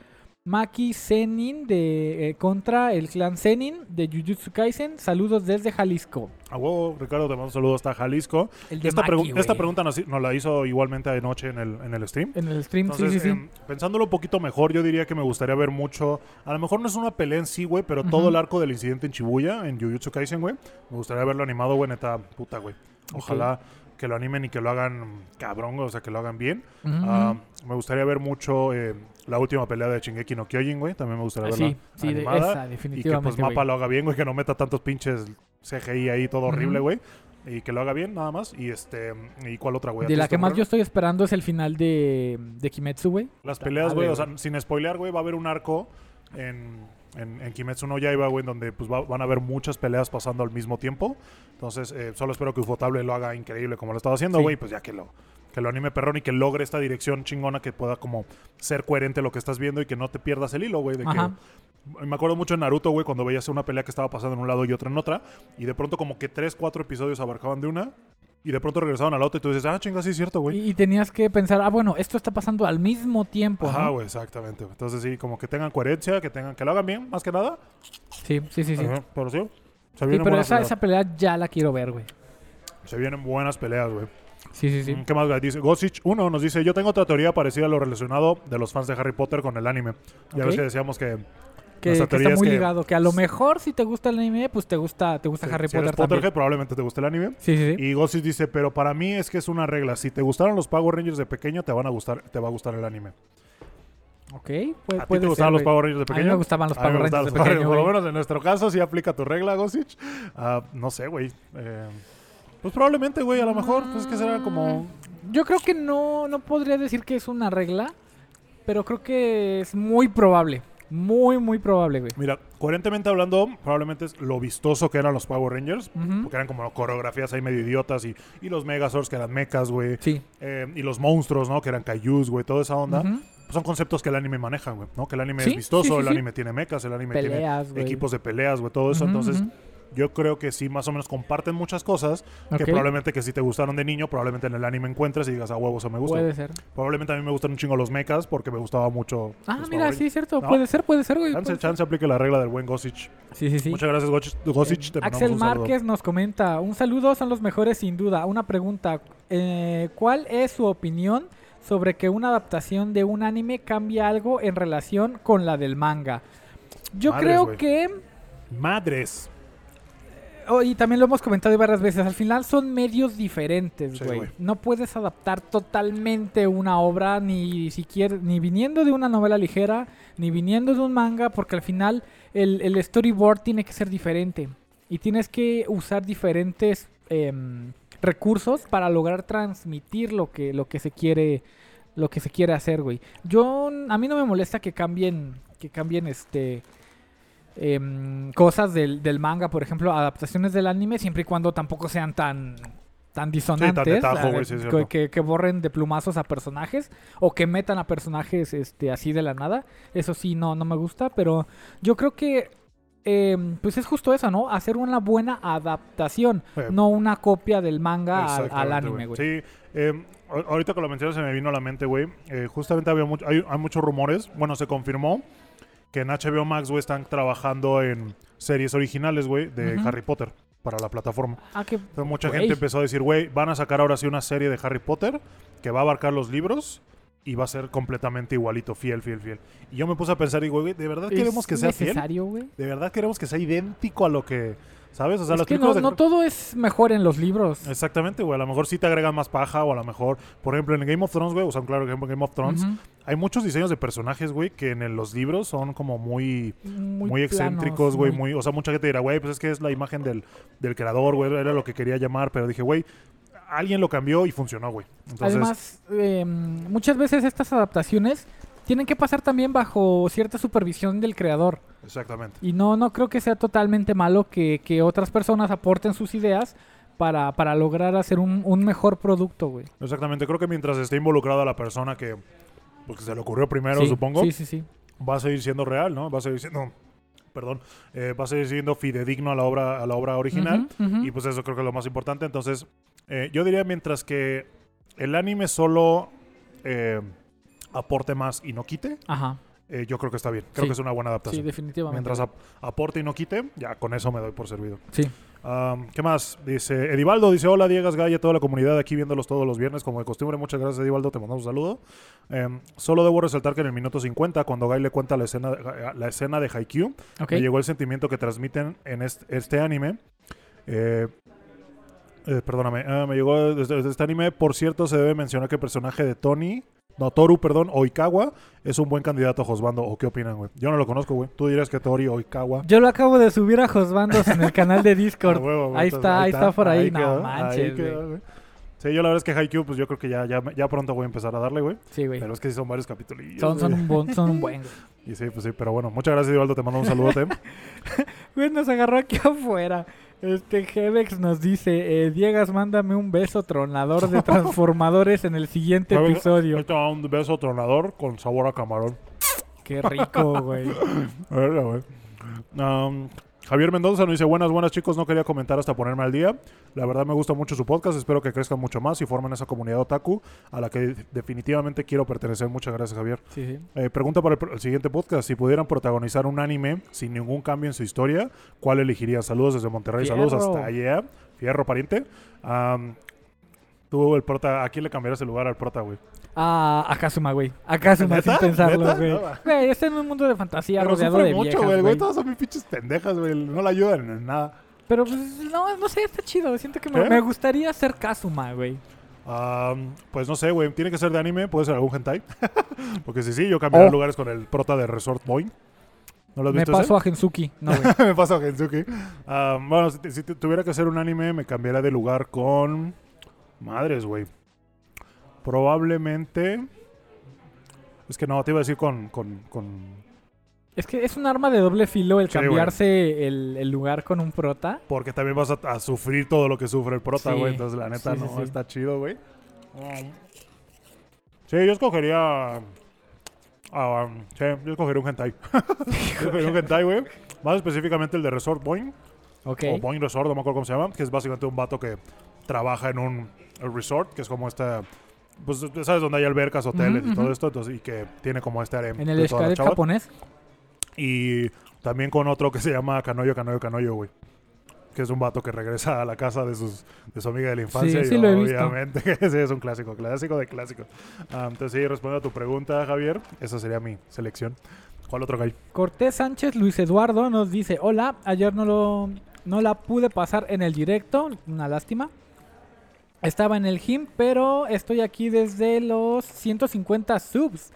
Speaker 2: Maki Zenin de, eh, contra el clan Zenin de Jujutsu Kaisen. Saludos desde Jalisco.
Speaker 1: A huevo, Ricardo, te mando un saludo hasta Jalisco.
Speaker 2: El de
Speaker 1: Esta,
Speaker 2: Maki,
Speaker 1: pregu-
Speaker 2: güey.
Speaker 1: esta pregunta nos, nos la hizo igualmente anoche en el, en el stream.
Speaker 2: En el stream,
Speaker 1: Entonces,
Speaker 2: sí, sí, sí.
Speaker 1: em, pensándolo un poquito mejor, yo diría que me gustaría ver mucho. A lo mejor no es una pelea en sí, güey, pero todo
Speaker 2: Ujú.
Speaker 1: el arco del incidente en Shibuya, en Jujutsu Kaisen, güey. Me gustaría verlo animado, güey, neta puta, güey. Ojalá que lo animen y que lo hagan cabrón, güey, o sea, que lo hagan bien.
Speaker 2: Ujú.
Speaker 1: Ah, me gustaría ver mucho eh, la última pelea de Shingeki no Kyojin, güey. También me gustaría verla
Speaker 2: Ah, sí, sí, de-
Speaker 1: animada.
Speaker 2: esa,
Speaker 1: Y que
Speaker 2: definitivamente.
Speaker 1: pues Mapa
Speaker 2: güey.
Speaker 1: lo haga bien, güey, que no meta tantos pinches CGI ahí todo horrible,
Speaker 2: Ujú.
Speaker 1: güey. Y que lo haga bien, nada más. Y este, ¿y cuál otra, güey? ¿A
Speaker 2: De
Speaker 1: ti
Speaker 2: la
Speaker 1: se te
Speaker 2: que más
Speaker 1: ocurre?
Speaker 2: yo estoy esperando es el final de, de Kimetsu, güey.
Speaker 1: Las
Speaker 2: Puta
Speaker 1: peleas, güey,
Speaker 2: madre,
Speaker 1: o sea, sin spoilear, güey, va a haber un arco en, en, en Kimetsu no Yaiba, güey, en donde pues va- van a haber muchas peleas pasando al mismo tiempo. Entonces, eh, solo espero que Ufotable lo haga increíble como lo estaba haciendo,
Speaker 2: Sí.
Speaker 1: güey, pues ya que lo que lo anime perrón y que logre esta dirección chingona que pueda como ser coherente lo que estás viendo y que no te pierdas el hilo, güey, de que
Speaker 2: Ajá.
Speaker 1: me acuerdo mucho en Naruto, güey, cuando veías una pelea que estaba pasando en un lado y otra en otra, y de pronto como que tres, cuatro episodios abarcaban de una, y de pronto regresaban al otro y tú dices, ah, chinga, sí es cierto, güey.
Speaker 2: Y, y tenías que pensar, ah, bueno, esto está pasando al mismo tiempo.
Speaker 1: Ajá,
Speaker 2: ¿no?
Speaker 1: güey, exactamente. güey. Entonces sí, como que tengan coherencia, que tengan, que lo hagan bien, más que nada.
Speaker 2: Sí, sí, sí, sí.
Speaker 1: Ajá, Pero sí, se
Speaker 2: Sí,
Speaker 1: vienen,
Speaker 2: pero
Speaker 1: buenas,
Speaker 2: esa,
Speaker 1: peleas.
Speaker 2: esa pelea ya la quiero ver, güey.
Speaker 1: Se vienen buenas peleas, güey.
Speaker 2: Sí, sí, sí.
Speaker 1: Mm, ¿Qué más, güey? Dice Gosich 1 nos dice, yo tengo otra teoría parecida a lo relacionado de los fans de Harry Potter con el anime. Ya
Speaker 2: Ok.
Speaker 1: ves que decíamos que...
Speaker 2: que,
Speaker 1: nuestra
Speaker 2: que
Speaker 1: teoría
Speaker 2: está
Speaker 1: es
Speaker 2: muy
Speaker 1: que-
Speaker 2: ligado. Que a lo mejor si te gusta el anime, pues te gusta, te gusta Harry
Speaker 1: si
Speaker 2: Potter
Speaker 1: eres
Speaker 2: también.
Speaker 1: Potterhead, probablemente te guste el anime.
Speaker 2: Sí, sí, sí.
Speaker 1: Y Gosich dice, pero para mí es que es una regla. Si te gustaron los Power Rangers de pequeño, te van a gustar, te va a gustar el anime.
Speaker 2: Ok, puede,
Speaker 1: ¿A ti
Speaker 2: puede
Speaker 1: te gustaban
Speaker 2: ser,
Speaker 1: los
Speaker 2: güey.
Speaker 1: Power Rangers de
Speaker 2: A
Speaker 1: pequeño?
Speaker 2: mí me gustaban los
Speaker 1: A mí me
Speaker 2: Power
Speaker 1: gustaban
Speaker 2: Rangers de
Speaker 1: los Power Rangers,
Speaker 2: pequeño,
Speaker 1: Por lo
Speaker 2: güey.
Speaker 1: menos en nuestro caso sí aplica tu regla, Gosich. Ah, no sé, güey. Eh, pues probablemente, güey, a lo mejor. Pues es que será como...
Speaker 2: Yo creo que no, no podría decir que es una regla, pero creo que es muy probable. Muy, muy probable, güey.
Speaker 1: Mira, coherentemente hablando, probablemente es lo vistoso que eran los Power Rangers,
Speaker 2: Ujú.
Speaker 1: porque eran como coreografías ahí medio idiotas y, y los Megazords que eran mechas, güey.
Speaker 2: Sí.
Speaker 1: eh, y los monstruos, ¿no? Que eran Kaijus, güey, toda esa onda.
Speaker 2: Ujú.
Speaker 1: Son conceptos que el anime maneja, güey, ¿no? Que el anime
Speaker 2: Sí,
Speaker 1: es vistoso,
Speaker 2: sí, sí,
Speaker 1: el
Speaker 2: sí.
Speaker 1: anime tiene mechas, el anime
Speaker 2: Peleas,
Speaker 1: tiene
Speaker 2: güey.
Speaker 1: equipos de peleas, güey, todo eso.
Speaker 2: Ujú,
Speaker 1: Entonces,
Speaker 2: ujú.
Speaker 1: yo creo que sí, más o menos comparten muchas cosas
Speaker 2: Ok.
Speaker 1: que probablemente que si te gustaron de niño, probablemente en el anime encuentres y digas, a huevos, o me gusta.
Speaker 2: Puede ser.
Speaker 1: Probablemente a mí me gustan un chingo los mechas porque me gustaba mucho.
Speaker 2: Ah,
Speaker 1: los
Speaker 2: mira,
Speaker 1: Power
Speaker 2: sí,
Speaker 1: Rangers.
Speaker 2: cierto.
Speaker 1: Pues No.
Speaker 2: Puede ser, puede ser, güey.
Speaker 1: Chance,
Speaker 2: puede
Speaker 1: chance aplique la regla del buen Gossich.
Speaker 2: ser. Sí, sí, sí.
Speaker 1: Muchas gracias, Gossich. Gossich, te
Speaker 2: Eh,
Speaker 1: mandamos
Speaker 2: Axel
Speaker 1: un saludo.
Speaker 2: Márquez nos comenta, un saludo, son los mejores sin duda. Una pregunta, eh, ¿cuál es su opinión sobre que una adaptación de un anime cambia algo en relación con la del manga? Yo
Speaker 1: Madres,
Speaker 2: creo
Speaker 1: güey.
Speaker 2: que,
Speaker 1: Madres.
Speaker 2: oh, y también lo hemos comentado varias veces, al final son medios diferentes,
Speaker 1: Sí,
Speaker 2: güey.
Speaker 1: güey.
Speaker 2: no puedes adaptar totalmente una obra, ni siquiera, ni viniendo de una novela ligera, ni viniendo de un manga, porque al final el, el storyboard tiene que ser diferente. Y tienes que usar diferentes em, recursos para lograr transmitir lo que, lo que se quiere. Lo que se quiere hacer, güey. Yo. A mí no me molesta que cambien. Que cambien este. em, cosas del, del manga, por ejemplo, adaptaciones del anime, siempre y cuando tampoco sean tan. tan disonantes.
Speaker 1: tajo,
Speaker 2: a-
Speaker 1: güey, sí, es
Speaker 2: que-
Speaker 1: cierto.
Speaker 2: que, que borren de plumazos a personajes. O que metan a personajes este, así de la nada. Eso sí, no, no me gusta. Pero yo creo que eh, pues es justo eso, ¿no? Hacer una buena adaptación,
Speaker 1: Eh,
Speaker 2: no una copia del manga al, al
Speaker 1: Exactamente,
Speaker 2: anime, güey.
Speaker 1: Sí, eh, a- ahorita que lo mencionas se me vino a la mente, güey. Eh, justamente había mucho, hay, hay muchos rumores. Bueno, se confirmó que en HBO Max, güey, están trabajando en series originales, güey, de
Speaker 2: Ujú.
Speaker 1: Harry Potter para la plataforma.
Speaker 2: Ah, que-
Speaker 1: Entonces, mucha
Speaker 2: Güey.
Speaker 1: gente empezó a decir, güey, van a sacar ahora sí una serie de Harry Potter que va a abarcar los libros. Y va a ser completamente igualito, fiel, fiel, fiel. Y yo me puse a pensar, y güey, ¿de verdad queremos
Speaker 2: ¿es
Speaker 1: que sea fiel?
Speaker 2: necesario, güey?
Speaker 1: ¿De verdad queremos que sea idéntico a lo que, sabes? O sea,
Speaker 2: Es
Speaker 1: las
Speaker 2: que no,
Speaker 1: películas de-
Speaker 2: no todo es mejor en los libros.
Speaker 1: Exactamente, güey. A lo mejor sí te agregan más paja o a lo mejor, por ejemplo, en Game of Thrones, güey, o sea, un claro ejemplo en Game of Thrones,
Speaker 2: Ujú.
Speaker 1: hay muchos diseños de personajes, güey, que en el- los libros son como muy muy,
Speaker 2: planos,
Speaker 1: excéntricos, güey, muy, o sea, mucha gente dirá, güey, pues es que es la imagen del, del creador, güey, era lo que quería llamar, pero dije, güey, alguien lo cambió y funcionó, güey. Entonces,
Speaker 2: Además, eh, muchas veces estas adaptaciones tienen que pasar también bajo cierta supervisión del creador.
Speaker 1: exactamente.
Speaker 2: Y no, no creo que sea totalmente malo que, que otras personas aporten sus ideas para, para lograr hacer un, un mejor producto, güey.
Speaker 1: Exactamente, creo que mientras esté involucrada la persona que porque se le ocurrió primero,
Speaker 2: Sí,
Speaker 1: supongo.
Speaker 2: Sí, sí, sí.
Speaker 1: va a seguir siendo real, ¿no? Va a seguir siendo, perdón, eh, va a seguir siendo fidedigno a la obra, a la obra original.
Speaker 2: Ujú, ujú.
Speaker 1: Y pues eso creo que es lo más importante. Entonces, eh, yo diría mientras que el anime solo eh, aporte más y no quite,
Speaker 2: Ajá,
Speaker 1: eh, yo creo que está bien. Creo
Speaker 2: Sí.
Speaker 1: que es una buena
Speaker 2: sí,
Speaker 1: adaptación.
Speaker 2: definitivamente.
Speaker 1: mientras ap- aporte y no quite, ya con eso me doy por servido.
Speaker 2: Sí.
Speaker 1: Am, ¿Qué más? Dice Edivaldo, dice hola Diegas Gaya, toda la comunidad aquí viéndolos todos los viernes, como de costumbre, muchas gracias Edivaldo, te mandamos un saludo. Em, solo debo resaltar que en el minuto 50, cuando Guy le cuenta la escena, eh, la escena de Haikyuu,
Speaker 2: Ok.
Speaker 1: me llegó el sentimiento que transmiten en est- este, anime. Eh, eh, perdóname, ah, me llegó desde, desde este anime. Por cierto, se debe mencionar que el personaje de Tony, no, Toru, perdón, Oikawa, es un buen candidato a Josbando. ¿O qué opinan, güey? Yo no lo conozco, güey. Tú dirías que Tori Oikawa.
Speaker 2: Yo lo acabo de subir a Josbandos en el canal de
Speaker 1: Ah,
Speaker 2: Discord.
Speaker 1: huevo, güey,
Speaker 2: ahí
Speaker 1: entonces,
Speaker 2: está, ahí está por ahí. No
Speaker 1: quedó,
Speaker 2: manches, güey.
Speaker 1: quedó, güey. Sí, yo la verdad es que Haikyuu, pues yo creo que ya, ya, ya pronto voy a empezar a darle, güey.
Speaker 2: Sí, güey.
Speaker 1: Pero es que sí son varios capítulos.
Speaker 2: Son, son, un bon- son un buen. güey.
Speaker 1: Y sí, pues sí, pero bueno. Muchas gracias, Ivaldo. Te mando un saludote.
Speaker 2: Güey, nos agarró aquí afuera. Este Hebex nos dice, eh, Diegas, mándame un beso tronador de transformadores en el siguiente
Speaker 1: Huevo,
Speaker 2: episodio.
Speaker 1: Ahí te va un beso tronador con sabor a camarón.
Speaker 2: Qué rico, güey.
Speaker 1: Verga, güey. Um, Javier Mendoza nos dice, buenas, buenas chicos, no quería comentar hasta ponerme al día. La verdad me gusta mucho su podcast, espero que crezcan mucho más y formen esa comunidad otaku a la que definitivamente quiero pertenecer. Muchas gracias, Javier.
Speaker 2: Sí, sí.
Speaker 1: Eh, pregunta para el, pro- el siguiente podcast, si pudieran protagonizar un anime sin ningún cambio en su historia, ¿cuál elegirían? Saludos desde Monterrey, saludos
Speaker 2: Fierro.
Speaker 1: hasta allá. Fierro, pariente. Um, tú, el prota, ¿a quién le cambiarías el lugar al prota, güey?
Speaker 2: Ah, a Kazuma, güey. A Kazuma
Speaker 1: ¿Neta?
Speaker 2: sin pensarlo,
Speaker 1: ¿Neta?
Speaker 2: güey.
Speaker 1: No, va.
Speaker 2: Güey, está en un mundo de fantasía
Speaker 1: Pero
Speaker 2: rodeado
Speaker 1: sufre
Speaker 2: de
Speaker 1: mucho,
Speaker 2: viejas,
Speaker 1: güey. el
Speaker 2: güey.
Speaker 1: güey, Todas son mis pinches pendejas, güey. No le ayudan en nada.
Speaker 2: Pero pues, no, no sé, está chido. Siento que me,
Speaker 1: ¿Eh?
Speaker 2: me gustaría ser Kazuma, güey.
Speaker 1: Ah, pues no sé, güey. Tiene que ser de anime, puede ser algún hentai. Porque si sí, yo cambiaré
Speaker 2: Oh.
Speaker 1: lugares con el prota de Resort Boy. ¿No lo has
Speaker 2: Me
Speaker 1: visto ese?
Speaker 2: paso a Gensuki. No, güey.
Speaker 1: me paso a Gensuki. Ah, bueno, si, te- si te- tuviera que hacer un anime, me cambiaría de lugar con. Madres, güey. Probablemente. Es que no, te iba a decir con. con, con...
Speaker 2: Es que es un arma de doble filo el
Speaker 1: Sí, güey.
Speaker 2: cambiarse el, el lugar con un prota.
Speaker 1: Porque también vas a, a sufrir todo lo que sufre el prota,
Speaker 2: Sí.
Speaker 1: güey. Entonces, la neta,
Speaker 2: Sí, sí,
Speaker 1: no
Speaker 2: sí. Ah.
Speaker 1: está chido, güey. Sí, yo escogería. ah, um, sí, yo escogería un hentai. yo escogería un hentai, güey. Más específicamente el de Resort Boing.
Speaker 2: Ok.
Speaker 1: O Boing Resort, no me acuerdo cómo se llama. Que es básicamente un vato que trabaja en un resort, que es como esta. Pues, ¿sabes? Donde hay albercas, hoteles
Speaker 2: Ujú,
Speaker 1: y todo
Speaker 2: ujú.
Speaker 1: esto. Entonces, y que tiene como este harem.
Speaker 2: En el
Speaker 1: de todas las
Speaker 2: escalet
Speaker 1: chavas.
Speaker 2: japonés.
Speaker 1: Y también con otro que se llama Canoyo, Canoyo, Canoyo, güey. Que es un vato que regresa a la casa de, sus, de su amiga de la infancia.
Speaker 2: Sí,
Speaker 1: y
Speaker 2: sí lo he visto.
Speaker 1: obviamente, sí, es un clásico, clásico de clásicos. Ah, entonces, sí, respondo a tu pregunta, Javier. Esa sería mi selección. ¿Cuál otro gay?
Speaker 2: Cortés Sánchez Luis Eduardo nos dice, hola, ayer no, lo, no la pude pasar en el directo, una lástima. Estaba en el gym, pero estoy aquí desde los 150 subs.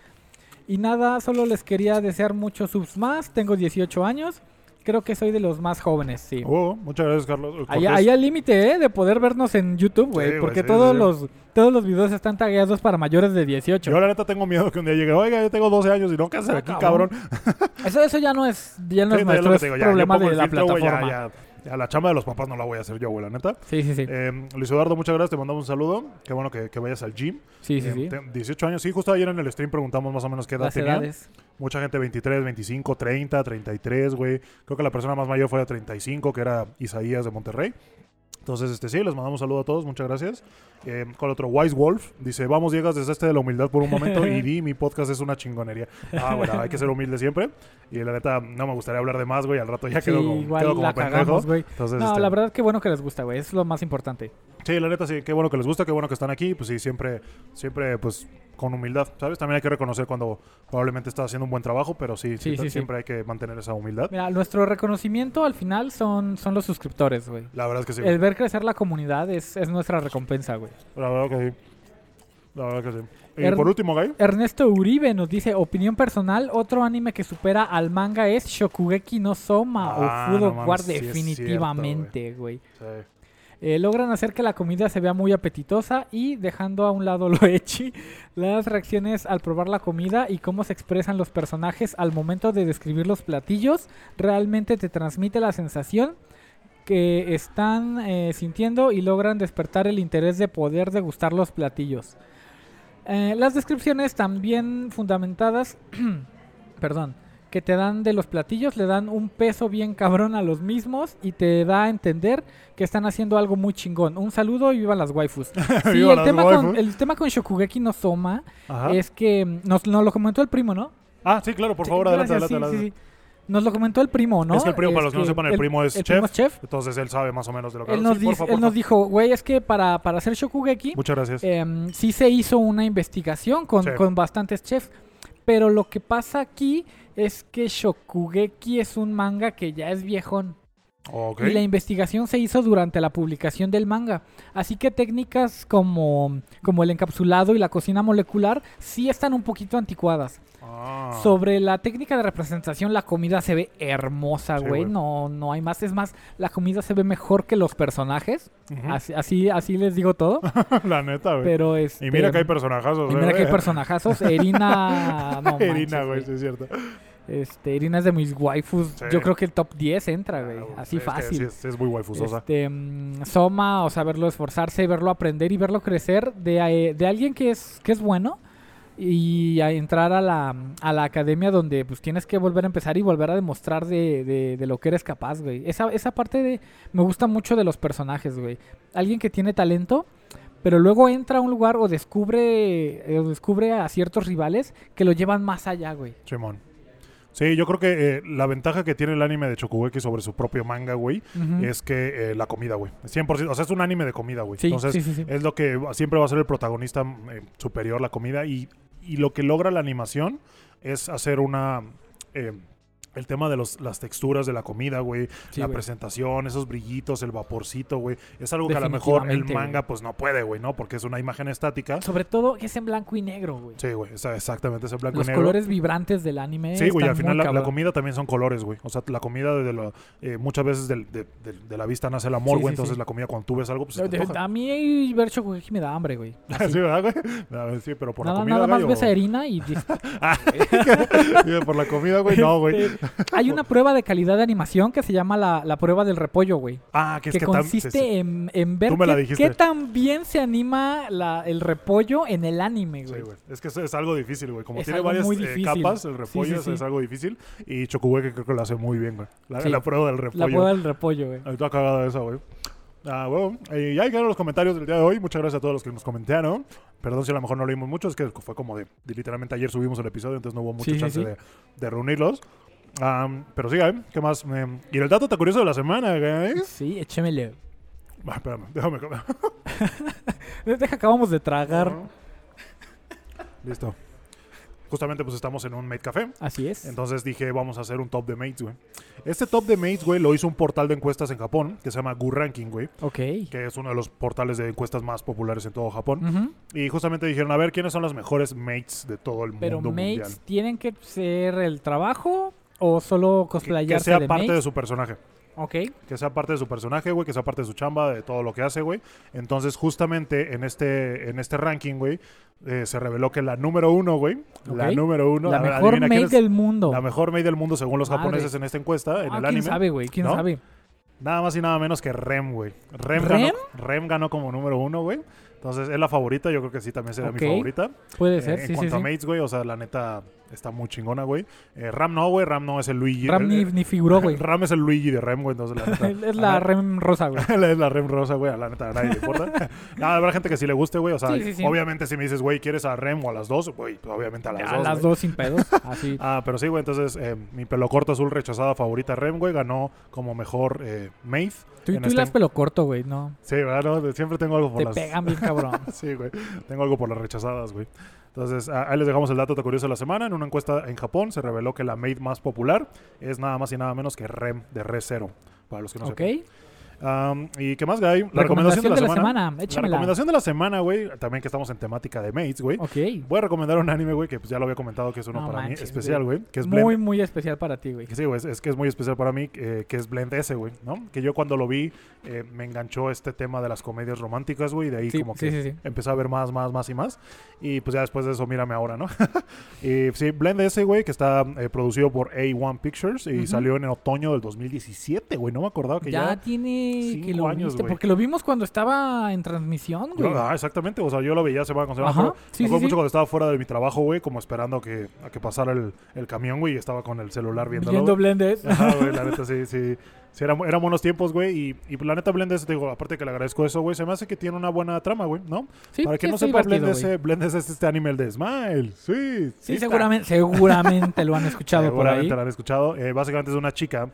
Speaker 2: Y nada, solo les quería desear muchos subs más, tengo 18 años, creo que soy de los más jóvenes, sí.
Speaker 1: Oh, muchas gracias, Carlos. Eh, Cortés.
Speaker 2: Allá, allá el límite, ¿eh? De poder vernos en YouTube, güey.
Speaker 1: güey,
Speaker 2: porque
Speaker 1: sí,
Speaker 2: todos,
Speaker 1: sí, sí.
Speaker 2: Los, todos los videos están tagueados para mayores de 18.
Speaker 1: Yo, la neta, tengo miedo que un día llegue. Oiga, yo tengo 12 años y no, ¿qué haces
Speaker 2: Ah,
Speaker 1: aquí,
Speaker 2: cabrón.
Speaker 1: cabrón?
Speaker 2: Eso, eso ya no es, ya no
Speaker 1: Sí,
Speaker 2: es
Speaker 1: no, es lo
Speaker 2: nuestro
Speaker 1: que
Speaker 2: es
Speaker 1: te digo, ya, yo
Speaker 2: problema
Speaker 1: pongo
Speaker 2: de
Speaker 1: el
Speaker 2: la
Speaker 1: filtro, güey, ya,
Speaker 2: plataforma.
Speaker 1: ya, ya, la chamba de los papás no la voy a hacer yo, güey, la neta.
Speaker 2: Sí, sí, sí.
Speaker 1: Eh, Luis Eduardo, muchas gracias. Te mandamos un saludo. Qué bueno que, que vayas al gym.
Speaker 2: sí, sí,
Speaker 1: Eh,
Speaker 2: sí.
Speaker 1: te- 18 años, sí, justo ayer en el stream preguntamos más o menos qué edad
Speaker 2: Las
Speaker 1: tenía.
Speaker 2: edades.
Speaker 1: Mucha gente 23, 25, 30, 33, güey. Creo que la persona más mayor fue de 35, que era Isaías de Monterrey. Entonces, este sí, les mandamos un saludo a todos, muchas gracias. Eh, con otro, Wise Wolf, dice, vamos, llegas desde este de la humildad por un momento y di, mi podcast es una chingonería. Ah, bueno, hay que ser humilde siempre. Y la neta, no me gustaría hablar de más, güey, al rato ya
Speaker 2: Sí,
Speaker 1: quedo como,
Speaker 2: igual
Speaker 1: quedo como
Speaker 2: la
Speaker 1: pendejo.
Speaker 2: cagamos, güey.
Speaker 1: Entonces,
Speaker 2: No,
Speaker 1: este,
Speaker 2: la verdad que bueno que les gusta, güey. Es lo más importante.
Speaker 1: Sí, la neta, sí, qué bueno que les gusta, qué bueno que están aquí. Pues sí, siempre, siempre, pues con humildad, ¿sabes? También hay que reconocer cuando probablemente estás haciendo un buen trabajo, pero sí,
Speaker 2: Sí,
Speaker 1: siempre,
Speaker 2: sí, sí.
Speaker 1: siempre hay que mantener esa humildad.
Speaker 2: Mira, nuestro reconocimiento al final son, son los suscriptores, güey.
Speaker 1: La verdad es que sí.
Speaker 2: El ver crecer la comunidad es, es nuestra recompensa, güey.
Speaker 1: La verdad que sí. La verdad que sí. Y
Speaker 2: Er-
Speaker 1: por último, Guy.
Speaker 2: Ernesto Uribe nos dice, opinión personal, otro anime que supera al manga es Shokugeki no Soma
Speaker 1: Ah,
Speaker 2: o Fudo
Speaker 1: no mames,
Speaker 2: War
Speaker 1: sí es cierto,
Speaker 2: definitivamente, güey.
Speaker 1: Sí.
Speaker 2: Eh, logran hacer que la comida se vea muy apetitosa y dejando a un lado lo echi, las reacciones al probar la comida y cómo se expresan los personajes al momento de describir los platillos, realmente te transmite la sensación que están eh, sintiendo y logran despertar el interés de poder degustar los platillos. Eh, las descripciones también fundamentadas, perdón, que te dan de los platillos le dan un peso bien cabrón a los mismos y te da a entender que están haciendo algo muy chingón. Un saludo y viva las waifus. Sí,
Speaker 1: Viva
Speaker 2: el,
Speaker 1: las
Speaker 2: tema
Speaker 1: waifus.
Speaker 2: Con, el tema con Shokugeki no Soma
Speaker 1: Ajá.
Speaker 2: es que mm, nos, nos lo comentó el primo, ¿no?
Speaker 1: Ah, sí, claro, por favor,
Speaker 2: Sí,
Speaker 1: adelante,
Speaker 2: gracias,
Speaker 1: adelante.
Speaker 2: sí,
Speaker 1: adelante.
Speaker 2: sí, sí. Nos lo comentó el primo, ¿no? Este,
Speaker 1: Es que el primo, para los que no sepan, el primo es
Speaker 2: el
Speaker 1: chef.
Speaker 2: primo es chef.
Speaker 1: Entonces él sabe más o menos de lo que
Speaker 2: Él
Speaker 1: Sí,
Speaker 2: nos,
Speaker 1: por
Speaker 2: dice-
Speaker 1: favor,
Speaker 2: él
Speaker 1: por
Speaker 2: nos
Speaker 1: favor.
Speaker 2: dijo, güey, es que para, para hacer Shokugeki
Speaker 1: Muchas gracias.
Speaker 2: em, sí se hizo una investigación con,
Speaker 1: Sí.
Speaker 2: con bastantes chefs. Pero lo que pasa aquí es que Shokugeki es un manga que ya es viejón.
Speaker 1: ok.
Speaker 2: Y la investigación se hizo durante la publicación del manga. Así que técnicas como, como el encapsulado y la cocina molecular sí están un poquito anticuadas.
Speaker 1: Ah.
Speaker 2: Sobre la técnica de representación, la comida se ve hermosa,
Speaker 1: Sí,
Speaker 2: güey.
Speaker 1: güey.
Speaker 2: no, no hay más. Es más, la comida se ve mejor que los personajes.
Speaker 1: Ujú.
Speaker 2: Así, así, así les digo todo.
Speaker 1: la neta, güey.
Speaker 2: Pero es.
Speaker 1: Y mira que hay personajazos.
Speaker 2: Y
Speaker 1: eh,
Speaker 2: mira que hay
Speaker 1: güey.
Speaker 2: personajazos. Irina. No
Speaker 1: Irina, güey,
Speaker 2: manches, güey.
Speaker 1: sí es cierto.
Speaker 2: Este, Irina es de mis waifus.
Speaker 1: Sí.
Speaker 2: Yo creo que el top 10 entra, güey.
Speaker 1: Ah, güey,
Speaker 2: así
Speaker 1: es que
Speaker 2: fácil.
Speaker 1: sí es, es muy waifusosa.
Speaker 2: Este, mm, Soma, o sea, verlo esforzarse, verlo aprender y verlo crecer de, eh, de alguien que es, que es bueno y a entrar a la, a la academia donde pues tienes que volver a empezar y volver a demostrar de, de- de lo que eres capaz, güey. Esa, esa parte de, me gusta mucho de los personajes, güey. Alguien que tiene talento, pero luego entra a un lugar o descubre, eh, o descubre a ciertos rivales que lo llevan más allá, güey.
Speaker 1: Simón. Sí, yo creo que eh, la ventaja que tiene el anime de Chokugeki sobre su propio manga, güey,
Speaker 2: Ujú.
Speaker 1: es que eh, la comida, güey. 100%. O sea, es un anime de comida, güey.
Speaker 2: Sí,
Speaker 1: Entonces, eh,
Speaker 2: sí, sí, sí.
Speaker 1: es lo que siempre va a ser el protagonista eh, superior, la comida. Y, y lo que logra la animación es hacer una. eh, El tema de los, las texturas de la comida, güey.
Speaker 2: Sí,
Speaker 1: la
Speaker 2: güey.
Speaker 1: presentación, esos brillitos, el vaporcito, güey. Es algo que a lo mejor el
Speaker 2: Definitivamente,
Speaker 1: manga, pues no puede, güey, ¿no? Porque es una imagen estática.
Speaker 2: Sobre todo que es en blanco y negro, güey.
Speaker 1: Sí, güey, esa- exactamente, ese blanco y
Speaker 2: Los
Speaker 1: negro.
Speaker 2: colores vibrantes del anime.
Speaker 1: Sí, güey, y
Speaker 2: están
Speaker 1: al final
Speaker 2: muy
Speaker 1: la, la
Speaker 2: cabrón.
Speaker 1: comida también son colores, güey. O sea, la comida de, de la- eh, muchas veces del- de, de- de la vista nace el amor,
Speaker 2: Sí,
Speaker 1: güey.
Speaker 2: sí,
Speaker 1: entonces
Speaker 2: sí.
Speaker 1: la comida cuando tú ves algo, pues se
Speaker 2: De-
Speaker 1: te
Speaker 2: de-
Speaker 1: antoja.
Speaker 2: a mí ver Shokugeki me da hambre, güey.
Speaker 1: Sí, ¿verdad, güey? A ver, Sí, pero por la
Speaker 2: Nada,
Speaker 1: comida,
Speaker 2: nada más
Speaker 1: gallo.
Speaker 2: ves a Erina y dices,
Speaker 1: Sí, por la comida, güey, no, güey.
Speaker 2: Este, hay una prueba de calidad de animación que se llama la, la prueba del repollo, güey.
Speaker 1: Ah, que es
Speaker 2: que,
Speaker 1: que, tam- sí,
Speaker 2: consiste
Speaker 1: sí.
Speaker 2: En, en ver
Speaker 1: Tú me la
Speaker 2: qué,
Speaker 1: dijiste.
Speaker 2: qué tan bien se anima la- el repollo en el anime,
Speaker 1: Sí,
Speaker 2: güey.
Speaker 1: güey. Es que es, es algo difícil, güey. Como
Speaker 2: Es
Speaker 1: tiene
Speaker 2: algo
Speaker 1: varias
Speaker 2: muy
Speaker 1: eh,
Speaker 2: difícil.
Speaker 1: capas, el
Speaker 2: Sí,
Speaker 1: repollo
Speaker 2: sí,
Speaker 1: es-
Speaker 2: sí.
Speaker 1: es algo difícil. Y Chocuhue, creo que lo hace muy bien, güey. La,
Speaker 2: Sí.
Speaker 1: la prueba del
Speaker 2: la
Speaker 1: repollo.
Speaker 2: prueba del repollo, güey.
Speaker 1: Ahorita cagado eso, güey. Ah, bueno, eh, ya llegaron los comentarios del día de hoy. Muchas gracias a todos los que nos comentaron. Perdón si a lo mejor no leímos mucho, es que fue como de, de literalmente ayer subimos el episodio, entonces no hubo mucha
Speaker 2: Sí, sí,
Speaker 1: chance
Speaker 2: sí.
Speaker 1: De, de reunirlos. Am, pero sí, ¿eh? ¿qué más? Em, y el dato tan curioso de la semana, guys.
Speaker 2: Sí, échemele.
Speaker 1: Ah, espérame, déjame comer.
Speaker 2: Deja, acabamos de tragar.
Speaker 1: Listo. Justamente pues estamos en un Made Café.
Speaker 2: Así es.
Speaker 1: Entonces dije, vamos a hacer un top de mates, güey. Este top de mates, güey, lo hizo un portal de encuestas en Japón que se llama Gu Ranking, güey,
Speaker 2: ok.
Speaker 1: que es uno de los portales de encuestas más populares en todo Japón.
Speaker 2: Ujú.
Speaker 1: Y justamente dijeron, a ver, ¿quiénes son las mejores mates de todo el
Speaker 2: Mm. Pero
Speaker 1: mundo
Speaker 2: mates
Speaker 1: mundial?
Speaker 2: tienen que ser el trabajo o solo
Speaker 1: Que,
Speaker 2: cosplayarse
Speaker 1: que sea
Speaker 2: de
Speaker 1: parte de
Speaker 2: mates.
Speaker 1: su personaje.
Speaker 2: Ok.
Speaker 1: Que sea parte de su personaje, güey, que sea parte de su chamba, de todo lo que hace, güey. Entonces, justamente en este, en este ranking, güey, eh, se reveló que la número uno, güey, la
Speaker 2: Ok.
Speaker 1: número uno,
Speaker 2: la
Speaker 1: a ver,
Speaker 2: mejor
Speaker 1: adivina quién
Speaker 2: mate
Speaker 1: es
Speaker 2: del mundo.
Speaker 1: la mejor mate del mundo según los
Speaker 2: Madre.
Speaker 1: japoneses en esta encuesta, en
Speaker 2: Ah,
Speaker 1: el
Speaker 2: ¿Quién
Speaker 1: anime.
Speaker 2: sabe, güey? ¿Quién
Speaker 1: ¿no?
Speaker 2: sabe?
Speaker 1: Nada más y nada menos que Rem, güey. Rem,
Speaker 2: ¿Rem?
Speaker 1: Ganó, Rem ganó como número uno, güey. Entonces es la favorita, yo creo que sí, también será
Speaker 2: Ok.
Speaker 1: mi favorita.
Speaker 2: Puede
Speaker 1: Eh,
Speaker 2: ser,
Speaker 1: en
Speaker 2: sí, sí,
Speaker 1: cuanto
Speaker 2: sí.
Speaker 1: a mates, güey, o sea, la neta está muy chingona, güey. Eh, Ram no, güey, Ram no es el Luigi.
Speaker 2: Ram
Speaker 1: el-
Speaker 2: ni,
Speaker 1: el-
Speaker 2: ni figuró, güey.
Speaker 1: Ram es el Luigi de Rem, güey, entonces la neta.
Speaker 2: es
Speaker 1: a
Speaker 2: la
Speaker 1: na-
Speaker 2: rem rosa, güey.
Speaker 1: es la Rem rosa, güey, a la neta a nadie le importa. Nada, habrá gente que sí le guste, güey. O sea,
Speaker 2: Sí, sí, sí.
Speaker 1: obviamente si me dices, güey, ¿quieres a Rem o a las dos? Güey, pues, obviamente a las
Speaker 2: A
Speaker 1: dos.
Speaker 2: las
Speaker 1: güey.
Speaker 2: dos sin pedos. Así.
Speaker 1: Ah, pero sí, güey, entonces eh, mi pelo corto azul rechazada favorita Rem, güey, ganó como mejor eh, mate.
Speaker 2: Tú,
Speaker 1: en
Speaker 2: tú y
Speaker 1: esta
Speaker 2: las pelo corto, güey, no.
Speaker 1: Sí, ¿verdad? No, de- siempre tengo algo por
Speaker 2: Te
Speaker 1: las...
Speaker 2: pegan bien cabrón.
Speaker 1: Sí, güey. Tengo algo por las rechazadas, güey. Entonces, a- ahí les dejamos el dato curioso de la semana. En una encuesta en Japón se reveló que la maid más popular es nada más y nada menos que Rem de Re Zero. Para los que no
Speaker 2: ok.
Speaker 1: sepan. Am, ¿Y qué más, Guy? La
Speaker 2: recomendación de la semana.
Speaker 1: La
Speaker 2: Échamela.
Speaker 1: recomendación de la semana, güey. También que estamos en temática de maids, güey.
Speaker 2: Ok.
Speaker 1: Voy a recomendar un anime, güey, que pues, ya lo había comentado que es uno
Speaker 2: No
Speaker 1: para mí
Speaker 2: manches,
Speaker 1: especial, güey. Que es Blend.
Speaker 2: Muy, muy especial para ti, güey.
Speaker 1: Que Sí, güey, es, es que es muy especial para mí, eh, que es Blend S, güey, ¿no? Que yo cuando lo vi eh, me enganchó este tema de las comedias románticas, güey, y de ahí
Speaker 2: Sí,
Speaker 1: como
Speaker 2: sí,
Speaker 1: que
Speaker 2: sí, sí.
Speaker 1: empecé a ver más, más, más y más. Y pues ya después de eso, mírame ahora, ¿no? y sí, Blend S, güey, que está eh, producido por A1 Pictures y
Speaker 2: Ujú.
Speaker 1: salió en el otoño del 2017, güey, no me acordaba que
Speaker 2: ya,
Speaker 1: ya...
Speaker 2: tiene que
Speaker 1: cinco
Speaker 2: lo
Speaker 1: años,
Speaker 2: viste,
Speaker 1: güey.
Speaker 2: porque lo vimos cuando estaba en transmisión, güey.
Speaker 1: Yo- ah, exactamente, o sea, yo lo veía semana con semana.
Speaker 2: Ajá,
Speaker 1: pero
Speaker 2: sí,
Speaker 1: me acuerdo
Speaker 2: sí,
Speaker 1: mucho
Speaker 2: sí.
Speaker 1: cuando estaba fuera de mi trabajo, güey, como esperando a que, a que pasara el, el camión, güey, y estaba con el celular viéndolo.
Speaker 2: Viendo
Speaker 1: güey.
Speaker 2: Blender.
Speaker 1: Ajá, güey, la neta, sí, sí. Sí, eran, eran buenos tiempos, güey. Y, y la neta, Blenders, te digo, aparte que le agradezco eso, güey, se me hace que tiene una buena trama, güey, ¿no?
Speaker 2: Sí,
Speaker 1: Para que
Speaker 2: sí,
Speaker 1: no
Speaker 2: está
Speaker 1: sepa,
Speaker 2: divertido,
Speaker 1: Blenders,
Speaker 2: güey.
Speaker 1: eh, Blenders es este anime el de Smile. Sí,
Speaker 2: Sí,
Speaker 1: está.
Speaker 2: seguramente, seguramente lo han escuchado por
Speaker 1: Seguramente
Speaker 2: ahí.
Speaker 1: lo han escuchado. Eh, básicamente es una chica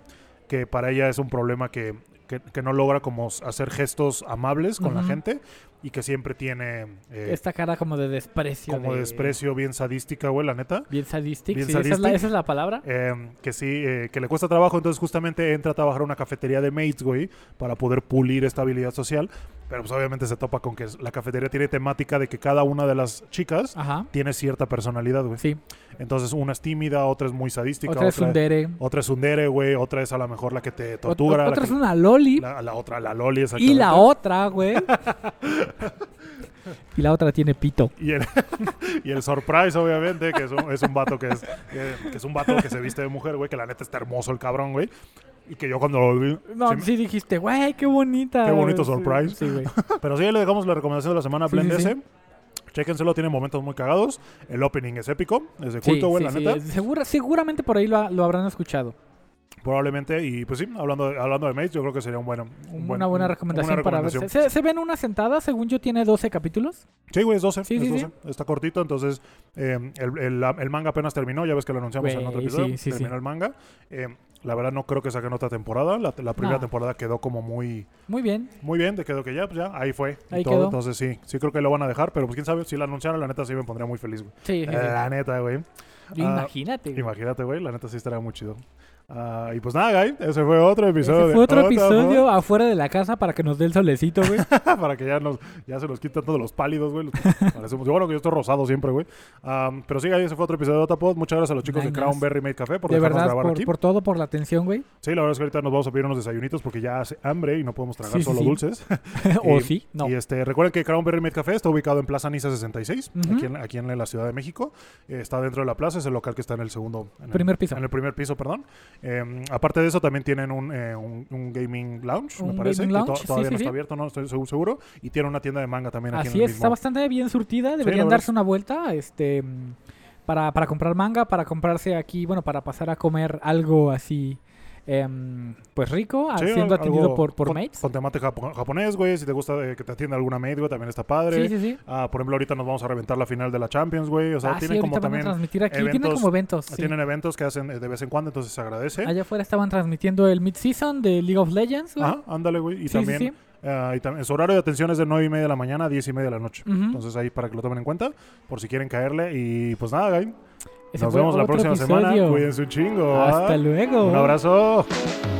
Speaker 1: que para ella es un problema que, que, que no logra como hacer gestos amables con la
Speaker 2: Ujú.
Speaker 1: gente y que siempre tiene eh,
Speaker 2: Esta cara como de desprecio.
Speaker 1: como desprecio bien sadística, güey, la neta.
Speaker 2: Bien sadistic.
Speaker 1: Bien
Speaker 2: sí, esa es la-
Speaker 1: sadistic.
Speaker 2: esa es la palabra.
Speaker 1: Eh, que sí, eh, que le cuesta trabajo, entonces justamente entra a trabajar a una cafetería de mates, güey, para poder pulir esta habilidad social. Pero pues obviamente se topa con que es- la cafetería tiene temática de que cada una de las chicas
Speaker 2: Ajá.
Speaker 1: tiene cierta personalidad, güey.
Speaker 2: Sí.
Speaker 1: Entonces una es tímida, otra es muy sadística,
Speaker 2: Otra es un dere.
Speaker 1: otra esundere, güey, otra es a lo mejor la que te
Speaker 2: Ot-
Speaker 1: tortura, la
Speaker 2: otra
Speaker 1: que-
Speaker 2: es una loli.
Speaker 1: la, la otra, la loli,
Speaker 2: Y
Speaker 1: exactamente.
Speaker 2: la otra, güey. y la otra tiene pito.
Speaker 1: Y el, y el Surprise, obviamente, que es un, es un vato que es, que, que es un vato que se viste de mujer, güey, que la neta está hermoso el cabrón, güey. Y que yo cuando lo vi...
Speaker 2: No,
Speaker 1: se
Speaker 2: sí,
Speaker 1: me-
Speaker 2: dijiste, güey, qué bonita.
Speaker 1: Qué bonito
Speaker 2: Sí,
Speaker 1: surprise.
Speaker 2: Sí, güey.
Speaker 1: Pero sí, ahí le dejamos la recomendación de la semana a
Speaker 2: Sí,
Speaker 1: Blend
Speaker 2: sí, sí.
Speaker 1: S. Chéquenselo, tiene momentos muy cagados. El opening es épico, es de
Speaker 2: Sí,
Speaker 1: culto, güey,
Speaker 2: sí,
Speaker 1: la
Speaker 2: sí,
Speaker 1: neta.
Speaker 2: es- segura- seguramente por ahí lo, ha- lo habrán escuchado.
Speaker 1: Probablemente, y pues sí, hablando de, hablando de Mates, yo creo que sería un buen, un buen-
Speaker 2: una buena
Speaker 1: un-
Speaker 2: recomendación,
Speaker 1: una
Speaker 2: para verse. ¿Se, se ven una sentada, según yo, tiene 12 capítulos.
Speaker 1: Sí, güey, es 12.
Speaker 2: Sí,
Speaker 1: es
Speaker 2: sí, sí.
Speaker 1: 12. Está cortito, entonces eh, el, el- la- el manga apenas terminó, ya ves que lo anunciamos en otro
Speaker 2: Güey,
Speaker 1: episodio.
Speaker 2: sí, sí,
Speaker 1: terminó
Speaker 2: sí.
Speaker 1: el manga. Eh, la verdad no creo que saquen otra temporada. La, la primera
Speaker 2: No.
Speaker 1: temporada quedó como muy,
Speaker 2: Muy bien.
Speaker 1: muy bien, de quedó que ya, pues ya, ahí fue. y
Speaker 2: Ahí
Speaker 1: todo.
Speaker 2: quedó.
Speaker 1: Entonces sí, sí creo que lo van a dejar, pero pues quién sabe, si la anunciaran, la neta sí me pondría muy feliz, güey.
Speaker 2: Sí, sí, sí.
Speaker 1: La neta, güey. Ah,
Speaker 2: Imagínate. güey.
Speaker 1: Imagínate, güey, la neta sí estaría muy chido. Ah, y pues nada, Guy, ese fue otro episodio.
Speaker 2: Ese
Speaker 1: de
Speaker 2: fue otro
Speaker 1: Otaku.
Speaker 2: episodio afuera de la casa para que nos dé el solecito, güey.
Speaker 1: para que ya nos ya se nos quitan todos los pálidos, güey. los que parecemos- yo, bueno, que yo estoy rosado siempre, güey. Am, pero sí, Guy, ese fue otro episodio de Otapod. Muchas gracias a los chicos de
Speaker 2: Nice.
Speaker 1: Crownberry Made Café por
Speaker 2: de
Speaker 1: dejarnos
Speaker 2: verdad,
Speaker 1: grabar
Speaker 2: por,
Speaker 1: aquí.
Speaker 2: por todo, por la atención, güey.
Speaker 1: Sí, la verdad es que ahorita nos vamos a pedir unos desayunitos porque ya hace hambre y no podemos tragar
Speaker 2: Sí, sí,
Speaker 1: solo
Speaker 2: sí.
Speaker 1: dulces.
Speaker 2: o
Speaker 1: Y-
Speaker 2: sí, no.
Speaker 1: Y este, recuerden que Crownberry Made Café está ubicado en Plaza Niza 66,
Speaker 2: Ujú.
Speaker 1: aquí, en, aquí en la Ciudad de México. Eh, está dentro de la plaza, es el local que está en el segundo. en el-
Speaker 2: Primer piso.
Speaker 1: En el primer piso, perdón. Eh, aparte de eso, también tienen un, eh, un- un gaming lounge, me
Speaker 2: Un
Speaker 1: parece.
Speaker 2: gaming
Speaker 1: que to-
Speaker 2: lounge, sí,
Speaker 1: todavía
Speaker 2: sí,
Speaker 1: no
Speaker 2: sí.
Speaker 1: está abierto, no estoy segu- seguro. Y tiene una tienda de manga también aquí
Speaker 2: Así
Speaker 1: en el
Speaker 2: es,
Speaker 1: mismo.
Speaker 2: está bastante bien surtida.
Speaker 1: la
Speaker 2: Deberían
Speaker 1: verdad es-
Speaker 2: darse una vuelta este, mm, para, para comprar manga, para comprarse aquí, bueno, para pasar a comer algo así, em, pues rico,
Speaker 1: Sí,
Speaker 2: siendo
Speaker 1: algo
Speaker 2: atendido por, por
Speaker 1: con,
Speaker 2: mates.
Speaker 1: Con temate japo- japonés, güey. Si te gusta eh, que te atienda alguna maid, güey, también está padre.
Speaker 2: sí, sí, sí.
Speaker 1: Ah, por ejemplo, ahorita nos vamos a reventar la final de la Champions, güey. O sea,
Speaker 2: Ah, sí,
Speaker 1: tienen
Speaker 2: ahorita
Speaker 1: como
Speaker 2: van a
Speaker 1: también.
Speaker 2: transmitir aquí. tienen
Speaker 1: eventos- ¿Ah,
Speaker 2: como eventos. sí.
Speaker 1: Tienen eventos que hacen eh, de vez en cuando, entonces se agradece.
Speaker 2: Allá afuera estaban transmitiendo el mid-season de League of Legends. güey.
Speaker 1: Ajá, ándale, güey. Y
Speaker 2: Sí, sí,
Speaker 1: también,
Speaker 2: sí.
Speaker 1: ah, y tam- su horario de atención es de 9 y media de la mañana a 10 y media de la noche.
Speaker 2: Ujú.
Speaker 1: Entonces ahí para que lo tomen en cuenta, por si quieren caerle. Y pues nada, Gaby.
Speaker 2: Ese
Speaker 1: Nos
Speaker 2: fue
Speaker 1: vemos la
Speaker 2: otro
Speaker 1: próxima semana.
Speaker 2: episodio.
Speaker 1: Cuídense un chingo. ¿ah?
Speaker 2: Hasta luego.
Speaker 1: Un abrazo.
Speaker 2: Bye.